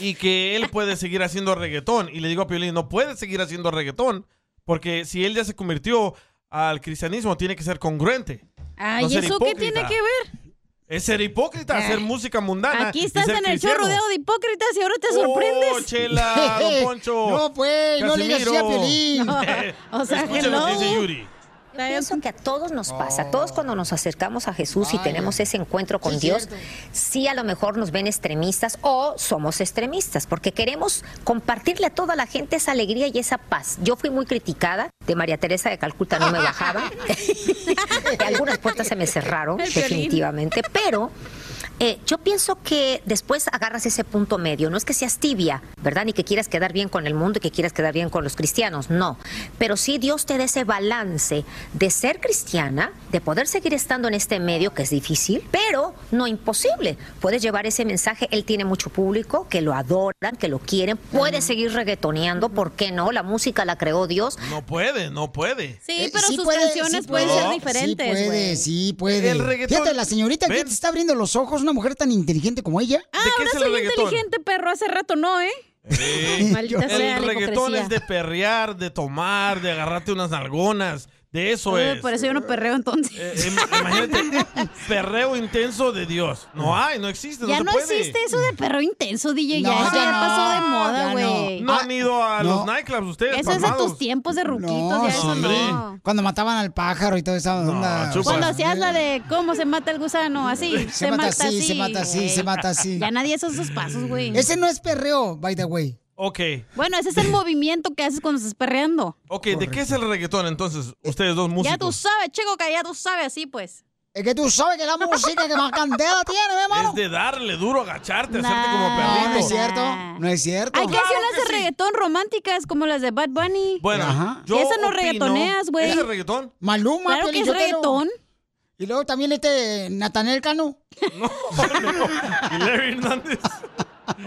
Y que él puede seguir haciendo reggaetón. Y le digo a Piolín, no puede seguir haciendo reggaetón. Porque si él ya se convirtió al cristianismo, tiene que ser congruente.
Ay,
No
¿y
ser
eso qué
hipócrita.
tiene que ver?
Es ser hipócrita, hacer música mundana.
Eh. Aquí
y
estás
ser
en el show
cristiano.
rodeado de hipócritas y ahora te sorprendes.
Oh, chela, don Poncho.
No, pues, no le digas así a
Casimiro.
Piolín.
No, o sea,
Escucha lo que
hello.
dice Yuri.
Yo pienso que a todos nos
Oh.
pasa, a todos cuando nos acercamos a Jesús y tenemos ese encuentro con Sí, Dios, cierto. sí a lo mejor nos ven extremistas o somos extremistas, porque queremos compartirle a toda la gente esa alegría y esa paz. Yo fui muy criticada, de María Teresa de Calcuta no me bajaba, algunas puertas se me cerraron,
El violín.
definitivamente, pero... eh, yo pienso que después agarras ese punto medio. No es que seas tibia, ¿verdad? Ni que quieras quedar bien con el mundo y que quieras quedar bien con los cristianos. No. Pero sí Dios te da ese balance de ser cristiana, de poder seguir estando en este medio que es difícil, pero no imposible. Puedes llevar ese mensaje. Él tiene mucho público que lo adoran, que lo quieren. Puedes seguir reggaetoneando. ¿Por qué no? La música la creó Dios.
No puede, no puede.
Eh,
Sí, pero sus canciones pueden ser diferentes.
Sí puede,
güey.
sí puede.
El reggaetón-
Fíjate, la señorita que
¿Ven?
te está abriendo los ojos, una mujer tan inteligente como ella.
Ah, ahora soy inteligente, perro. Hace rato no, ¿eh? Maldita sea
el
la
reggaetón
hipocresía.
es de perrear, de tomar, de agarrarte unas nalgonas. De eso
Ay,
es. Eh, em,
Por eso yo no Eh, perreo entonces.
Perreo intenso de Dios. No hay, no existe.
ya
no,
no
se puede.
existe eso de perreo intenso, DJ.
No,
ya eso
ya no,
ya pasó de moda,
ya
güey.
No
Ah,
han ido a
No.
los nightclubs ustedes,
Eso es de
palmados.
tus tiempos de ruquitos. ya eso no.
Cuando mataban al pájaro y toda esa
Ah,
onda.
Cuando hacías la de cómo se mata el gusano, así. Se, mata, así,
se mata así, se mata así.
Ya nadie hace esos pasos, güey.
Ese no es perreo, by the way.
Ok,
Bueno, ese es el movimiento que haces cuando estás perreando.
ok, ¿de qué es el reggaetón entonces? Ustedes dos músicos.
Ya tú sabes, chico, que ya tú sabes, así pues.
Es que tú sabes que la música que más candela tiene, mi hermano.
Es de darle duro, agacharte, hacerte como perrito.
No, no es cierto, no es cierto.
Hay canciones de reggaetón románticas como las de Bad Bunny.
Bueno, yo
Esa
opino-
no reggaetoneas, güey.
¿Ese es reggaetón?
Maluma, pues,
Claro
Piolín
que es
Sotelo.
reggaetón.
Y luego también este Natanel Cano.
Y Larry Hernández.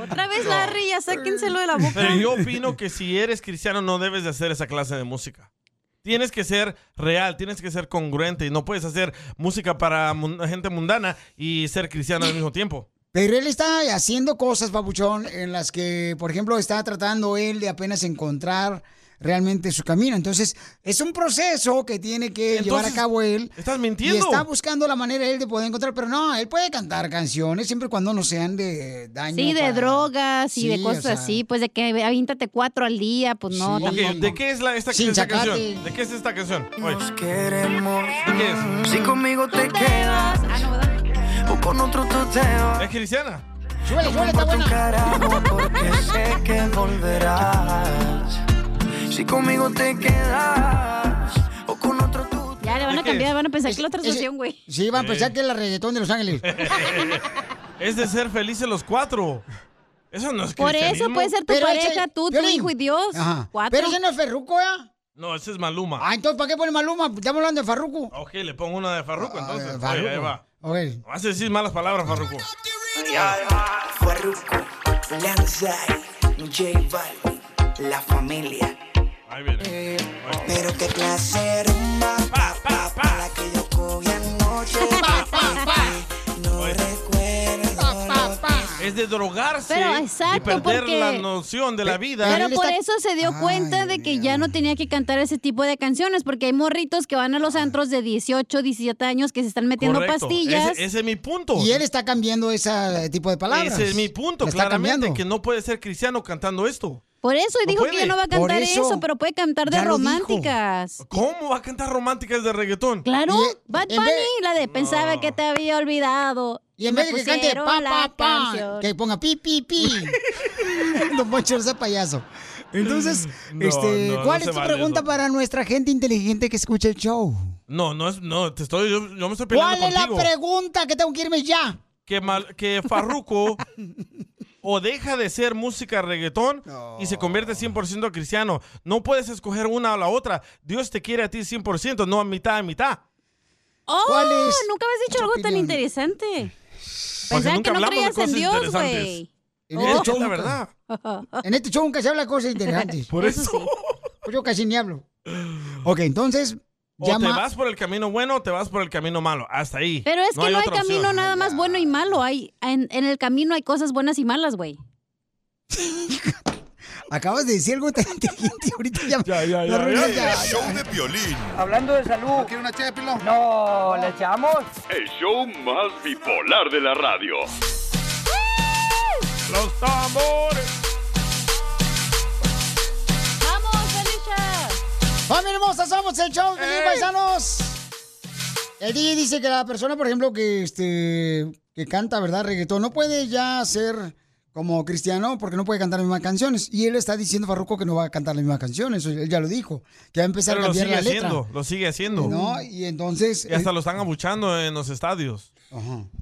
Otra vez, Larry, ya sáquenselo de la boca.
Pero yo opino que si eres cristiano no debes de hacer esa clase de música. Tienes que ser real, tienes que ser congruente y no puedes hacer música para mun- gente mundana y ser cristiano al mismo tiempo.
Pero él está haciendo cosas, papuchón, en las que, por ejemplo, está tratando él de apenas encontrar realmente su camino. Entonces, es un proceso que tiene que llevar a
Entonces,
cabo él.
Estás mintiendo.
Y está buscando la manera él de poder encontrar, pero no, él puede cantar canciones siempre y cuando no sean de daño.
Sí, de
para-
drogas y
Sí,
de cosas
o sea.
así, pues de que avíntate cuatro al día, pues no,
Ok,
tampoco.
¿de qué es la, esta,
Sin
esta
sacate.
canción? ¿De qué es esta canción? Oye.
¿De
qué es?
Si conmigo te quedas o con otro tú te vas.
¿Es cristiana?
No me importa un carajo porque sé que volverás. Si conmigo te quedas o con otro tú te
Ya le van a
¿De qué
cambiar,
es?
van a pensar que es la otra
Ese-
canción, güey.
Sí, van a pensar
Eh.
pues, que es la reggaetón de Los Ángeles.
es de ser felices los cuatro. Eso no es
Por
cristianismo.
eso puede ser tu
Pero ese-
pareja, tú, tu
Piolín.
hijo y Dios.
Ajá.
Cuatro.
Pero ese no es ferruco, ¿ya?
No, ese es Maluma.
Ah, entonces, ¿para qué pone Maluma? Estamos hablando de Farruco.
Ok, le pongo una de Farruko entonces. Oye,
Ah, eh, Farruko.
ahí va.
Ok.
No vas a decir malas palabras, Farruko.
Farruko, Lanzai, J Balvin, la familia. Eh,
Ahí viene.
Pero qué clase rumba, pa, pa, pa, la que yo cogí anoche. Pa, pa, pa. No recuerdo lo que
Es de drogarse
Pero, exacto,
y perder
porque-
la noción de la vida.
Pero por eso se dio cuenta de que ya no tenía que cantar ese tipo de canciones, porque hay morritos que van a los antros de 18, 17 años que se están metiendo
Correcto.
pastillas.
Ese, ese es mi punto.
Y él está cambiando ese tipo de palabras.
Ese es mi punto,
La está
claramente,
cambiando.
que no puede ser cristiano cantando esto.
Por eso, y
No
dijo que
puede.
ya no va a
Por
cantar
eso.
eso, pero puede cantar de
Ya lo dijo.
románticas.
¿Cómo va a cantar románticas de reggaetón?
Claro,
eh,
Bad Bunny, la de pensaba que te había olvidado.
Y en vez de que cante pa, pa, pa, que ponga pi, pi, pi. Don Poncho, no sea payaso. Entonces,
No,
este,
no,
¿cuál
no se
es tu
vale
pregunta
eso.
para nuestra gente inteligente que escucha el show?
No, no es, no, te estoy, yo, yo me estoy
¿Cuál
peleando
es la
contigo.
pregunta que tengo que irme ya?
que, mal- que Farruko o deja de ser música reggaetón y se convierte 100% cristiano. No puedes escoger una o la otra. Dios te quiere a ti 100%, no a mitad a mitad.
¡Oh!
¿Cuál es
Nunca habías dicho algo tan interesante. Pensaba
nunca
que no
hablamos de
creías en
cosas
Dios,
interesantes.
güey.
En
Oh.
este show
Es la
nunca-
verdad.
En este show nunca se habla de cosas interesantes.
Por Eso eso. sí.
Pues yo casi ni hablo. Ok, entonces,
O
llama.
te vas por el camino bueno o te vas por el camino malo. Hasta ahí.
Pero es que no hay
otra
camino
opción.
nada más bueno y malo. Hay, en, en el camino hay cosas buenas y malas, güey.
Acabas de decir algo tan inteligente ahorita ya. la arruinaste.
El show de violín.
Hablando de salud. ¿Quiere una ché, Pilo? No, ¿le echamos?
El show más bipolar de la radio.
Los tambores.
¡Vamos, Felicia!
¡Familia hermosa! ¡Somos el show, Felipe Paisanos! El DJ dice que la persona, por ejemplo, que este que canta, ¿verdad? Reggaetón, no puede ya ser como cristiano porque no puede cantar las mismas canciones. Y él está diciendo, Farruco, que no va a cantar las mismas canciones. Él ya lo dijo. Que va a empezar
Pero
a
lo
cambiar
sigue
la letra.
haciendo, lo sigue haciendo.
No, y entonces... eh,
Y hasta lo están abuchando en los estadios.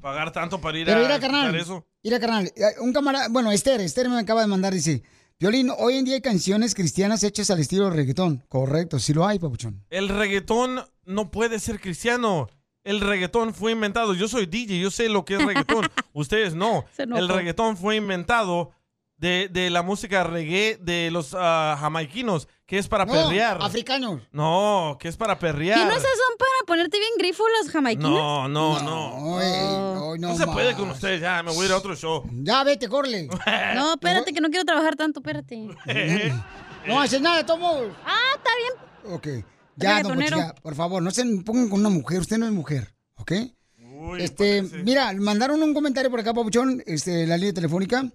Pagar tanto para ir
Pero
a
mira,
quitar
carnal.
eso.
Mira, carnal. eh, Un camarada. Bueno, Esther, Esther me acaba de mandar, dice. Violín, hoy en día hay canciones cristianas hechas al estilo reggaetón. Correcto, sí lo hay, papuchón.
El reggaetón no puede ser cristiano. El reggaetón fue inventado. Yo soy DJ, yo sé lo que es reggaetón. Ustedes no.
Se enojó.
El reggaetón fue inventado de, de la música reggae de los ah, jamaiquinos, que es para perrear.
africanos.
No, que es para
¿Y
perrear.
no esas son para ponerte bien grifo las jamaiquinas?
No, no, no.
No,
no se puede con ustedes. Ya, me voy a ir a otro show.
Ya, vete, corle.
No, espérate, que no quiero trabajar tanto, espérate.
Eh.
No haces nada, tomo.
Ah, está bien.
Ok. Ya, don Poncho,
Reggaetonero.
ya, por favor, no se pongan con una mujer. Usted no es mujer, ¿ok? este, mira, mandaron un comentario por acá, Papuchón, este, en la línea telefónica.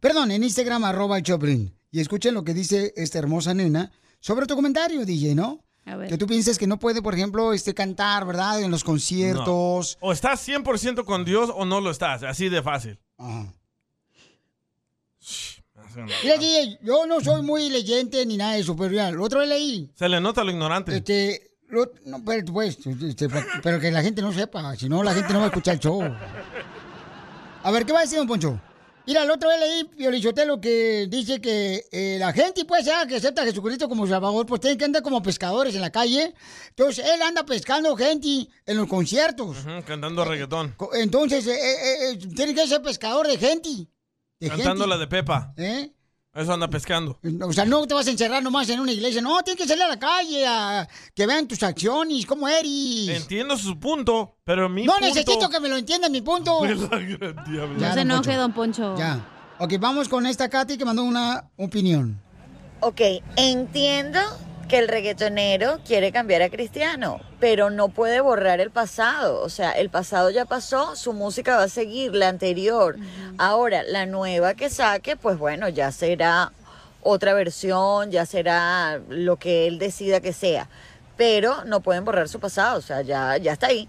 Perdón, en Instagram, arroba el Choplin. Y escuchen lo que dice esta hermosa nena sobre tu comentario, DJ, ¿no?
A ver.
Que tú pienses que no puede, por ejemplo, este, cantar, ¿verdad? En los conciertos.
O estás 100% con Dios o no lo estás. Así de fácil.
Mira, DJ, yo no soy muy leyente ni nada de eso, pero mira, la otra vez leí.
Se le nota lo ignorante.
Este, lo- no, pero, pues, este, pa- pero que la gente no sepa, si no la gente no va a escuchar el show. A ver, ¿qué va a decir, don Poncho? Mira, la otra vez leí Piolichotelo que dice que eh, la gente, pues, ya que acepta a Jesucristo como Salvador, pues tienen que andar como pescadores en la calle. Entonces, él anda pescando gente en los conciertos.
Ujú, Cantando reggaetón.
Co- Entonces, eh, eh, eh, tiene que ser pescador de gente. De
Cantando
gente.
la de Pepa.
¿Eh?
Eso anda pescando.
O sea, no te vas a encerrar nomás en una iglesia. No, tienes que salir a la calle a que vean tus acciones, cómo eres.
Entiendo su punto, pero mi
no
punto...
necesito que me lo entiendan, mi punto.
fue la gran diabla.
Ya,
no
don
se enoje,
Poncho.
don Poncho.
Ya. Ok, vamos con esta Katy que mandó una opinión.
Ok, entiendo que el reggaetonero quiere cambiar a cristiano, pero no puede borrar el pasado. O sea, el pasado ya pasó, su música va a seguir, la anterior. Ahora, la nueva que saque, pues bueno, ya será otra versión, ya será lo que él decida que sea. Pero no pueden borrar su pasado, o sea, ya, ya está ahí.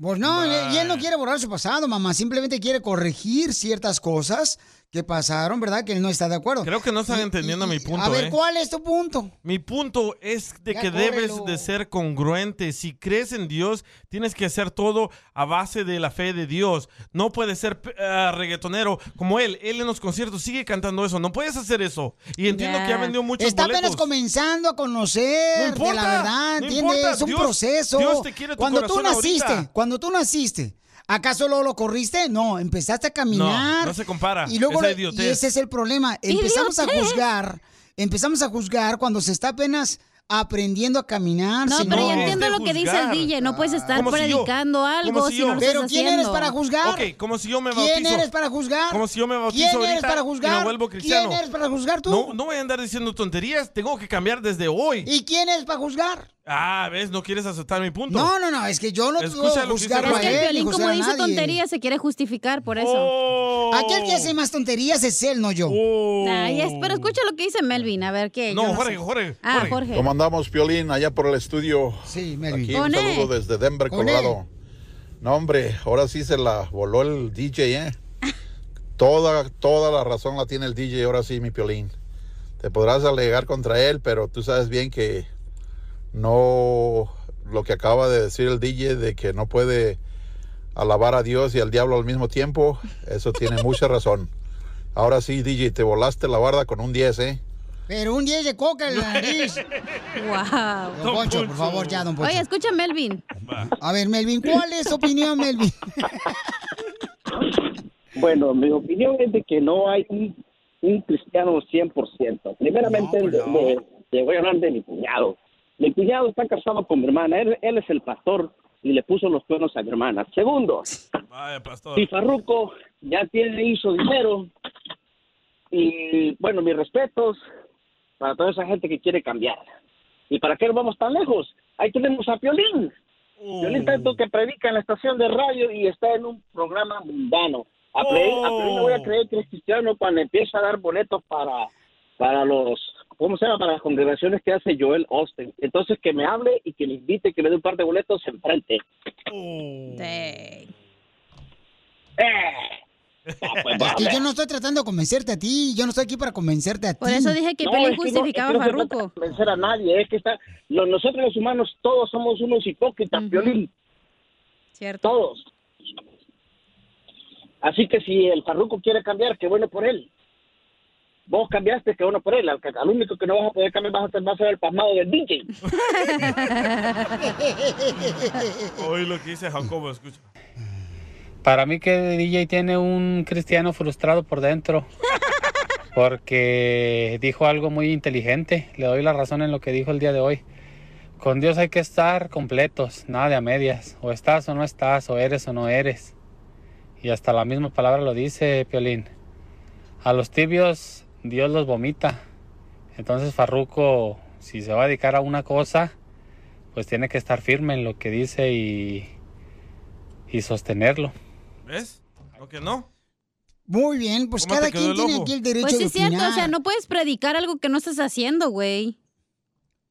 Pues no, y él no quiere borrar su pasado, mamá. Simplemente quiere corregir ciertas cosas que pasaron, ¿verdad? Que él no está de acuerdo.
Creo que no están entendiendo mi punto.
A ver,
¿eh?
¿cuál es tu punto?
Mi punto es de
Ya
que
córrelo.
debes de ser congruente. Si crees en Dios, tienes que hacer todo a base de la fe de Dios. No puedes ser eh, reggaetonero como él. Él en los conciertos sigue cantando eso. No puedes hacer eso. Y entiendo que ya vendió muchos
Está
boletos.
apenas comenzando a conocer
No importa,
de la verdad,
no
¿entiendes?
importa,
Es un
Dios-
proceso.
Dios te quiere tu
cuando tú
corazón
naciste,
ahorita.
cuando tú naciste, ¿acaso luego lo corriste? No, empezaste a caminar.
No, no se compara.
Y luego
Esa
lo-
idiotez.
y ese es el problema. Empezamos a
Idiotez.
juzgar, empezamos a juzgar cuando se está apenas aprendiendo a caminar.
No,
señor.
pero yo entiendo lo que dice el DJ. No puedes estar
Como si yo-
predicando algo
como
si,
si
no
yo-
lo
Pero
estás
¿quién eres
haciendo.
para juzgar?
Ok, como si yo me bautizo.
¿Quién eres para juzgar?
Como si yo me bautizo
¿Quién eres
ahorita
para
y me
juzgar?
vuelvo cristiano.
¿Quién eres para juzgar tú?
No, no voy a andar diciendo tonterías. Tengo que cambiar desde hoy.
¿Y quién es para juzgar?
Ah, ¿ves? No quieres aceptar mi punto.
No, no, no, es que yo no puedo
Escucha lo que dice
juzgarlo
Raúl.
a él.
El Piolín,
ni
como
juzgar a
dice
Eh, nadie.
tonterías, se quiere justificar por eso. Oh.
Aquel que hace más tonterías es él, no yo.
Ay, es- pero escucha lo que dice Melvin, a ver qué. Yo sé. Ah, Jorge.
¿Cómo andamos, Piolín, allá por el estudio?
Sí,
Aquí
Con
un saludo
él.
desde Denver,
Con
Colorado. No, hombre, ahora sí se la voló el DJ, ¿eh? toda, toda la razón la tiene el DJ, ahora sí, mi Piolín. Te podrás alegar contra él, pero tú sabes bien que no lo que acaba de decir el DJ de que no puede alabar a Dios y al diablo al mismo tiempo, eso tiene mucha razón. Ahora sí, DJ, te volaste la barda con un 10, ¿eh?
Pero un 10 de coca en la nariz.
wow.
Don Poncho, por favor, ya, don Poncho.
Oye, escucha a Melvin.
A ver, Melvin, ¿cuál es tu opinión, Melvin?
Bueno, mi opinión es de que no hay un, un cristiano 100%. Primeramente, le voy a hablar de mi cuñado. Mi cuñado está casado con mi hermana. Él, él es el pastor y le puso los cuernos a mi hermana. Segundo,
Vaya, pastor.
si Farruco ya tiene hizo dinero. Y bueno, mis respetos para toda esa gente que quiere cambiar. ¿Y para qué nos vamos tan lejos? Ahí tenemos a Piolín. Piolín tanto que predica en la estación de radio y está en un programa mundano. A Piolín, a Piolín le voy a creer que es cristiano cuando empieza a dar boletos para, para los, ¿cómo se llama? Para las congregaciones que hace Joel Austin. Entonces que me hable y que me invite, que me dé un par de boletos enfrente.
Uh. Eh,
Pues
Es que yo no estoy tratando de convencerte a ti. Yo no estoy aquí para convencerte a ti.
No, es no- es que no se trata de convencer a nadie, es que está, no- nosotros los humanos todos somos unos hipócritas, Piolín.
Cierto.
Todos. Así que si el farruco quiere cambiar, qué bueno por él. Vos cambiaste, qué bueno por él. Al, que- al único que no vas a poder cambiar vas a, ser- vas a ser el pasmado del DJ.
Hoy lo que dice Jacobo, escucha.
Para mí que DJ tiene un cristiano frustrado por dentro. Porque dijo algo muy inteligente. Le doy la razón en lo que dijo el día de hoy. Con Dios hay que estar completos, nada de a medias. O estás o no estás, o eres o no eres. Y hasta la misma palabra lo dice Piolín. A los tibios Dios los vomita. Entonces Farruco, si se va a dedicar a una cosa, pues tiene que estar firme en lo que dice y, y sostenerlo.
¿Ves? ¿O que no?
Muy bien, pues
¿Cómo
cada
te quedó
quien
el
tiene
ojo?
aquí el derecho
Pues sí,
de
es cierto. O
opinar.
sea, no puedes predicar algo que no estás haciendo, güey.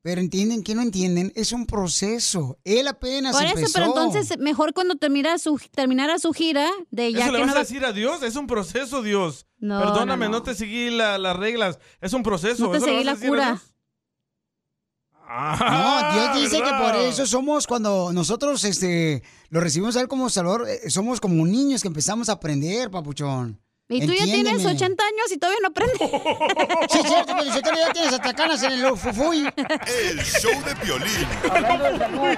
Pero entienden que no entienden, es un proceso. Él apenas
Por eso,
empezó.
pero entonces, mejor cuando terminara su, terminara su gira, de ya
¿Eso le
que
vas
no
a
va-
decir a Dios? Es un proceso, Dios.
No,
Perdóname,
no,
no,
no.
te seguí la- las reglas. Es un proceso.
No te
¿Eso le
seguí
vas a
la
decir a
cura.
Dios?
No,
Ah,
Dios dice que
¿verdad?
por eso somos cuando nosotros este lo recibimos a él como Salvador, eh, somos como niños que empezamos a aprender, papuchón.
Y tú ya tienes 80 años y todavía no aprendes.
Sí, es cierto, pero si tú ya tienes hasta canas en el fufuy.
El show de Piolín.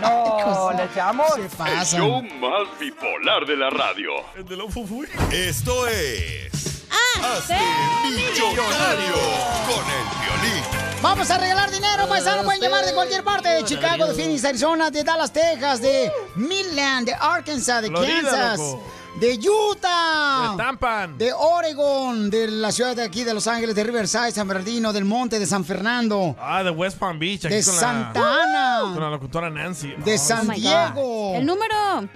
No,
¿le echamos?
El show más bipolar de la radio.
Esto es... Hazte millonario con el Piolín.
Vamos a regalar dinero, paisano. Pueden llamar de cualquier parte. De Chicago, de Phoenix, Arizona, de Dallas, Texas, de Midland, de Arkansas, de
Florida,
Kansas,
loco.
de Utah,
De Tampan.
de Oregon, de la ciudad de aquí, de Los Ángeles, de Riverside, San Bernardino, del Monte, de San Fernando,
Ah, de West Palm Beach. Aquí
de
con la-
Santa Ana.
Con la locutora Nancy.
de
Oh
Ah,
San
sí.
Diego. ¿El número?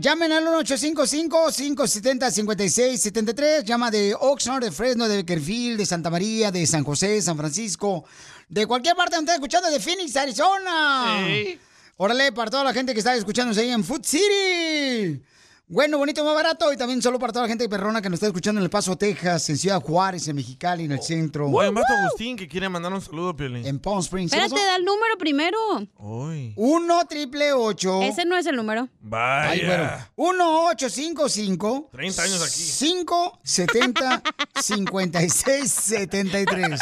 llamen al 1-855-570-5673. Llama de Oxnard, de Fresno, de Beckerfield, de Santa María, de San José, San Francisco. De cualquier parte donde estén escuchando, de Phoenix, Arizona.
Sí.
Órale, para toda la gente que está escuchándose ahí en Food City. Bueno, bonito, más barato. Y también solo para toda la gente perrona que nos está escuchando en El Paso, Texas, en Ciudad Juárez, en Mexicali, en el centro.
Oye, Mato Agustín que quiere mandar un saludo, Piolín.
En Palm Springs. ¿Qué
Espérate,
pasó?
da el número primero.
Uy.
1 triple 8.
Ese no es el número.
Vaya.
Ay, bueno. 1855
30 años aquí.
570 5673.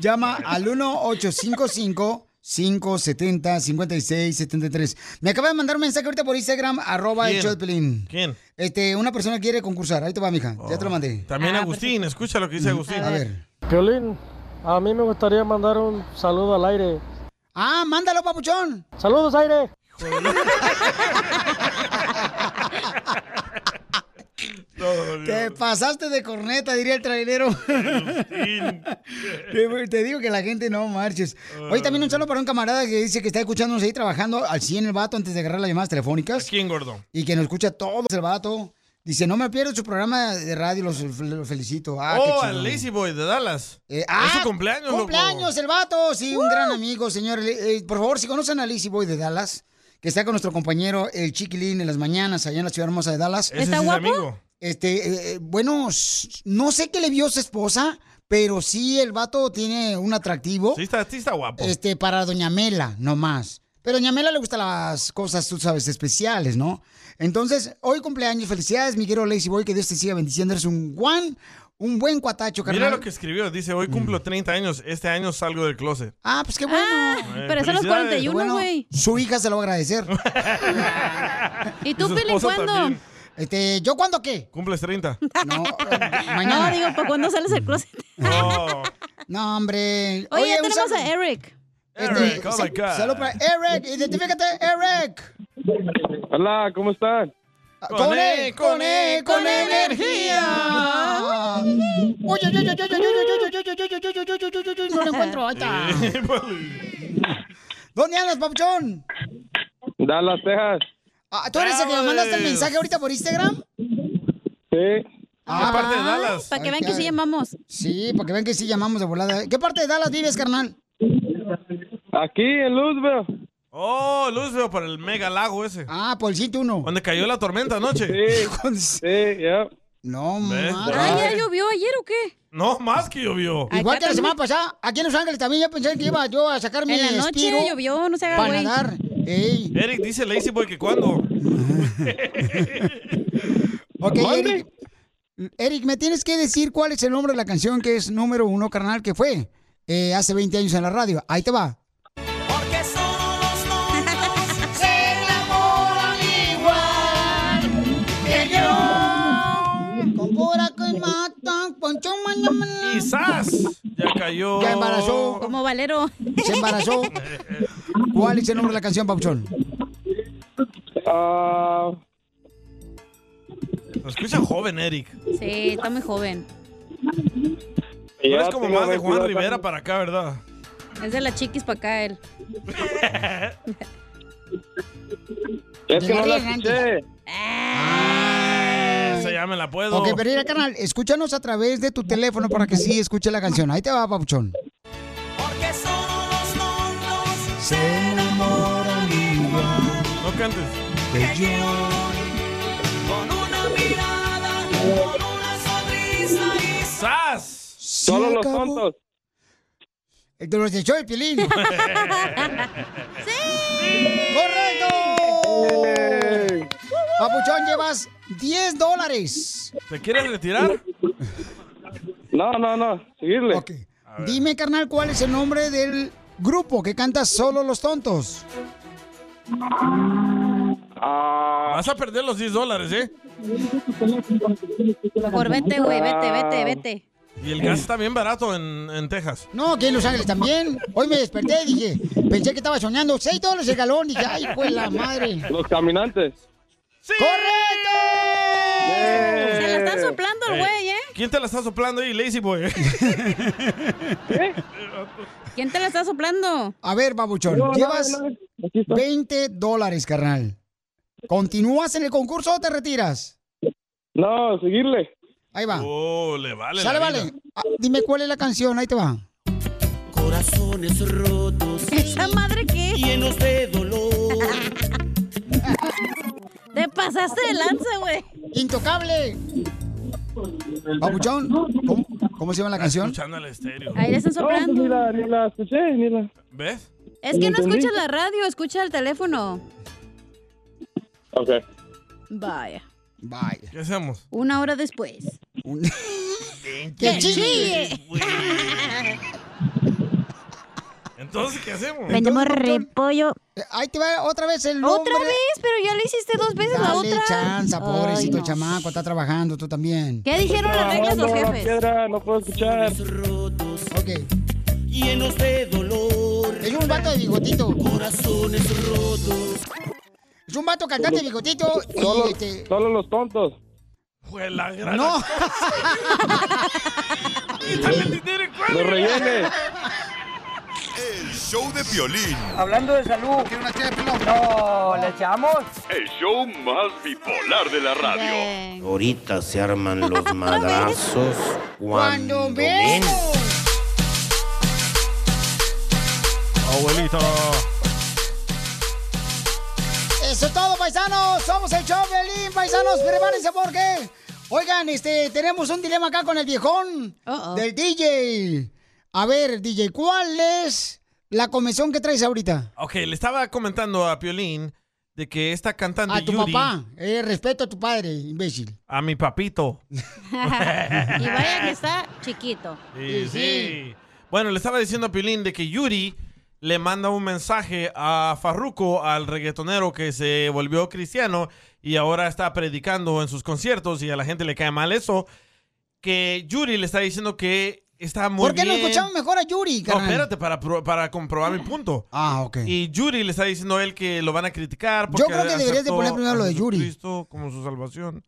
Llama al 1855 570 5673. Me acaba de mandar un mensaje ahorita por Instagram arroba el
¿Quién?
show de Pelín.
¿Quién?
Este, una persona quiere concursar. Ahí te va, mija. Ya te lo mandé.
También Agustín, escucha lo que dice Agustín.
Mm. A ver.
Piolín, a mí me gustaría mandar un saludo al aire.
Ah, mándalo, papuchón.
Saludos, aire.
Te pasaste de corneta, diría el trailero. Te- Te digo que la gente no marches. Hoy también un saludo para un camarada que dice que está escuchándonos ahí trabajando al 100 el vato antes de agarrar las llamadas telefónicas.
¿Quién, gordo?
Y que nos escucha todo el vato. Dice, no me pierdo su programa de radio, los, los felicito. Ah, qué
oh,
chido.
al Lazy Boy de Dallas.
ah,
es su cumpleaños, loco.
Cumpleaños el vato, sí, un gran amigo, señor. Eh, por favor, si conocen a Lizzie Boy de Dallas, que está con nuestro compañero el Chiquilín en las mañanas allá en la ciudad hermosa de Dallas.
Ese ¿Está sí es guapo? amigo.
Este, eh, bueno, s- no sé qué le vio su esposa, pero sí el vato tiene un atractivo.
Sí está, sí está guapo.
Este, para Doña Mela, nomás. Pero a Doña Mela le gustan las cosas, tú sabes, especiales, ¿no? Entonces, hoy cumpleaños, felicidades, mi querido Lazy Boy, que Dios te siga bendiciendo. Eres un guan, un buen cuatacho, carnal.
Mira lo que escribió. Dice, hoy
Mm.
cumplo 30 años. Este año salgo del closet.
Ah, pues qué bueno.
Eh, pero es a los felicidades. 41,
Bueno,
güey.
su hija se lo va a agradecer.
¿Y
Y
tú,
su
Pelín,
esposa
cuándo?
también.
Este, ¿yo cuándo qué?
Cumples 30.
No,
No, digo, ¿para cuándo sales del closet?
No, hombre.
Oye, ya
un
tenemos
sal-
a Eric.
Eric, oh my God.
Salud para Eric, identifícate, Eric.
Hola, ¿cómo están?
Con él, con él, con energía. Uy, uy, uy, uy, uy, uy, uy, uy, uy, uy, uy, uy, uy, uy, uy, uy, uy, uy, No lo encuentro, ahí está. ¿Dónde andas, papuchón?
Dallas, Texas.
Ah, ¿Tú eres el que me mandaste el mensaje ahorita por Instagram?
Sí.
Ah,
parte de Dallas? para que vean que sí
llamamos. Sí, para que vean que sí llamamos de volada. ¿Qué parte de Dallas vives, carnal?
Aquí en Luzbel.
Oh, Luzbel, por el mega lago ese.
Ah, por el sitio uno.
Donde cayó la tormenta anoche.
Sí,
sí, ya.
No,
Ah, ¿ya llovió ayer o qué?
No, más que llovió.
Igual que la semana pasada, aquí en Los Ángeles también ya pensé que iba yo a sacar mi
En la noche
espiro
llovió, no se haga
para
güey.
nadar. Ey.
Eric dice Lazy Boy que cuándo.
Ok,
¿Mande?
Eric. Eric, me tienes que decir cuál es el nombre de la canción que es número uno, carnal, que fue eh, hace 20 años en la radio. Ahí te va.
Porque solo los tontos
se enamoran igual que yo. Con pura que matan, poncho mañana.
Quizás ya cayó.
Ya embarazó.
Como Valero.
Se embarazó. ¿Cuál es el nombre de la canción, Pauchón?
Ah,
Lo escucha joven, Eric.
Sí, está muy joven.
Tú
Ya
eres como
tengo
más de
22
Juan
años.
Rivera para acá, ¿verdad?
Es de las chiquis para acá él.
es que no la
Llega
escuché.
Esa ya me la puedo.
Ok, pero mira, carnal, escúchanos a través de tu teléfono para que sí escuche la canción. Ahí te va, Pauchón.
Porque solo los tontos
Se enamoran igual
No cantes.
que yo. Con una mirada, con una sonrisa y
¡Sas!
Solo los tontos.
El de los de Show de Pilín. ¡Correcto! Papuchón, llevas 10 dólares.
¿Te quieres retirar?
No, no, no. Seguirle.
Dime, carnal, ¿cuál es el nombre del grupo que canta Solo los Tontos?
Ah.
Vas a perder los 10 dólares, ¿eh?
Por vete, güey, vete,
Ah.
vete, vete.
Y el gas está bien barato en, en Texas.
No, aquí en Los Ángeles también. Hoy me desperté y dije, pensé que estaba soñando. 6 dólares el galón. Dije, ay, pues la madre.
Los caminantes.
¡Correcto!
Se la están soplando al güey, ¿eh?
¿Quién te la está soplando ahí, Lazy Boy?
¿Quién te la está soplando?
A ver, babuchón,
No, no,
llevas
no,
20 dólares, carnal. ¿Continúas en el concurso o te retiras?
No, seguirle.
Ahí va.
Oh, le vale. la
Sale,
vida.
vale. Ah, dime cuál es la canción, ahí te va.
Corazones rotos.
¿Esa madre qué?
Llenos de dolor.
De Te pasaste de lanza, güey.
Intocable. Papuchón, ¿cómo, cómo se llama la canción?
Escuchando el estéreo.
Ahí le están soplando.
ni la, pues ni la escuché, ni la.
¿Ves?
Es que no escuchas la radio, escucha el teléfono.
Ok.
Vaya.
Vaya.
¿Qué hacemos?
Una hora después.
¡Que
¡Que
chille!
chille!
Entonces, ¿qué hacemos?
Vendemos repollo.
eh, Ahí te va otra vez el nombre.
nombre. ¿Otra vez? Pero ya lo hiciste dos veces la
Dale
otra.
chanza, pobrecito
Ay, no.
chamaco, está trabajando tú también.
¿Qué dijeron las reglas los
la
jefes?
piedra, no puedo escuchar.
Llenos de dolor. Es un vato de bigotito. Corazones rotos. Es un vato cantante de bigotito. y,
Solo,
este,
solo los tontos.
Fue la gran.
No.
Los rellenes.
El show de Piolín.
Hablando de salud. una No, ¿le echamos?
El show más bipolar de la radio.
Ahorita se arman los madrazos. Cuando
Cuando veo.
Abuelito.
Eso es todo, paisanos. Somos el show, Belín, paisanos. Prepárense porque. Oigan, este, tenemos un dilema acá con el viejón del DJ. A ver, DJ, ¿cuál es la comisión que traes ahorita?
Ok, le estaba comentando a Piolín de que esta cantante
A tu
Yuri-
papá. Eh, respeto a tu padre, imbécil.
A mi papito.
y vaya que está chiquito.
Sí, sí. Bueno, le estaba diciendo a Piolín de que Yuri le manda un mensaje a Farruko, al reggaetonero que se volvió cristiano y ahora está predicando en sus conciertos y a la gente le cae mal eso, que Yuri le está diciendo que está muy
¿Por qué no
bien.
escuchamos mejor a Yuri,
No,
carnal?
espérate, para, pro- para comprobar mi punto.
Ah, ok.
Y Yuri le está diciendo a él que lo van a criticar.
Yo
Porque
creo que deberías de
aceptó
poner primero lo
a
de Yuri.
Jesucristo como su salvación.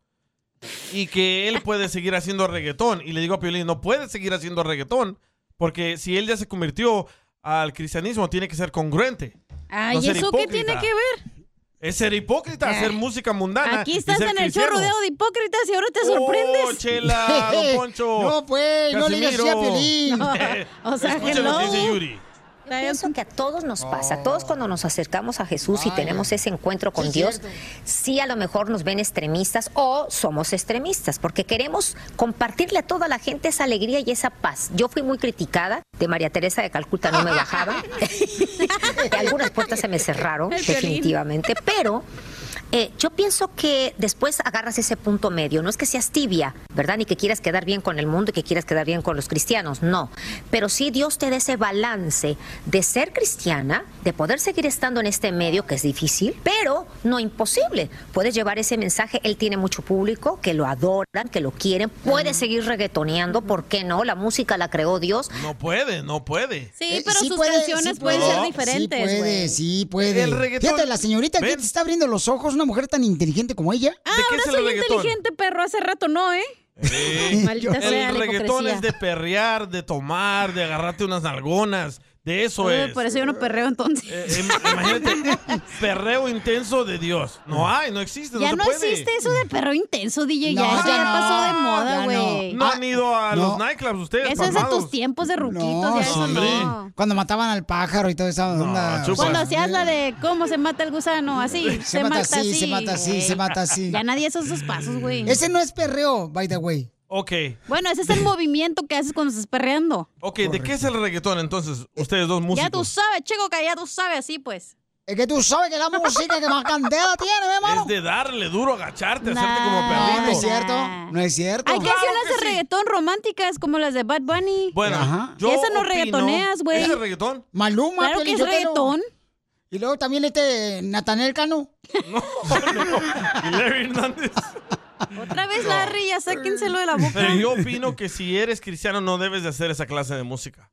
Y que él puede seguir haciendo reggaetón. Y le digo a Piolín, no puede seguir haciendo reggaetón. Porque si él ya se convirtió al cristianismo, tiene que ser congruente.
Ay,
No ser
¿eso qué
hipócrita.
tiene que ver?
Es ser hipócrita, hacer música mundana.
Aquí
y
estás
ser
en el show
cristiano.
rodeado de hipócritas y ahora te sorprendes.
¡Oh, chela, don Poncho!
No, pues, no le digas así a
Casimiro.
Piolín.
No, o sea,
Escucha lo que
hello.
dice Yuri. Oh.
Yo pienso que a todos nos pasa, a todos cuando nos acercamos a Jesús y tenemos ese encuentro con
Sí,
Dios,
cierto.
sí a lo mejor nos ven extremistas o somos extremistas, porque queremos compartirle a toda la gente esa alegría y esa paz. Yo fui muy criticada, de María Teresa de Calcuta no me bajaba, Y algunas puertas se me cerraron,
El Piolín.
definitivamente, pero... eh, yo pienso que después agarras ese punto medio. No es que seas tibia, ¿verdad? Ni que quieras quedar bien con el mundo y que quieras quedar bien con los cristianos, no. Pero sí Dios te da ese balance de ser cristiana, de poder seguir estando en este medio que es difícil, pero no imposible. Puedes llevar ese mensaje, Él tiene mucho público, que lo adoran, que lo quieren, puedes seguir reggaetoneando, ¿por qué no? La música la creó Dios.
No puede, no puede.
Sí, pero sus canciones pues. pueden ser diferentes,
Sí puede,
güey.
sí puede.
El reggaetón-
Fíjate, la señorita que
¿Ven?
te está abriendo los ojos, una mujer tan inteligente como ella.
Ah, ahora soy inteligente, perro. Hace rato no, ¿eh?
Sí.
Maldita sea
el
la
reggaetón
hipocresía.
es de perrear, de tomar, de agarrarte unas nalgonas. De eso
Uy,
es. Eh,
Por eso yo no perreo entonces.
Perreo intenso de Dios. No hay, no existe. No
ya
se
no
puede.
existe eso de perreo intenso, DJ.
No,
ya eso
ya
ya
no,
pasó de moda,
ya
güey.
No han ido a
Ah, No.
los nightclubs ustedes.
Eso es de
palmados.
tus tiempos de ruquitos,
Ah,
ya eso no.
Cuando mataban al pájaro y toda esa onda.
chupa.
O
Cuando
sea,
hacías la de cómo se mata el gusano, así. Se, mata, así,
Ah, se mata así,
güey.
se mata así.
Ya nadie hace esos pasos, güey.
Ese no es perreo, by the way.
Ok.
Bueno, ese es el movimiento que haces cuando estás perreando.
Ok, ¿de qué es el reggaetón entonces? Ustedes dos músicos.
Ya tú sabes, chico, que ya tú sabes así, pues.
Es que tú sabes que la música que más candela tiene, ¿eh, hermano.
Es de darle duro, agacharte, hacerte como perrito.
No, no es cierto, no es cierto.
Hay canciones de reggaetón románticas como las de Bad Bunny.
Bueno, yo
Y esa no
opino-
reggaetoneas, güey.
¿Ese es reggaetón?
Maluma, pues,
Claro
Piolín
que es
Sotelo.
reggaetón.
Y luego también este Natanel Cano.
Y Larry Hernández.
Otra vez, Larry, ya sáquenselo de la boca.
Pero eh, yo opino que si eres cristiano no debes de hacer esa clase de música.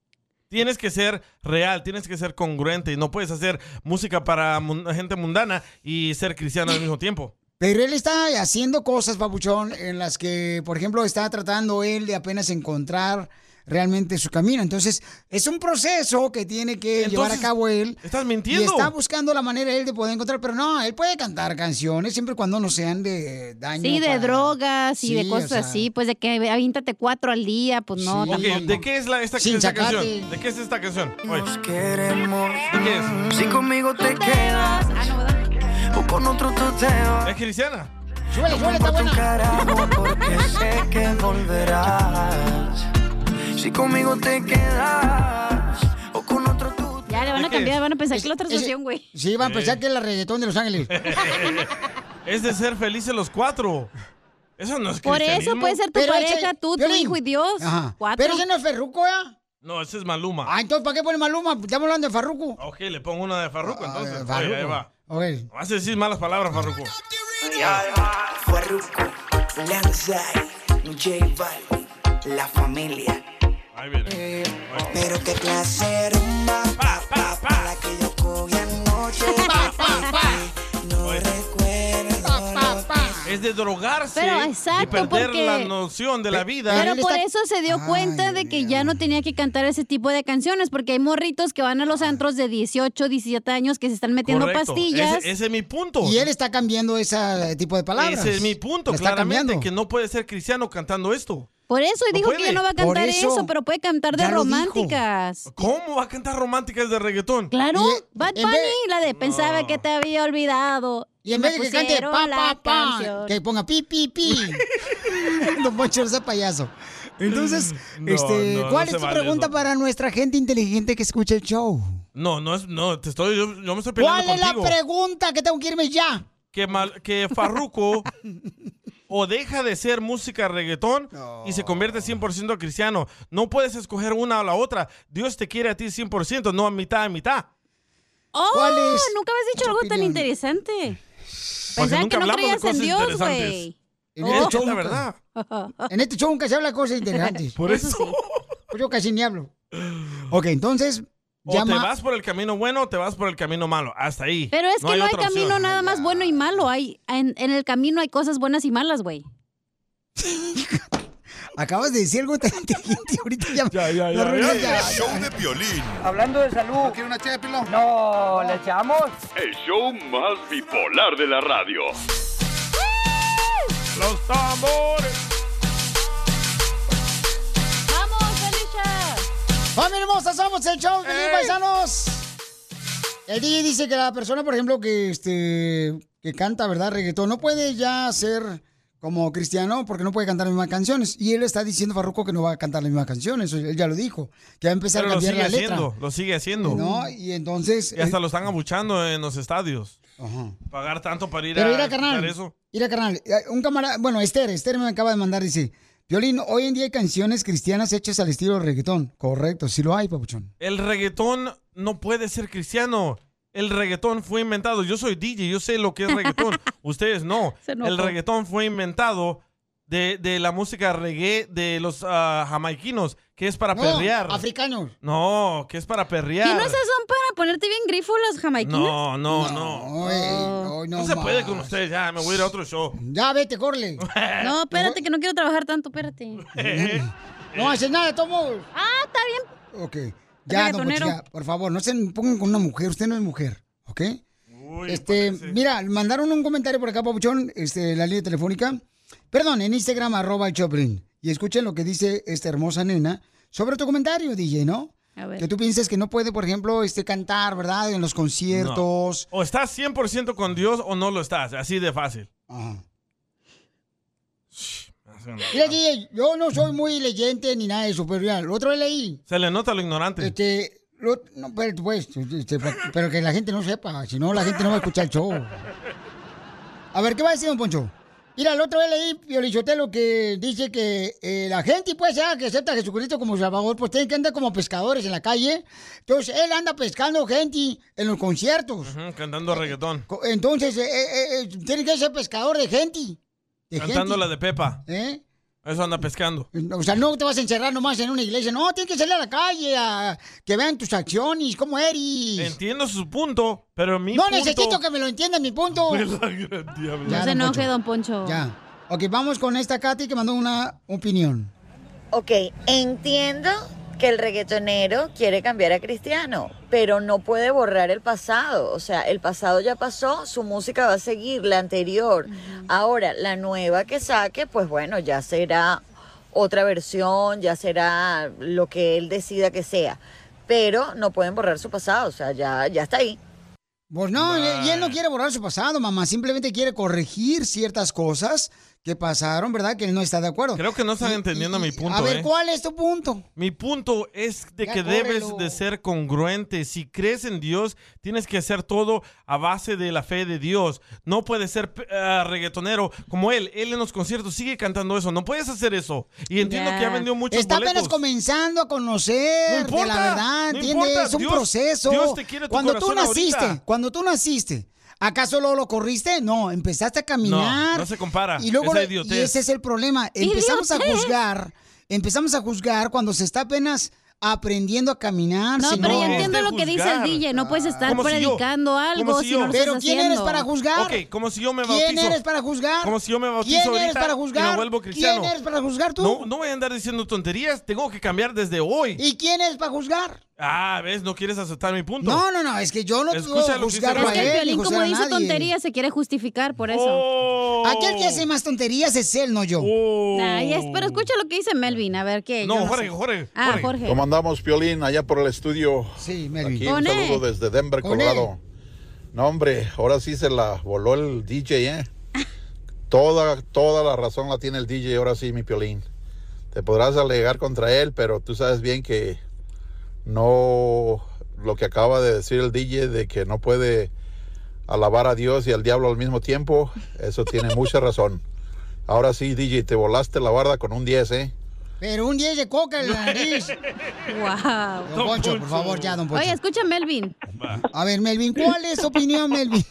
Tienes que ser real, tienes que ser congruente y no puedes hacer música para mun- gente mundana y ser cristiano al mismo tiempo.
Pero él está haciendo cosas, papuchón, en las que, por ejemplo, está tratando él de apenas encontrar realmente su camino. Entonces, es un proceso que tiene que llevar a
Entonces,
cabo él.
Estás mintiendo.
Y está buscando la manera él de poder encontrar, pero no, él puede cantar canciones siempre y cuando no sean de daño.
Sí, de
para-
drogas y de
Sí,
cosas
o sea.
así, pues de que avíntate cuatro al día, pues no,
Ok,
tampoco.
¿de qué es la, esta,
Sin
esta
sacate.
canción? ¿De qué es esta canción? Oye.
queremos.
¿De qué es?
Ah,
Si conmigo te quedas,
o con otro tú te vas.
¿Es cristiana?
Súbele, súbele, está
buena. carajo porque sé que volverás. Si conmigo te quedas o con otro tú te
Ya le van a cambiar, van a pensar que la otra
ese-
sesión, güey.
Sí, van pues a pensar que es la reggaetón de Los Ángeles.
es de ser felices los cuatro. Eso no es
Por eso
cristianismo.
puede ser tu
Pero ese-
pareja, tú, tu
Piolín.
hijo y Dios.
Ajá.
Cuatro.
Pero ese no es Ferruco, ¿eh?
No, ese es Maluma. Ah,
Ah, entonces, ¿para qué pone Maluma? Estamos hablando de Farruco.
Ok, le pongo una de Farruko entonces. Oye,
Ah, eh, Farruko.
ahí va.
A ver.
Vas a decir malas palabras, Farruko.
Eh, Farruko, Lanzai, J Balvin, la familia. Eh,
Ahí viene.
Pero qué clase rumba, pa, pa, pa, la que yo cogí anoche. Pa, pa, No recuerdo lo que
Es de drogarse
Pero, exacto,
y perder
porque-
la noción de la vida.
Pero por eso se dio cuenta de que ya no tenía que cantar ese tipo de canciones, porque hay morritos que van a los antros de 18, 17 años que se están metiendo
Correcto.
pastillas.
Ese, ese es mi punto.
Y él está cambiando ese tipo de palabras.
Ese es mi punto,
La está
claramente,
cambiando.
que no puede ser cristiano cantando esto.
Por eso, y
No
dijo que
puede.
ya no va a
Por
cantar
eso.
eso, pero puede cantar de
Ya lo
románticas.
¿Cómo va a cantar románticas de reggaetón?
Claro, Bad
en
Bunny, la de pensaba que te había olvidado.
Y en
Me
vez de que cante
pusieron
pa,
la
pa, pa,
canción.
que ponga pi, pi, pi. Don Poncho, ese payaso. Entonces,
No,
este,
no, no
¿cuál
se
es tu
vale
pregunta
eso.
para nuestra gente inteligente que escucha el show?
No, no es, no, te estoy, yo, yo me estoy peleando
¿Cuál es la
contigo.
pregunta que tengo que irme ya?
que, mal- que Farruko o deja de ser música reggaetón y se convierte 100% cristiano. No puedes escoger una o la otra. Dios te quiere a ti 100%, no a mitad a mitad.
¡Oh!
¿Cuál es
Nunca habías dicho algo tan interesante. Pensaba
nunca
que no
hablamos de
creías en
cosas
Dios,
interesantes.
güey.
En
Oh.
este
Es
show
la
nunca-
verdad.
En este show nunca se habla de cosas interesantes.
Por Eso eso.
Pues yo casi ni hablo. Ok, entonces,
O
llama.
te vas por el camino bueno o te vas por el camino malo. Hasta ahí.
Pero es que no hay
otra
camino
opción.
nada más bueno y malo. Hay, en, en el camino hay cosas buenas y malas, güey.
Acabas de decir algo tan inteligente ahorita ya. la
ya,
arruiné,
ya,
ya.
ya. Show de violín.
Hablando de salud. ¿Quiere una No, ¿le echamos?
El show más bipolar de la radio.
Los tambores.
¡Vamos, Felicia!
¡Familia hermosa! ¡Somos el show, Feliz Paisanos! El DJ dice que la persona, por ejemplo, que este que canta, ¿verdad? Reggaetón, no puede ya ser como cristiano porque no puede cantar las mismas canciones. Y él está diciendo Farruco que no va a cantar las mismas canciones. Él ya lo dijo. Que va a empezar
Pero
a
lo sigue
cambiar la letra.
haciendo, lo sigue haciendo.
No, y entonces.
Y hasta lo están abuchando en los estadios. Pagar tanto para ir
Pero
a
mira,
quitar
carnal.
eso.
Mira, carnal. eh, Un camarada. Bueno, Esther, Esther me acaba de mandar, dice. Violín, hoy en día hay canciones cristianas hechas al estilo reggaetón. Correcto, sí lo hay, papuchón.
El reggaetón no puede ser cristiano. El reggaetón fue inventado. Yo soy DJ, yo sé lo que es reggaetón. Ustedes no.
Se enojó.
El reggaetón fue inventado de, de la música reggae de los ah, jamaiquinos, que es para
No,
perrear.
Africanos.
No, que es para perrear.
¿Y no esas son para ponerte bien grifo las jamaiquinas?
no, no, no.
No,
No se puede con ustedes, ya, me voy a ir a otro show.
Ya, vete, corle.
No, espérate, que no quiero trabajar tanto, espérate.
No haces nada, tomo.
Ah, está bien.
Ok. Ya, don Poncho,
Reggaetonero.
ya, por favor, no se pongan con una mujer. Usted no es mujer, ¿ok? este, mira, mandaron un comentario por acá, Papuchón, este, en la línea telefónica. Perdón, en Instagram, arroba el Choplin. Y escuchen lo que dice esta hermosa nena sobre tu comentario, DJ, ¿no?
A ver.
Que tú pienses que no puede, por ejemplo, este, cantar, ¿verdad? En los conciertos.
No. O estás 100% con Dios o no lo estás, así de fácil.
Mira, DJ, yo no soy muy leyente ni nada de eso, pero mira, la otra vez leí.
Se le nota lo ignorante.
Este, lo- no, pero, pues, este, pa- pero que la gente no sepa, si no la gente no va a escuchar el show. A ver, ¿qué va a decir, don Poncho? Mira, la otra vez leí Piolichotelo que dice que eh, la gente, pues, ya que acepta a Jesucristo como Salvador, pues tienen que andar como pescadores en la calle. Entonces, él anda pescando gente en los conciertos.
Ujú, Cantando reggaetón.
Co- Entonces, eh, eh, eh, tienen que ser pescador de gente. De
Cantando
gente.
la de Pepa.
¿Eh?
Eso anda pescando.
O sea, no te vas a encerrar nomás en una iglesia. No, tienes que salir a la calle a que vean tus acciones, cómo eres.
Entiendo su punto, pero mi
no
punto... Pues,
necesito que me lo entiendan, mi punto.
Fue la gran diabla.
Ya,
no se
don
enoje,
Poncho.
don Poncho.
Ya. Ok, vamos con esta Katy que mandó una opinión.
Ok, entiendo que el reggaetonero quiere cambiar a cristiano, pero no puede borrar el pasado. O sea, el pasado ya pasó, su música va a seguir, la anterior. Ahora, la nueva que saque, pues bueno, ya será otra versión, ya será lo que él decida que sea. Pero no pueden borrar su pasado, o sea, ya, ya está ahí.
Pues no, y y él no quiere borrar su pasado, mamá. Simplemente quiere corregir ciertas cosas que pasaron, ¿verdad? Que él no está de acuerdo.
Creo que no están entendiendo mi punto.
A ver,
¿eh?
¿cuál es tu punto?
Mi punto es de
Ya
que
córrelo.
debes de ser congruente. Si crees en Dios, tienes que hacer todo a base de la fe de Dios. No puedes ser eh, reggaetonero como él. Él en los conciertos sigue cantando eso. No puedes hacer eso. Y entiendo que ya vendió muchos
Está
boletos.
apenas comenzando a conocer
No
de la
importa,
verdad,
no
¿entiendes?
importa,
Es un
Dios-
proceso.
Dios te quiere tu
cuando tú
corazón
naciste,
ahorita.
cuando tú naciste, ¿acaso luego lo corriste? No, empezaste a caminar.
No, no se compara.
Y luego
Esa
lo-
idiotez.
y ese es el problema. Empezamos a
Idiotez.
juzgar, empezamos a juzgar cuando se está apenas aprendiendo a caminar.
No,
si
pero yo entiendo lo que dice el DJ. No puedes estar
Como si yo,
predicando algo
como
si,
si
no
yo.
lo
Pero
estás
¿quién eres
haciendo.
para juzgar?
Ok, como si yo me bautizo.
¿Quién eres para juzgar?
Como si yo me bautizo
¿Quién eres
ahorita
para
y me
juzgar?
vuelvo
¿Quién
cristiano.
eres para juzgar tú?
No, no voy a andar diciendo tonterías. Tengo que cambiar desde hoy.
¿Y quién es para juzgar?
Ah, ¿ves? No quieres aceptar mi punto.
No, no, no, es que yo no puedo
Escucha lo que dice
juzgarlo
Raúl.
a él.
El Piolín,
ni
como
juzgar a
dice
nadie.
tonterías, se quiere justificar por eso.
Oh.
Aquel que hace más tonterías es él, no yo.
Ay, es- pero escucha lo que dice Melvin, a ver qué. yo sé. Ah, Jorge.
¿Cómo andamos, Piolín, allá por el estudio?
Sí,
Aquí
Con E.
un saludo
él.
desde Denver,
Con
Colorado. No, hombre, ahora sí se la voló el DJ, ¿eh? Toda, toda la razón la tiene el DJ, ahora sí, mi Piolín. Te podrás alegar contra él, pero tú sabes bien que no lo que acaba de decir el DJ de que no puede alabar a Dios y al diablo al mismo tiempo, eso tiene mucha razón. Ahora sí, DJ, te volaste la barda con un 10, ¿eh?
Pero un 10 de coca en la nariz.
wow.
Don Poncho, por favor, ya, don Poncho.
Oye, escucha a Melvin.
A ver, Melvin, ¿cuál es tu opinión, Melvin?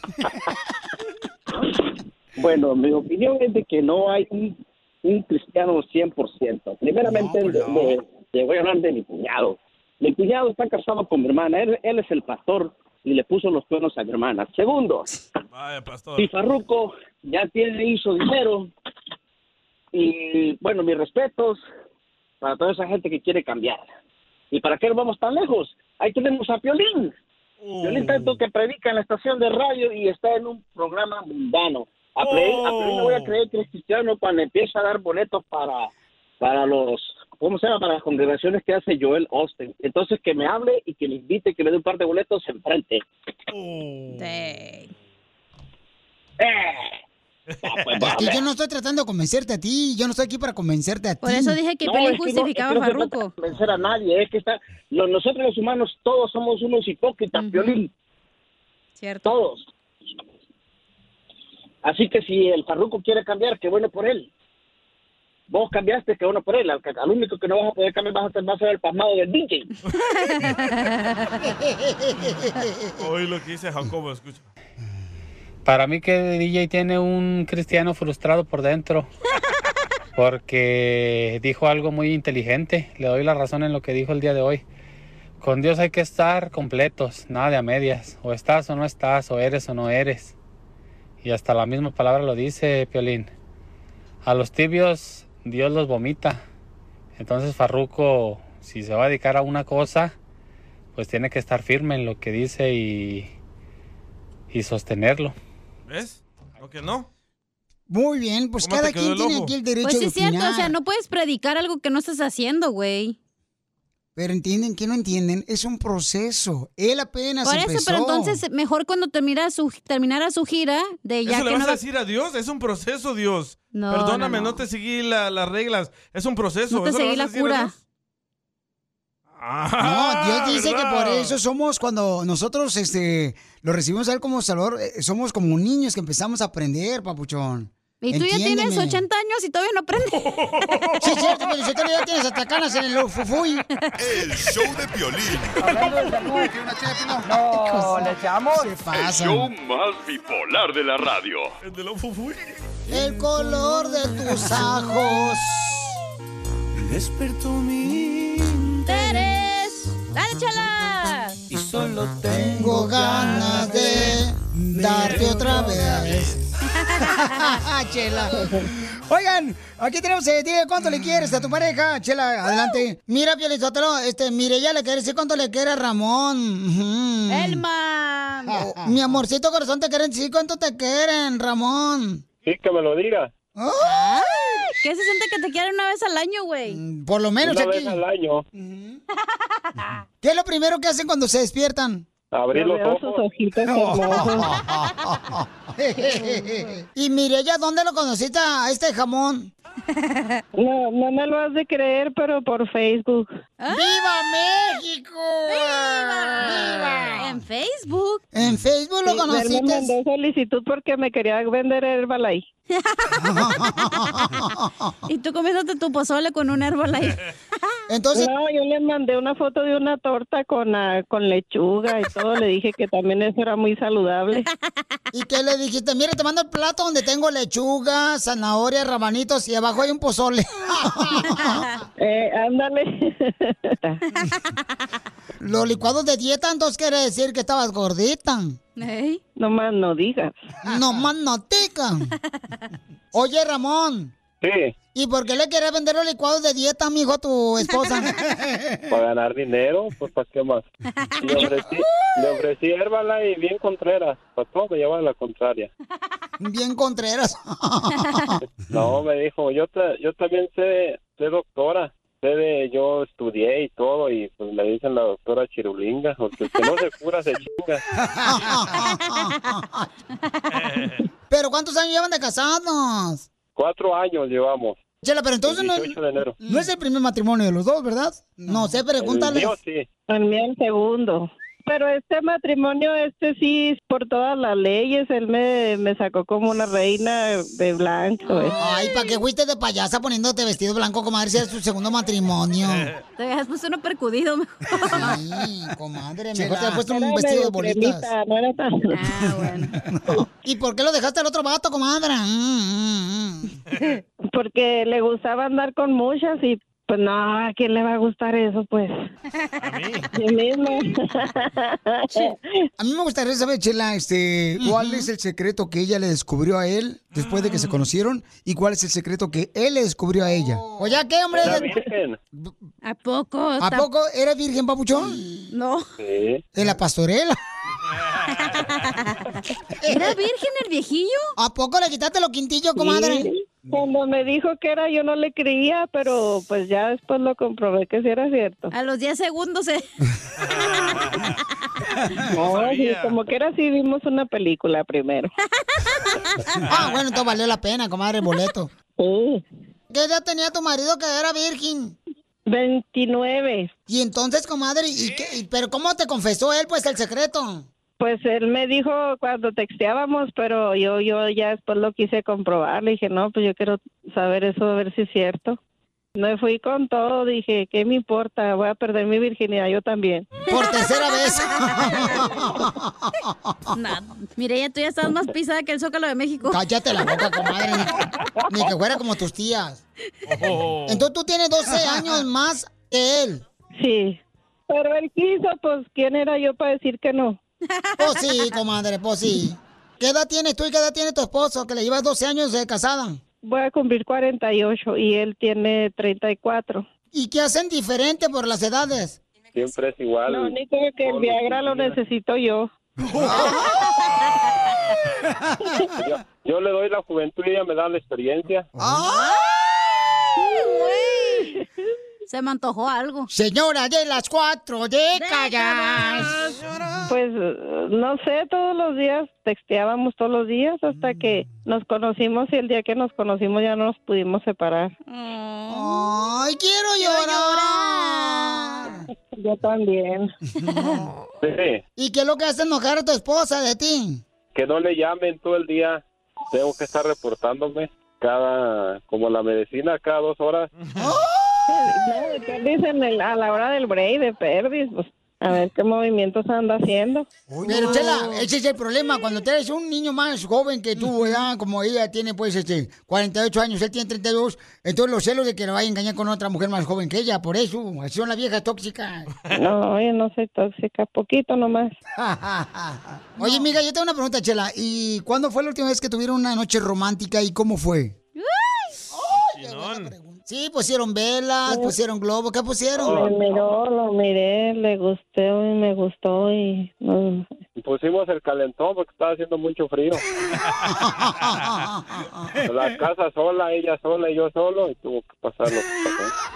Bueno, mi opinión es de que no hay un, un cristiano 100%. Primeramente, le- le- le voy a hablar de mi cuñado. Mi cuñado está casado con mi hermana. Él, él es el pastor y le puso los cuernos a mi hermana. Segundo,
Vaya, pastor.
si Farruko ya tiene hizo dinero, y bueno, mis respetos para toda esa gente que quiere cambiar. ¿Y para qué nos vamos tan lejos? Ahí tenemos a Piolín. Piolín tanto que predica en la estación de radio y está en un programa mundano. A Piolín, a Piolín no voy a creer que es cristiano cuando empieza a dar boletos para, para los, ¿cómo se llama? Para las congregaciones que hace Joel Austin. Entonces que me hable y que me invite, que me dé un par de boletos enfrente.
Oh.
Es que yo no estoy tratando de convencerte a ti. Yo no estoy aquí para convencerte a ti.
Por eso dije que Pelín justificaba a
se trata
Farruko.
de convencer a nadie, es que está, lo- nosotros los humanos todos somos unos hipócritas, Piolín.
Cierto.
Todos. Así que si el Farruco quiere cambiar, qué bueno por él. Vos cambiaste, qué bueno por él. Al, al único que no vas a poder cambiar vas a, ser- vas a ser el pasmado del DJ.
Hoy lo que dice Jacobo, escucha.
Para mí que DJ tiene un cristiano frustrado por dentro. Porque dijo algo muy inteligente. Le doy la razón en lo que dijo el día de hoy. Con Dios hay que estar completos, nada de a medias. O estás o no estás, o eres o no eres. Y hasta la misma palabra lo dice Piolín. A los tibios Dios los vomita. Entonces Farruco, si se va a dedicar a una cosa, pues tiene que estar firme en lo que dice y, y sostenerlo.
¿Ves? ¿O que no?
Muy bien, pues
¿Cómo
cada
te quedó
quien
el
tiene
ojo?
aquí el derecho
Pues sí,
de
es cierto.
opinar.
O sea, no puedes predicar algo que no estás haciendo, güey.
Pero entienden que no entienden, es un proceso. Él apenas
Por eso,
empezó.
pero entonces, mejor cuando terminara su, terminara su gira, de ya
¿Eso le
que
vas
no
a
va-
decir a Dios? Es un proceso, Dios.
No,
Perdóname,
no,
no,
no.
te seguí la- las reglas. Es un proceso.
no te
¿Eso le vas a
seguí la
decir a
cura.
Dios?
No,
Ah,
Dios dice
¿verdad?
que por eso somos cuando nosotros este lo recibimos a él como Salvador, eh, somos como niños que empezamos a aprender, papuchón.
Y tú ya tienes 80 años y todavía no aprendes.
Sí, es cierto, pero si tú ya tienes hasta canas en el fufuy.
El show de Piolín.
Hablando de salud, No, Oh, ¿le echamos? Se
El show más bipolar de la radio.
El color de tus ajos.
Despertó mi
interés. ¡Dale, chala!
y solo
Tengo ganas de darte otra vez. Chela. Oigan, aquí tenemos, eh, dile cuánto le quieres a tu pareja, Chela, adelante. Mira, Pielizotelo, este, mire, ya le quiere decir cuánto le quiere a Ramón.
Elma.
Mi amorcito corazón, te quieren decir cuánto te quieren, Ramón.
Sí, que me lo diga.
¿Qué se siente que te quieran una vez al año, güey?
Por Mm, lo menos
Una
aquí.
vez al año.
¿Qué es lo primero que hacen cuando se despiertan?
Abrí los
Veo
ojos.
ojitos y Mireya, ¿dónde lo conociste a este jamón?
No, no me lo has de creer, pero por Facebook.
¡Viva México!
¡Viva! ¡Viva! En Facebook.
En Facebook
Sí, él me mandó solicitud porque me quería vender Herbalife.
y tú comiéndote tu pozole con un Herbalife.
Entonces...
No, yo le mandé una foto de una torta con, ah, con lechuga y todo. Le dije que también eso era muy saludable.
¿Y qué le dijiste? Mira, te mando el plato donde tengo lechuga, zanahoria, rabanitos y abajo hay un pozole.
eh, ándale.
Los licuados de dieta, entonces quiere decir que estabas gordita.
No más no digas.
No más no digas. Oye, Ramón.
Sí,
¿Y por qué le querés vender los licuados de dieta, amigo, a tu esposa?
para ganar dinero, pues para qué más. Le ofrecí, le ofrecí Herbalife y bien Contreras, para todo llevar la contraria.
Bien Contreras.
No, me dijo, yo ta- yo también sé, sé doctora, sé de, yo estudié y todo, y pues me dicen la doctora Chirulinga, porque el que no se cura se chinga.
¿Pero cuántos años llevan de casados?
Cuatro años llevamos.
Chela, pero entonces
El
no,
18 de enero.
no es el primer matrimonio de los dos, ¿verdad? No, sé, pregúntale.
El mío sí.
El mío el segundo. Pero este matrimonio, este sí, por todas las leyes, él me, me sacó como una reina de blanco. eh.
Ay, ¿para qué fuiste de payasa poniéndote vestido blanco, comadre, si es tu segundo matrimonio?
Te habías puesto uno percudido.
Sí, comadre, mejor te has puesto
Era
un vestido de
medio
bolitas.
cremita, no era tan-
Ah. ¿Y por qué lo dejaste al otro vato, comadre?
Mm.
Porque le gustaba andar con muchas y pues no, ¿a quién le va a gustar eso pues? A mí.
Oh, A mí me gustaría saber, Chela, este, ¿cuál es el secreto que ella le descubrió a él después de que se conocieron? ¿Y cuál es el secreto que él le descubrió a ella? Oye, ¿a ¿qué, hombre?
Era virgen.
¿A poco?
¿A
Está-
poco eres virgen, papuchón?
No.
Sí.
En la pastorela.
¿Era
virgen el viejillo? ¿A poco le quitaste los quintillos, comadre?
Sí, Cuando me dijo que era yo no le creía, pero pues ya después lo comprobé que sí era cierto.
A los 10 segundos
eh.
se...
No, sí, como que era sí vimos una película primero.
Ah, bueno, entonces valió la pena, comadre, el boleto. ¿Qué edad tenía tu marido que era virgen?
29.
Y entonces, comadre, ¿y qué, y- ¿pero cómo te confesó él, pues, el secreto?
Pues él me dijo cuando texteábamos, pero yo yo ya después lo quise comprobar. Le dije, no, pues yo quiero saber eso, a ver si es cierto. Me fui con todo, dije, ¿qué me importa? Voy a perder mi virginidad yo también.
Por tercera vez.
Mire, ya tú ya estás más pisada que el Zócalo de México.
Cállate la boca, comadre. Ni que fuera como tus tías.
Oh.
Entonces tú tienes 12 años más que él.
Sí. Pero él quiso, pues, ¿quién era yo para decir que no?
Pues sí, comadre, pues sí. ¿Qué edad tienes tú y qué edad tiene tu esposo que le llevas 12 años de casada?
Voy a cumplir 48 y él tiene 34.
¿Y qué hacen diferente por las edades?
Siempre es igual.
Lo único es que el Viagra lo necesito yo.
Yo, yo le doy la juventud y ella me da la experiencia.
Ah.
Güey. Se me antojó algo.
Señora de las cuatro décadas.
Pues eh, no sé, todos los días texteábamos todos los días hasta que nos conocimos y el día que nos conocimos ya no nos pudimos separar.
Ay, quiero llorar.
Yo también.
Sí,
¿Y qué es lo que hace enojar a tu esposa de ti?
que no le llamen todo el día. Tengo que estar reportándome cada, como la medicina, cada dos horas.
No, de perdis en el- a la hora del break de perdis, pues a ver qué movimientos anda haciendo.
Pero, Chela, ese es el problema. Cuando tienes un niño más joven que tú, ¿verdad? Como ella tiene, pues, este, 48 años, él tiene 32. Entonces, los celos de que lo vaya a engañar con otra mujer más joven que ella, por eso. Así son las viejas tóxicas.
No, yo no soy tóxica, poquito nomás.
Oye, amiga, yo tengo una pregunta, Chela. ¿Y cuándo fue la última vez que tuvieron una noche romántica y cómo fue? Sí, pusieron velas, pusieron globos. ¿Qué
Me
pusieron?
miró, lo miré, le gusté y me gustó y no,
Y pusimos el calentón porque estaba haciendo mucho frío. La casa sola, ella sola y yo solo, y tuvo que pasarlo.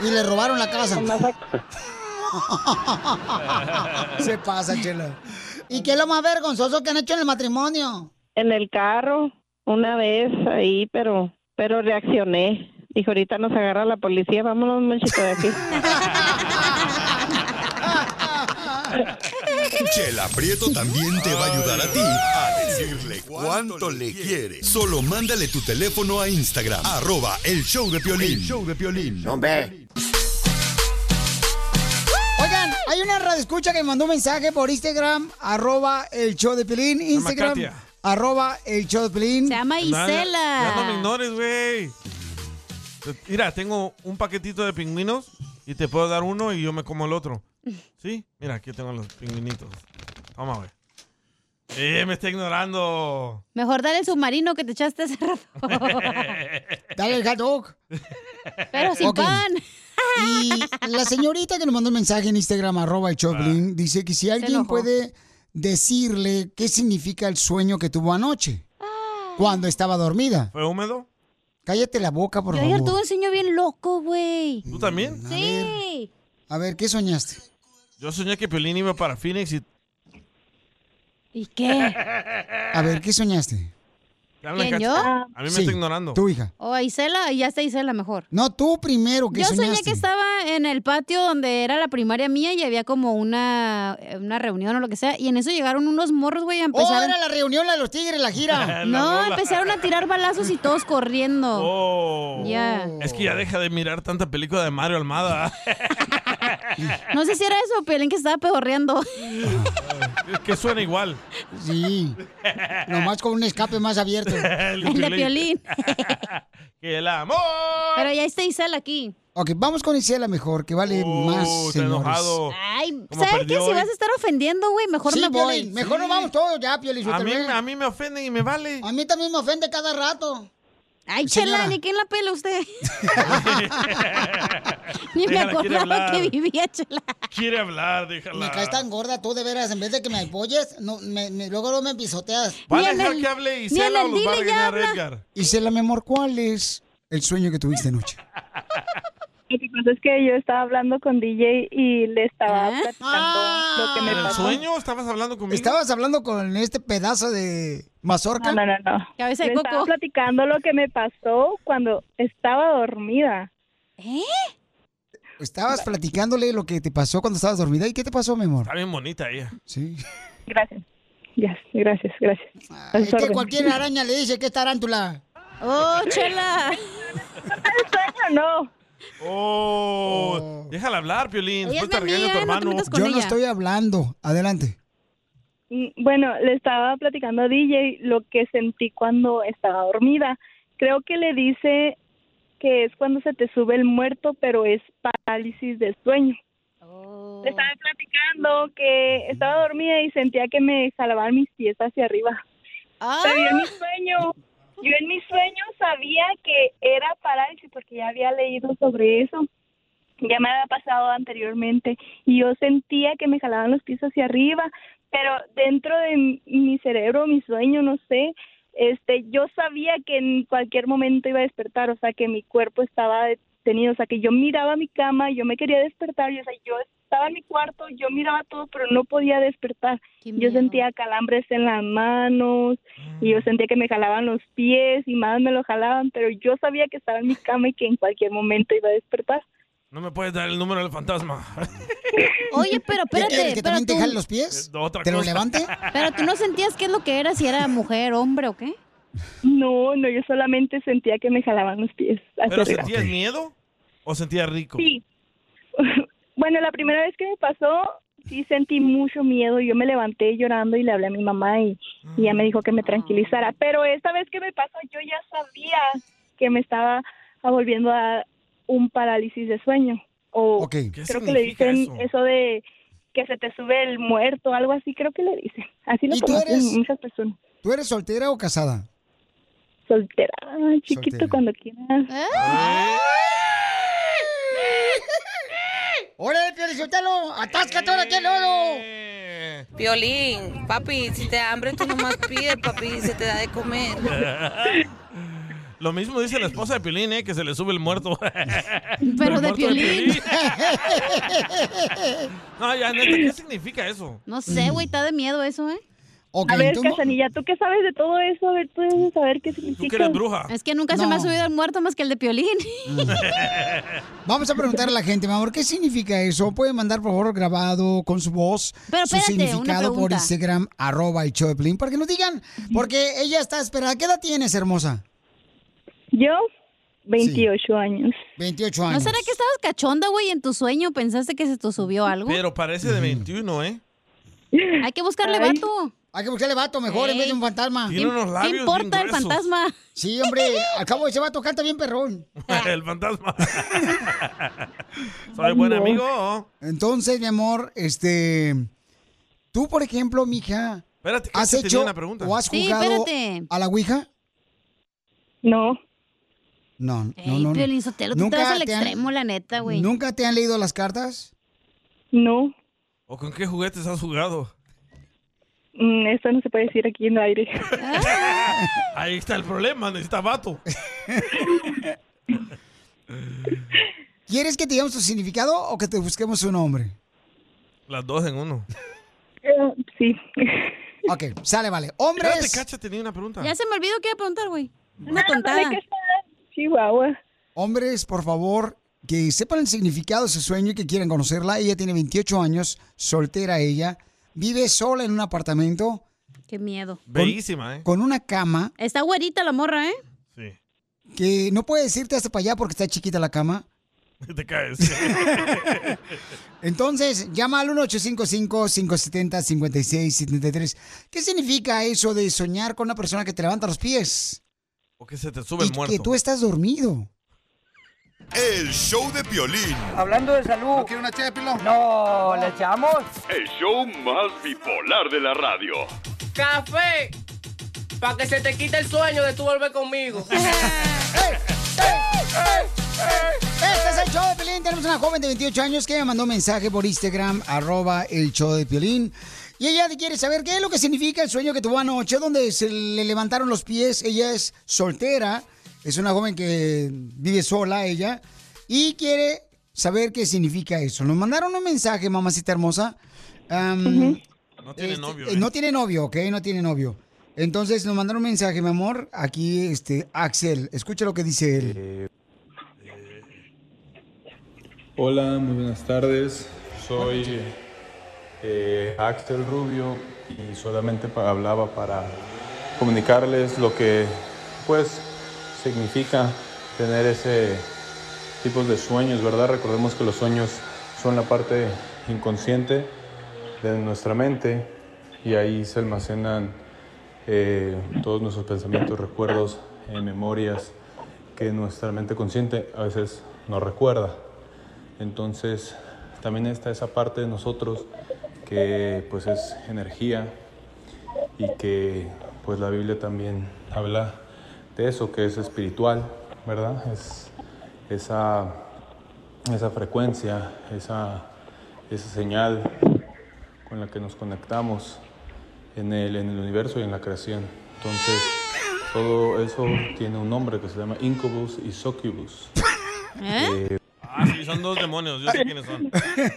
Y le robaron la casa. Se pasa, Chela.
¿Y qué es lo más vergonzoso que han hecho en el matrimonio?
En el carro, una vez ahí, pero, pero reaccioné. Dijo, ahorita nos agarra la policía, vámonos, manchito de aquí.
Chela Prieto también te va a ayudar a ti a decirle cuánto le quiere. Solo mándale tu teléfono a Instagram, arroba el show de Piolín. show de Piolín.
Oigan, hay una radioescucha que me mandó un mensaje por Instagram, arroba el show de Pelín, Instagram,
Katia.
arroba el show de Pelín. Se llama
No, ya- Ya, no me ignores, güey. Te- Mira, tengo un paquetito de pingüinos y te puedo dar uno y yo me como el otro. ¿Sí? Mira, aquí tengo los pingüinitos. Vamos a ver. ¡Eh, me está ignorando!
Mejor dale el submarino que te echaste hace rato.
Dale el hot dog.
Pero sin
Ok.
pan.
Y la señorita que nos mandó un mensaje en Instagram, arroba el show de
Ah.
Pelín, dice que si alguien
enojó.
puede decirle qué significa el sueño que tuvo anoche, cuando estaba dormida.
¿Fue húmedo?
Cállate la boca, por
Yo ayer
favor.
tuve un sueño bien loco, güey.
¿Tú también?
Sí.
A ver, ¿qué soñaste?
Yo soñé que Piolín iba para Phoenix y...
¿Y qué?
A ver, ¿qué soñaste?
Ya me
¿Quién,
cacho.
yo?
A mí me
Sí,
está ignorando.
Tu hija.
O a Isela, y ya está Isela mejor.
No, tú primero, ¿qué
Yo
soñaste?
soñé que estaba en el patio donde era la primaria mía y había como una, eh, una reunión o lo que sea. Y en eso llegaron unos morros, güey, a empezar.
Oh, era la reunión, la de los tigres, la gira.
No, empezaron a tirar balazos y todos corriendo.
Oh.
Ya.
Es que ya deja de mirar tanta película de Mario Almada.
No sé si era eso, Pelín, que estaba pedorreando.
Es que suena igual.
Sí. Nomás con un escape más abierto.
El de El de Piolín. ¡Que el amor!
Pero ya está Isela aquí.
Ok, vamos con Isela mejor, que vale más,
Uh, está
señores.
enojado.
Ay,
Como
¿sabes qué?
perdió
Si
hoy.
vas a estar ofendiendo, güey, mejor
Sí,
me voy.
Piolín, mejor nos vamos todos ya, Piolín.
A mí,
Sotelo.
a mí me ofenden y me vale.
A mí también me ofende cada rato.
Ay,
Señora.
chela, ni quién la pela usted. ni me
Déjala, quiere
acordaba
hablar.
que vivía chela.
Quiere hablar, déjala.
Me caes tan gorda tú, de veras, en vez de que me apoyes, no, me, me- luego luego me pisoteas.
¿Va a Ni en dejar el- que hable ni en Isela o el los va a dile ya regañar habla. Edgar?
Isela, mi amor, ¿cuál es el sueño que tuviste anoche?
Lo que pasa es que yo estaba hablando con DJ y le estaba
¿Eh?
Ah,
platicando lo que me
¿En el
pasó.
sueño estabas hablando conmigo?
¿Estabas hablando con este pedazo de mazorca?
No, no, no. no.
Cabeza de
le
coco.
estaba platicando lo que me pasó cuando estaba dormida.
¿Eh?
Estabas platicándole lo que te pasó cuando estabas dormida. ¿Y qué te pasó, mi amor?
Está bien bonita ella.
Sí.
Gracias. Ya, gracias, gracias. A
Es
sus
que
órdenes.
cualquier araña le dice que es tarántula.
¡Oh, chela!
no.
Oh, déjala hablar, Piolín.
Ella
Después
es
te
mi
regaña tu
amiga, no te
hermano.
metas
Yo no estoy hablando. Adelante.
Mm, Bueno, le estaba platicando a DJ lo que sentí cuando estaba dormida. Creo que le dice que es cuando se te sube el muerto, pero es parálisis de sueño. Le estaba platicando que estaba dormida y sentía que me jalaban mis pies hacia arriba.
Ah.
Pero yo en mi sueño, yo en mi sueño sabía que era parálisis porque ya había leído sobre eso. Ya me había pasado anteriormente y yo sentía que me jalaban los pies hacia arriba, pero dentro de mi- mi cerebro, mi sueño, no sé, este, yo sabía que en cualquier momento iba a despertar, o sea, que mi cuerpo estaba detenido, o sea, que yo miraba mi cama, yo me quería despertar, y, o sea, yo estaba en mi cuarto, yo miraba todo, pero no podía despertar. Yo sentía calambres en las manos y
Mm.
yo sentía que me jalaban los pies y más me lo jalaban, pero yo sabía que estaba en mi cama y que en cualquier momento iba a despertar.
No me puedes dar el número del fantasma.
Oye, pero espérate.
quieres, que
pero
también te
tú-
jale los
pues,
pies?
Eh, Otra
¿Te lo
cosa.
levante?
Pero tú no sentías qué es lo que era, si era mujer, hombre o qué.
No, no, yo solamente sentía que me jalaban los pies. hacia
¿Pero
arriba.
sentías miedo o sentías rico?
Sí. Bueno, la primera vez que me pasó, sí sentí mucho miedo. Yo me levanté llorando y le hablé a mi mamá y, y ella me dijo que me tranquilizara. Pero esta vez que me pasó, yo ya sabía que me estaba volviendo a un parálisis de sueño. O
Ok. ¿Qué
creo que le
significa
dicen
eso?
eso? de que se te sube el muerto, algo así, creo que le dicen. Así lo
¿Y tú
conocen
eres-
muchas personas.
¿Tú eres soltera o casada?
Soltera, Ay, chiquito,
Soltera.
cuando quieras.
¿Eh?
¡Órale, Piolichotelo! ¡Atáscate ahora aquí el oro!
Violín, papi, si te da hambre tú nomás pides, papi, se te da de comer.
Lo mismo dice la esposa de Piolín, ¿eh? Que se le sube el muerto.
Pero
muerto
de
de
Piolín.
No, ya, neta, ¿qué significa eso?
No sé, güey, está de miedo eso, ¿eh?
a ver, Casanilla, ¿tú qué sabes de todo eso? A ver, tú debes de saber qué significa.
Es que nunca se me ha subido el muerto más que el de Piolín.
Vamos a preguntarle a la gente, mi amor, ¿qué significa eso? Pueden mandar, por favor, grabado con su voz,
Pero
su
espérate, una
significado por
pregunta.
Instagram, arroba y show de Piolín, para que nos digan, porque ella está esperada. ¿Qué edad tienes, hermosa?
Yo, 28 años.
28
¿No será que estabas cachonda, güey, en tu sueño? ¿Pensaste que se te subió algo?
Pero parece de 21, ¿eh?
Hay que buscarle
Ay.
vato.
Hay que buscarle vato mejor en vez de
Eh,
un fantasma.
Tiene unos labios bien
importa el
gruesos.
fantasma? Sí, hombre, al cabo ese vato canta bien perrón.
Ah.
El fantasma. Soy buen amigo.
Entonces, mi amor, este. Tú, por ejemplo, mija.
Espérate, que
¿Has
se tenía
hecho
una pregunta.
o has
Sí,
jugado
espérate.
a la Ouija?
No.
No, no,
Ey,
no. no.
Piolín Sotelo, tú te
¿Nunca
vas al
te han-
extremo, la neta, güey.
¿Nunca te han leído las cartas?
No,
¿O con qué juguetes has jugado?
mm, esto no se puede decir aquí en el aire.
Ahí está el problema, necesita vato.
¿Quieres que te digamos su significado o que te busquemos su nombre?
Las dos en uno.
Eh, sí.
Ok, sale, vale. Hombres.
Espérate, Cacha tenía una pregunta.
Ya se me olvidó qué iba a preguntar, güey. Una tontada.
Chihuahua.
Hombres, por favor, que sepan el significado de su sueño y que quieran conocerla. Ella tiene 28 años, soltera ella, vive sola en un apartamento.
Qué miedo.
Bellísima, ¿eh?
Con una cama
Está güerita la morra, ¿eh?
Sí.
que no puede decirte hasta para allá porque está chiquita la cama.
Te caes.
Entonces, llama al 1855-570-5673. ¿Qué significa eso de soñar con una persona que te levanta los pies?
O que se te sube el
Que
muerto.
tú estás dormido.
El show de Piolín.
Hablando de salud. ¿No quiere una No, ¿le echamos?
El show más bipolar de la radio.
Café, para que se te quite el sueño de tú volver conmigo.
Este es el show de Piolín. Tenemos una joven de 28 años que me mandó un mensaje por Instagram, arroba el show de Piolín. Y ella quiere saber qué es lo que significa el sueño que tuvo anoche, donde se le levantaron los pies. Ella es soltera, es una joven que vive sola ella. Y quiere saber qué significa eso. Nos mandaron un mensaje, mamacita hermosa. Am,
No tiene
este,
novio.
eh,
¿eh?
No tiene novio, ¿ok? No tiene novio. Entonces nos mandaron un mensaje, mi amor. Aquí, este, Axel, escucha lo que dice él.
Eh,
Hola, muy buenas tardes. Soy eh, Axel Rubio y solamente pa- hablaba para comunicarles lo que pues significa tener ese tipo de sueños, ¿verdad? Recordemos que los sueños son la parte inconsciente de nuestra mente y ahí se almacenan eh, todos nuestros pensamientos, recuerdos, eh, memorias que nuestra mente consciente a veces no recuerda. Entonces, también está esa parte de nosotros que pues es energía y que pues la Biblia también habla de eso, que es espiritual, ¿verdad? Es esa, esa frecuencia, esa, esa señal con la que nos conectamos en el, en el universo y en la creación. Entonces, todo eso tiene un nombre que se llama incubus y succubus. Eh,
Ah, sí, son dos demonios. Yo sé quiénes son.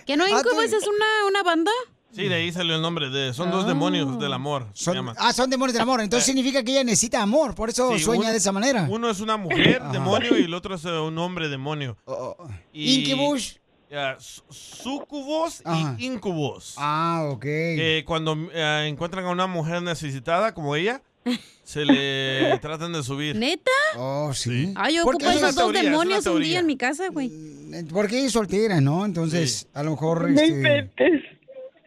¿Que
Ah,
no incubes es una, una banda?
Sí, de ahí salió el nombre de. Son dos demonios del amor. se llama.
Ah, son demonios del amor. Entonces significa que ella necesita amor. Por eso
Eh. Sí,
sueña
un-
de esa manera.
Uno es una mujer demonio y el otro es eh, un hombre demonio.
Oh, Incubus.
ya, su- sucubos
Ajá.
y incubos.
Ah, ok.
Que cuando eh, encuentran a una mujer necesitada como ella, se le tratan de subir.
¿Neta?
Oh, sí.
Ay, yo
¿Por
ocupo
qué?
esos dos
teoría, es una
demonios un
teoría.
día en mi casa, güey.
Porque ella es Mm, soltera, ¿no? Entonces, a lo mejor.
No
este-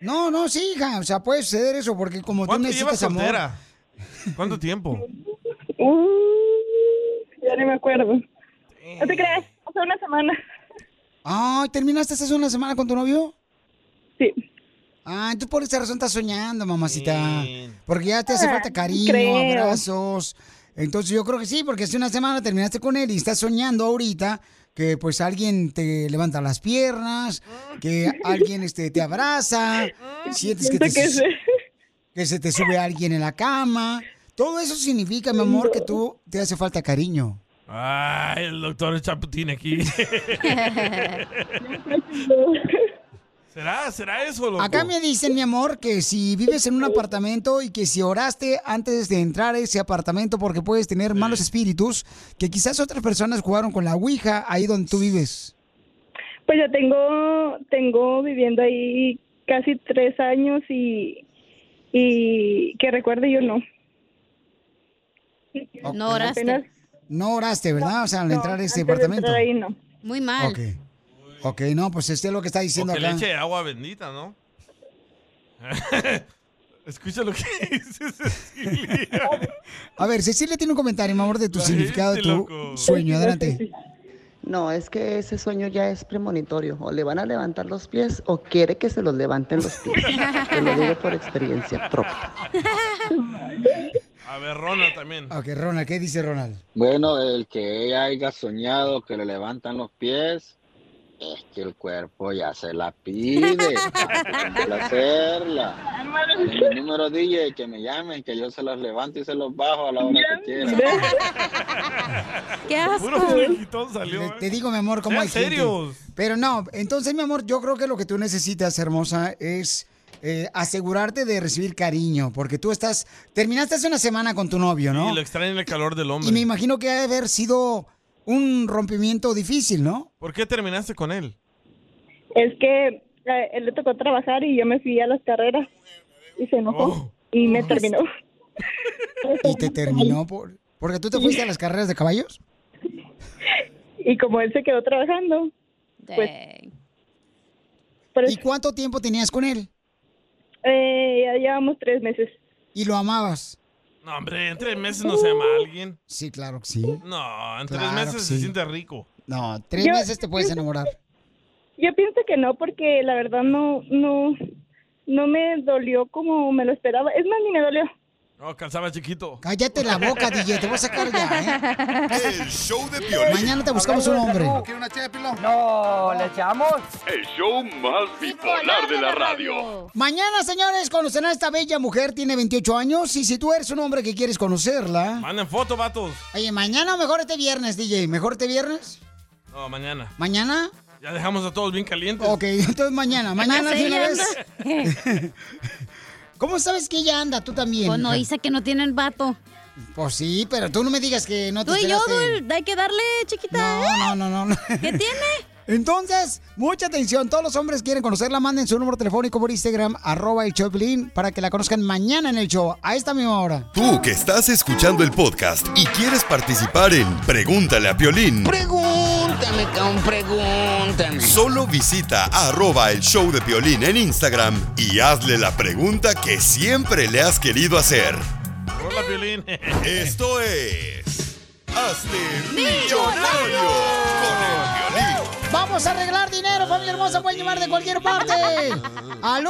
No, no, sí, hija. O sea, puede suceder eso porque como tú
¿Cuánto llevas
necesitas amor.
soltera? ¿Cuánto tiempo?
Ya ni me acuerdo. No
Eh.
te creas, hace una semana.
Ay, ¿terminaste hace una semana con tu novio?
Sí.
Ah, entonces por esa razón estás soñando, mamacita. Porque ya te hace
Ah,
falta cariño,
creo.
abrazos. Entonces yo creo que sí, porque hace una semana terminaste con él y estás soñando ahorita que pues alguien te levanta las piernas, que alguien este, te abraza, sientes que, te,
Siento que
sus- que se te sube alguien en la cama. Todo eso significa, mi amor, que tú te hace falta cariño.
Ay, el doctor Chaputín aquí. ¿Será? ¿Será eso, loco?
Acá me dicen, mi amor, que si vives en un apartamento y que si oraste antes de entrar a ese apartamento porque puedes tener malos espíritus, que quizás otras personas jugaron con la Ouija ahí donde tú vives.
Pues yo tengo, tengo viviendo ahí casi tres años y, y que recuerde yo no.
No oraste.
Apenas-
No oraste, ¿verdad? O sea, al
no,
entrar a ese
antes de
apartamento.
entrar ahí no.
Muy mal.
Ok. Ok, no, pues este es lo que está diciendo
Que le
acá.
eche agua bendita, ¿no? Escucha lo que dice Cecilia.
A ver, Cecilia tiene un comentario, mi amor, de tu
La
significado, de
gente,
tu
loco.
sueño. Adelante.
No, es que ese sueño ya es premonitorio. O le van a levantar los pies o quiere que se los levanten los pies. Te lo digo por experiencia propia.
A ver, Rona también.
Ok, Ronald, ¿qué dice Ronald?
Bueno, el que ella haya soñado que le levantan los pies, es que el cuerpo ya se la pide. Hay que hacerla. Dale Mi número DJ, que me llamen, que yo se los levanto y se los bajo a la hora que quiera.
¡Qué
Puro finiquitón salió.
Te digo, mi amor, cómo
Sean
hay gente.
serios.
Pero no, entonces, mi amor, yo creo que lo que tú necesitas, hermosa, es eh, asegurarte de recibir cariño, porque tú estás, terminaste hace una semana con tu novio, ¿no?
Y lo extraña el calor del
Y me
hombre.
imagino que ha de haber sido un rompimiento difícil, ¿no?
¿Por qué terminaste con él?
Es que eh, él le tocó trabajar y yo me fui a las carreras y se enojó
Oh.
y me terminó.
Y te terminó por... Porque tú te fuiste a las carreras de caballos.
Y como él se quedó trabajando, pues...
¿Y cuánto tiempo tenías con él?
Eh, ya llevamos tres meses.
¿Y lo amabas?
No, hombre, en tres meses no se ama a alguien.
Sí, claro que sí.
No, en
Claro
tres
que
meses
sí.
se siente rico.
No, tres
Yo-
meses te puedes enamorar.
Yo pienso que no, porque la verdad no, no, no me dolió como me lo esperaba. Es más, ni me dolió.
No, calzaba chiquito.
Cállate la boca, DJ, te voy a sacar ya,
¿eh?
El show de
Mañana te buscamos un
Hablando
hombre.
No, le echamos.
El show más bipolar de la radio.
Mañana, señores, conocerán a esta bella mujer, tiene 28 años, y si tú eres un hombre que quieres conocerla...
Manden foto, vatos.
Oye, mañana o mejor este viernes, DJ, mejor este viernes.
No, mañana.
¿Mañana?
Ya dejamos a todos bien calientes.
Ok, entonces mañana, mañana
Más
de una
ella
vez. ¿Cómo sabes que ella anda? Tú también.
Pues no
hija.
dice que no tienen vato.
Pues sí, pero tú no me digas que no te
Tú y yo,
enteraste.
dude, hay que darle, chiquita. ¿eh?
No, no, no, no. ¿Qué
tiene?
Entonces, mucha atención. Todos los hombres quieren conocerla. Manden su número telefónico por Instagram, arroba el Choplin, para que la conozcan mañana en el show. A esta misma hora.
Tú que estás escuchando el podcast y quieres participar en Pregúntale a Piolín,
Pregúntame, cabrón, pregúntame.
solo visita arroba el show de Piolín en Instagram y hazle la pregunta que siempre le has querido hacer.
Hola, Piolín.
Esto es... Hazte millonario con el Piolín.
Vamos a arreglar dinero, familia hermosa. Pueden llamar de cualquier parte. Al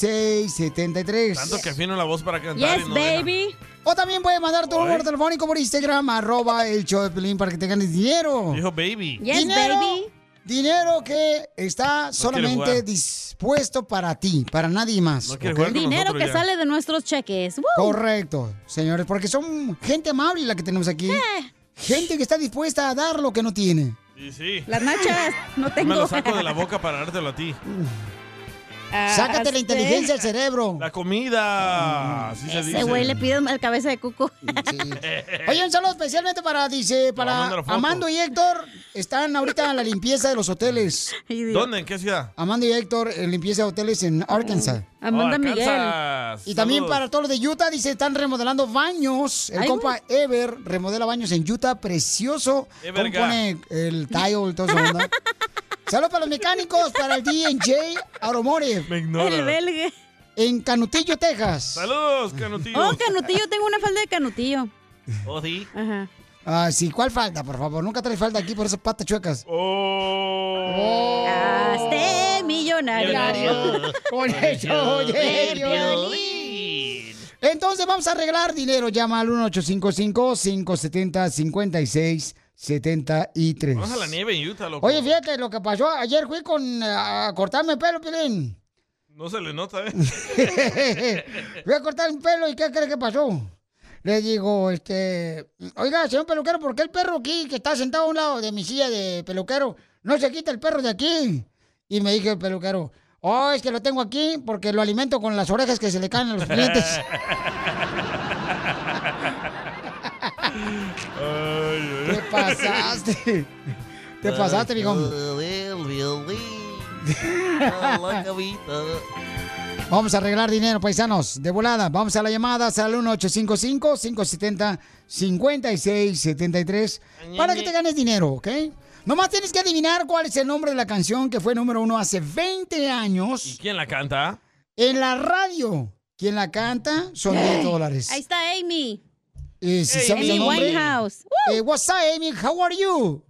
1-855-570-5673.
Tanto que afino la voz para cantar. y no deja.
O también puedes mandar tu
Ay.
número telefónico por Instagram, arroba el show de Pelín para que te ganes dinero.
Dijo baby.
dinero, Dinero que está solamente
jugar.
dispuesto para ti, para nadie más. ¿ok?
Dinero que sale de nuestros cheques. ¡Woo!
Correcto, señores, porque son gente amable la que tenemos aquí.
Eh.
Gente que está dispuesta a dar lo que no tiene.
Y sí.
Las nachas, no tengo.
Me lo saco de la boca para dártelo a ti.
Ah,
Sácate la
sí.
inteligencia del cerebro. Mm.
La comida. Así se dice. Eh.
Ese güey le pide al cabeza de cuco.
Oye, un saludo especialmente para,
va
dice,
a
para
mandar foto.
Amando y Héctor. Están ahorita en la limpieza de los hoteles.
¿Dónde? ¿En qué ciudad?
Amando y Héctor en limpieza de hoteles en Arkansas.
Amanda Oh, Miguel. Arkansas.
Y también
Saludos.
para todos los de Utah, dice, están remodelando baños. El
Ay,
compa Ever remodela baños en Utah, precioso.
Everga.
Compone el tile y todo eso. ¿no? Saludos para los mecánicos, para el DJ Automotive. Me
ignora. El
belgue.
En Canutillo, Texas.
Saludos, Canutillo.
Oh, canutillo, tengo una falda de canutillo.
Oh, sí.
Ajá.
Ah, sí, ¿cuál falta, por favor? Nunca traes falta aquí por esas patas chuecas.
Oh.
Hazte millonario.
Con eso, oye. Entonces vamos a arreglar dinero. Llama al 1855-570-5673.
Vamos a la nieve en Utah, loco.
Oye, fíjate lo que pasó. Ayer fui con, eh, a cortarme el pelo, pues, Pilín.
No se le nota, ¿eh?
Voy a cortar un pelo y ¿qué crees que pasó? le digo, este, oiga, señor peluquero, ¿por qué el perro aquí que está sentado a un lado de mi silla de peluquero no se quita el perro de aquí? Y me dijo el peluquero, oh, es que lo tengo aquí porque lo alimento con las orejas que se le caen a los clientes. Te pasaste. Te pasaste, viejón. Vamos a arreglar dinero, paisanos. De volada, vamos a la llamada al 1855-570-5673 para que te ganes dinero, ¿ok? Nomás tienes que adivinar cuál es el nombre de la canción que fue número uno hace 20 años
¿Quién la canta?
en la radio. Quien la canta son 10 dólares.
Ahí está Amy.
Eh, si sabes el
Amy
nombre,
Winehouse.
eh, what's up, Amy? How are you?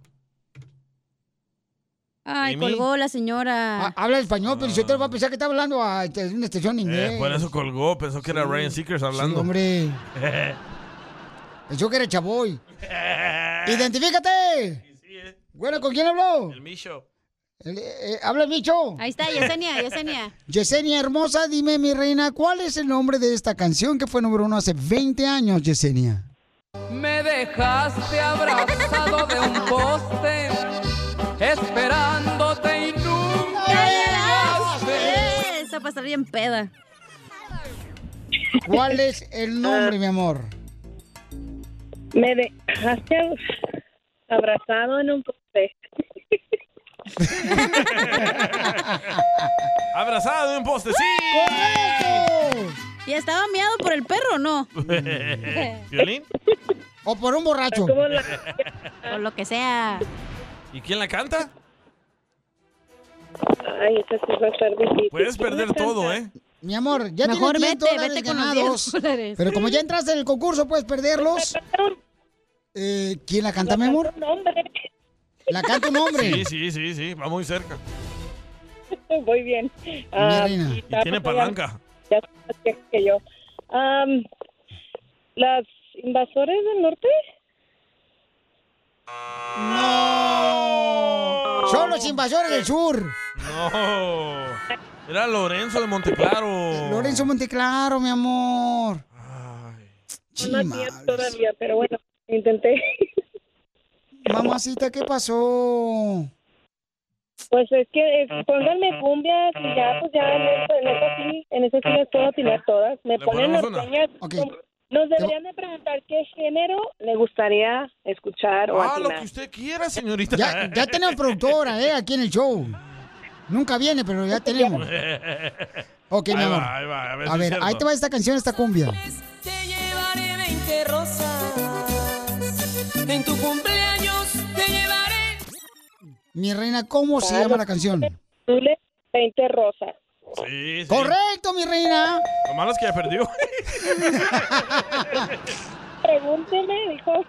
Ay,
Amy.
colgó la señora.
Ah, Habla español, pero si usted va a pensar que está hablando a este, una estación en inglés.
Eh, por eso colgó, pensó que era Ryan Seekers hablando.
hombre. Pensó que era Chaboy. ¡Identifícate! Bueno, ¿con quién habló?
eh. El Micho.
El, eh, habla el bicho.
Ahí está, Yesenia, Yesenia.
Yesenia hermosa, dime mi reina, ¿cuál es el nombre de esta canción que fue número uno hace 20 años, Yesenia?
Me dejaste abrazado de un poste, esperándote y nunca llegaste.
Esa va a estar bien peda.
¿Cuál es el nombre, mi amor?
Me dejaste abrazado en un poste.
Abrazado de un poste, sí.
¿Y estaba miado por el perro o no?
Eh,
¿Violín?
O por un borracho.
Por lo que sea.
¿Y quién la canta?
Ay, esa sí va a estar difícil.
Puedes perder todo, ¿eh?
Mi amor, ya
Mejor
tienes 10
vete,
dólares
vete con los
ganados.
10 dólares.
Pero como ya entraste en el concurso, puedes perderlos. Eh, ¿Quién la canta, mi amor? La canta un hombre.
Sí, sí, sí, sí. Va muy cerca.
Voy bien.
Mi
Ah,
reina. Y
está
tiene
pasando-
palanca.
Ya está más vieja que yo. Am, ¿Las invasores del norte?
Son los invasores del sur.
No. Era Lorenzo de Monteclaro.
Lorenzo Monteclaro, mi amor.
No la tenía todavía, pero bueno, intenté.
Mamacita, ¿qué pasó?
Pues es que eh, pónganme cumbias y ya, pues ya en eso, en eso sí, en eso sí las puedo atinar todas. Me
¿Le
ponen
ponemos una?
norteñas. como- Nos deberían de preguntar qué género le gustaría escuchar o
Ah, lo
atinar.
que usted quiera, señorita.
Ya, ya tenemos productora, ¿eh? Aquí en el show. Nunca viene, pero ya tenemos. Ok, mi
Ahí
amor.
va, ahí va, a ver,
A
si
ver,
es
ahí
cierto.
te va esta canción, esta cumbia.
Te llevaré 20 rosas. En tu cumpleaños te llevaré.
Mi reina, ¿cómo se llama la canción?
20 rosas.
Sí, sí.
Correcto, mi reina.
Lo malo es que ya perdió.
Pregúnteme, dijo.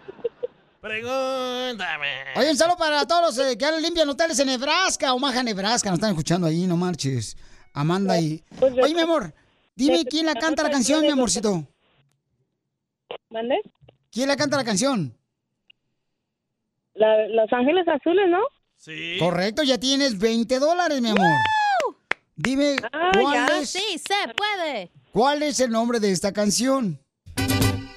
Pregúntame.
Oye, un saludo para todos los eh, que limpian hoteles en Nebraska, Omaha, Nebraska. Nos están escuchando ahí, no marches. Amanda y... Oye, mi amor, dime quién la canta la canción, mi amorcito.
¿Mande?
¿Quién la canta la canción?
La- los Ángeles Azules, ¿no?
Sí.
Correcto, ya tienes 20 dólares, mi amor. Dime,
Ah,
¿cuál
Ah, ya.
es,
Sí, se puede.
¿cuál es el nombre de esta canción?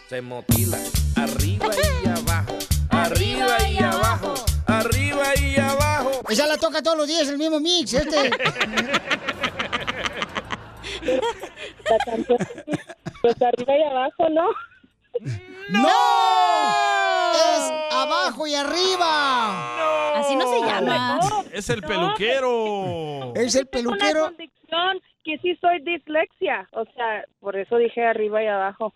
Se motila arriba y abajo, arriba y abajo, arriba y abajo.
Esa Pues la toca todos los días, el mismo mix, este.
La canción. Pues arriba y abajo, ¿no?
¡No! ¡Es abajo y arriba!
Así no se llama.
Es el peluquero.
Es el
Una condición que sí soy dislexia. O sea, por eso dije arriba y abajo.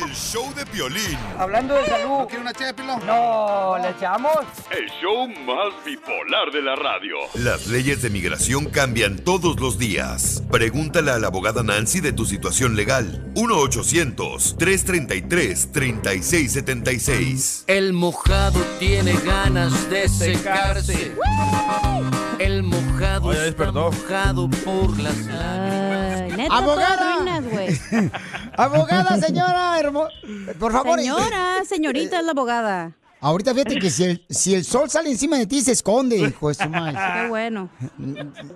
El show de Piolín.
Hablando de salud. ¿Quiere una ché, No, ¿le echamos?
El show más bipolar de la radio.
Las leyes de migración cambian todos los días. Pregúntale a la abogada Nancy de tu situación legal. 1-800-333-3676.
El mojado tiene ganas de secarse. El mojado está mojado por las lágrimas.
Neta,
Abogada.
todo ruinas, güey.
Abogada, señora, hermosa. Por favor.
Señora, señorita, es la abogada.
Ahorita fíjate que si el, si el sol sale encima de ti, se esconde, hijo de su madre.
Qué bueno.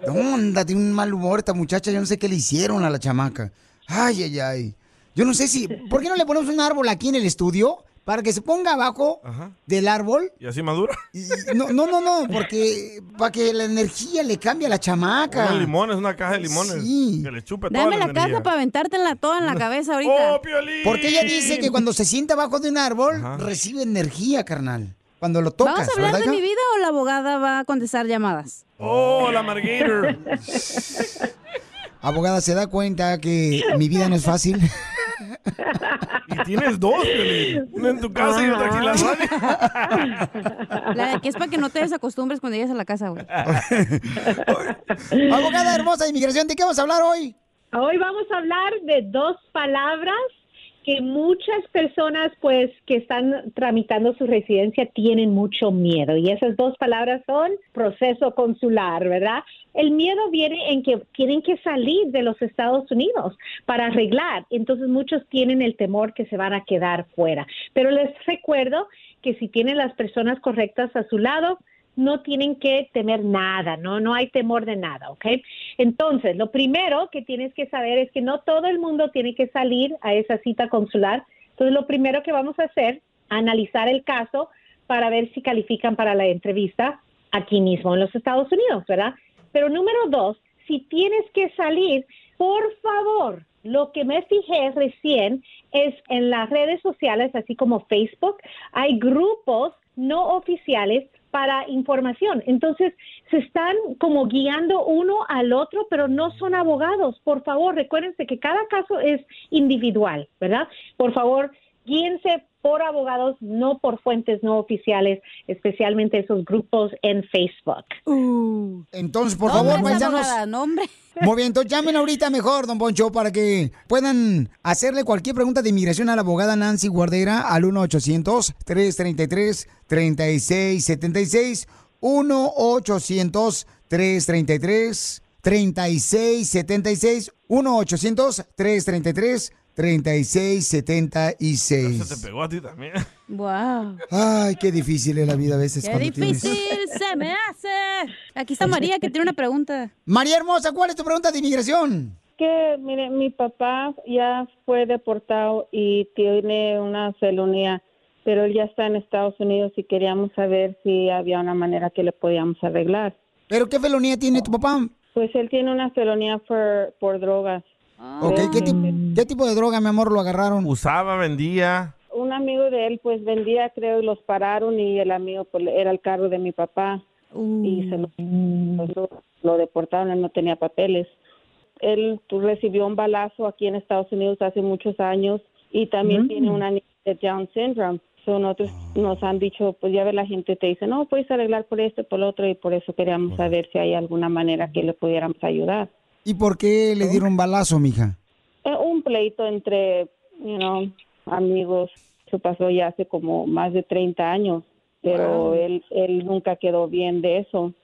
Onda, tiene un mal humor esta muchacha, yo no sé qué le hicieron a la chamaca. Ay, ay, ay. Yo no sé si. ¿Por qué no le ponemos un árbol aquí en el estudio? Para que se ponga abajo del árbol.
¿Y así madura?
Y- No, no, no, no, porque para que la energía le cambie a la chamaca.
Unos limones, una caja de limones. Que le chupe toda
Dame
la,
la caja
energía.
para aventártela toda en la cabeza
Oh,
ahorita.
Porque ella dice que cuando se sienta abajo de un árbol, recibe energía, carnal. Cuando lo tocas,
¿Vamos a hablar
¿verdad,
de
hija?
mi vida o la abogada va a contestar llamadas?
Oh, la Margator.
Abogada, ¿se da cuenta que mi vida no es fácil?
Y tienes dos, Piolín. Una en tu casa y otra aquí en la radio.
La de que es para que no te desacostumbres cuando llegues a la casa, güey.
Abogada hermosa de inmigración, ¿de qué vamos a hablar hoy?
Hoy vamos a hablar de dos palabras que muchas personas pues que están tramitando su residencia tienen mucho miedo y esas dos palabras son proceso consular, ¿verdad? El miedo viene en que tienen que salir de los Estados Unidos para arreglar, entonces muchos tienen el temor que se van a quedar fuera, pero les recuerdo que si tienen las personas correctas a su lado, no tienen que temer nada, no, no hay temor de nada, ¿ok? Entonces, lo primero que tienes que saber es que no todo el mundo tiene que salir a esa cita consular. Entonces, lo primero que vamos a hacer, analizar el caso para ver si califican para la entrevista aquí mismo en los Estados Unidos, ¿verdad? Pero número dos, si tienes que salir, por favor, lo que me fijé recién es en las redes sociales, así como Facebook, hay grupos no oficiales para información. Entonces, se están como guiando uno al otro, pero no son abogados. Por favor, recuérdense que cada caso es individual, ¿verdad? Por favor, guíense por abogados, no por fuentes no oficiales, especialmente esos grupos en Facebook.
Entonces, por favor, paisanos. Muy bien, entonces llamen ahorita mejor, don Poncho, para que puedan hacerle cualquier pregunta de inmigración a la abogada Nancy Guardera al 1-800-333-3676. 1-800-333-3676. 1-800-333-3676.
Se te pegó a ti también.
Wow.
Ay, qué difícil es la vida a veces.
Qué
cuando tienes-
difícil se me hace. Aquí está María que tiene una pregunta.
María Hermosa, ¿cuál es tu pregunta de inmigración?
Que, mire, mi papá ya fue deportado y tiene una celonía, pero él ya está en Estados Unidos y queríamos saber si había una manera que le podíamos arreglar.
¿Pero qué felonía tiene tu papá?
Pues él tiene una felonía por, por drogas.
Ok, ¿qué, ti- qué tipo de droga, mi amor, lo agarraron?
Mm. Usaba, vendía.
Un amigo de él pues vendía, creo, y los pararon y el amigo pues, era el carro de mi papá y se lo, pues, lo, lo deportaron, él no tenía papeles. Él tu- recibió un balazo aquí en Estados Unidos hace muchos años y también
Mm.
tiene una niña de Down syndrome. So, nosotros nos han dicho, pues ya ve la gente te dice, no, puedes arreglar por esto, por lo otro y por eso queríamos saber si hay alguna manera que le pudiéramos ayudar.
¿Y por qué le dieron balazo, mija?
Eh, un pleito entre, you know, amigos. Eso pasó ya hace como más de 30 años, pero
Wow.
él, él nunca quedó bien de eso.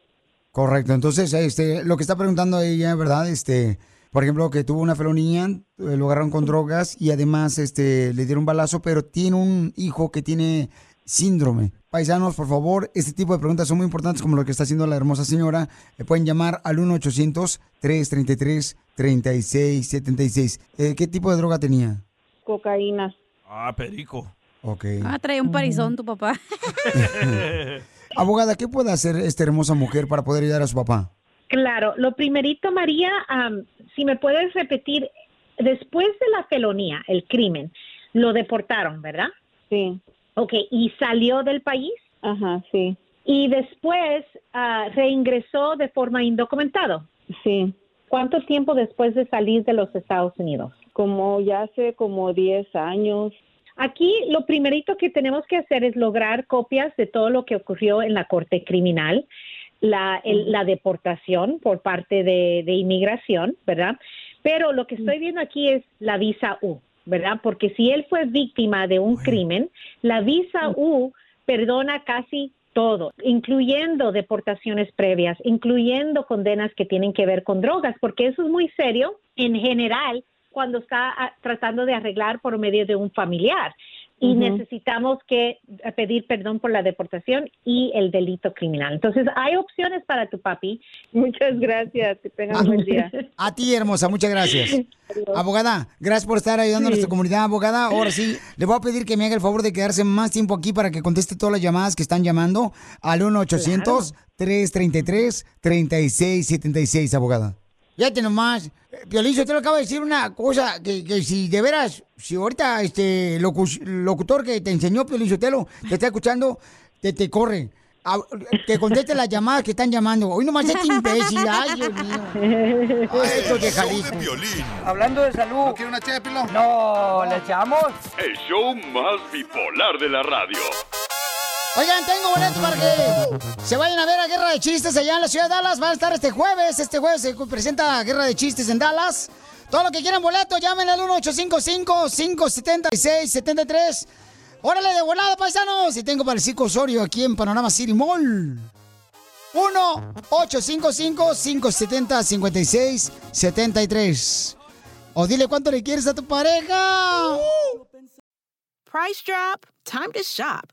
Correcto, entonces este, lo que está preguntando ella, ¿verdad? Este, por ejemplo, que tuvo una felonía, eh, lo agarraron con drogas y además este, le dieron balazo, pero tiene un hijo que tiene síndrome. Paisanos, por favor, este tipo de preguntas son muy importantes como lo que está haciendo la hermosa señora. Eh, pueden llamar al 1-800-333-3676. Eh, ¿Qué tipo de droga tenía?
Cocaína.
Ah, perico.
Ok.
Ah, trae un parizón tu papá.
Abogada, ¿qué puede hacer esta hermosa mujer para poder ayudar a su papá?
Claro, lo primerito, María, am, si me puedes repetir, después de la felonía, el crimen, lo deportaron, ¿verdad?
Sí.
Ok, ¿y salió del país?
Ajá, sí.
¿Y después ah, reingresó de forma indocumentado?
Sí.
¿Cuánto tiempo después de salir de los Estados Unidos?
Como ya hace como 10 años.
Aquí lo primerito que tenemos que hacer es lograr copias de todo lo que ocurrió en la corte criminal, la, el- la deportación por parte de, de inmigración, ¿verdad? Pero lo que estoy viendo aquí es la visa U, ¿verdad? Porque si él fue víctima de un crimen, la visa U perdona casi todo, incluyendo deportaciones previas, incluyendo condenas que tienen que ver con drogas, porque eso es muy serio en general cuando está ah, tratando de arreglar por medio de un familiar. y
Ujú.
necesitamos que eh, pedir perdón por la deportación y el delito criminal. Entonces, hay opciones para tu papi. Muchas gracias. Que tengan buen día.
A ti, hermosa, muchas gracias. Abogada, gracias por estar ayudando a nuestra comunidad. Abogada, ahora sí, le voy a pedir que me haga el favor de quedarse más tiempo aquí para que conteste todas las llamadas que están llamando al 1-800-333-3676, abogada. Fíjate nomás, eh, Piolín, yo te lo acabo de decir una cosa, que, que si de veras, si ahorita este locu- locutor que te enseñó Piolín Sotelo te está escuchando, te, te corre. A- Que conteste las llamadas que están llamando. Hoy nomás este imbécil, ay, Dios mío. Ay, estos de
El show
Jalisco.
de Piolín,
Hablando de salud. ¿No quiere una ché de pilón? No, ¿le echamos?
el show más bipolar de la radio.
Oigan, tengo boletos para que se vayan a ver a Guerra de Chistes allá en la ciudad de Dallas. Van a estar este jueves. Este jueves se presenta Guerra de Chistes en Dallas. Todo lo que quieran boleto, llámenle al 1-855-576-73. Órale, de volada, paisanos. Y tengo para el Cico Osorio aquí en Panorama City Mall. 1-855-570-5673. O dile cuánto le quieres a tu pareja.
Price drop? Time to shop.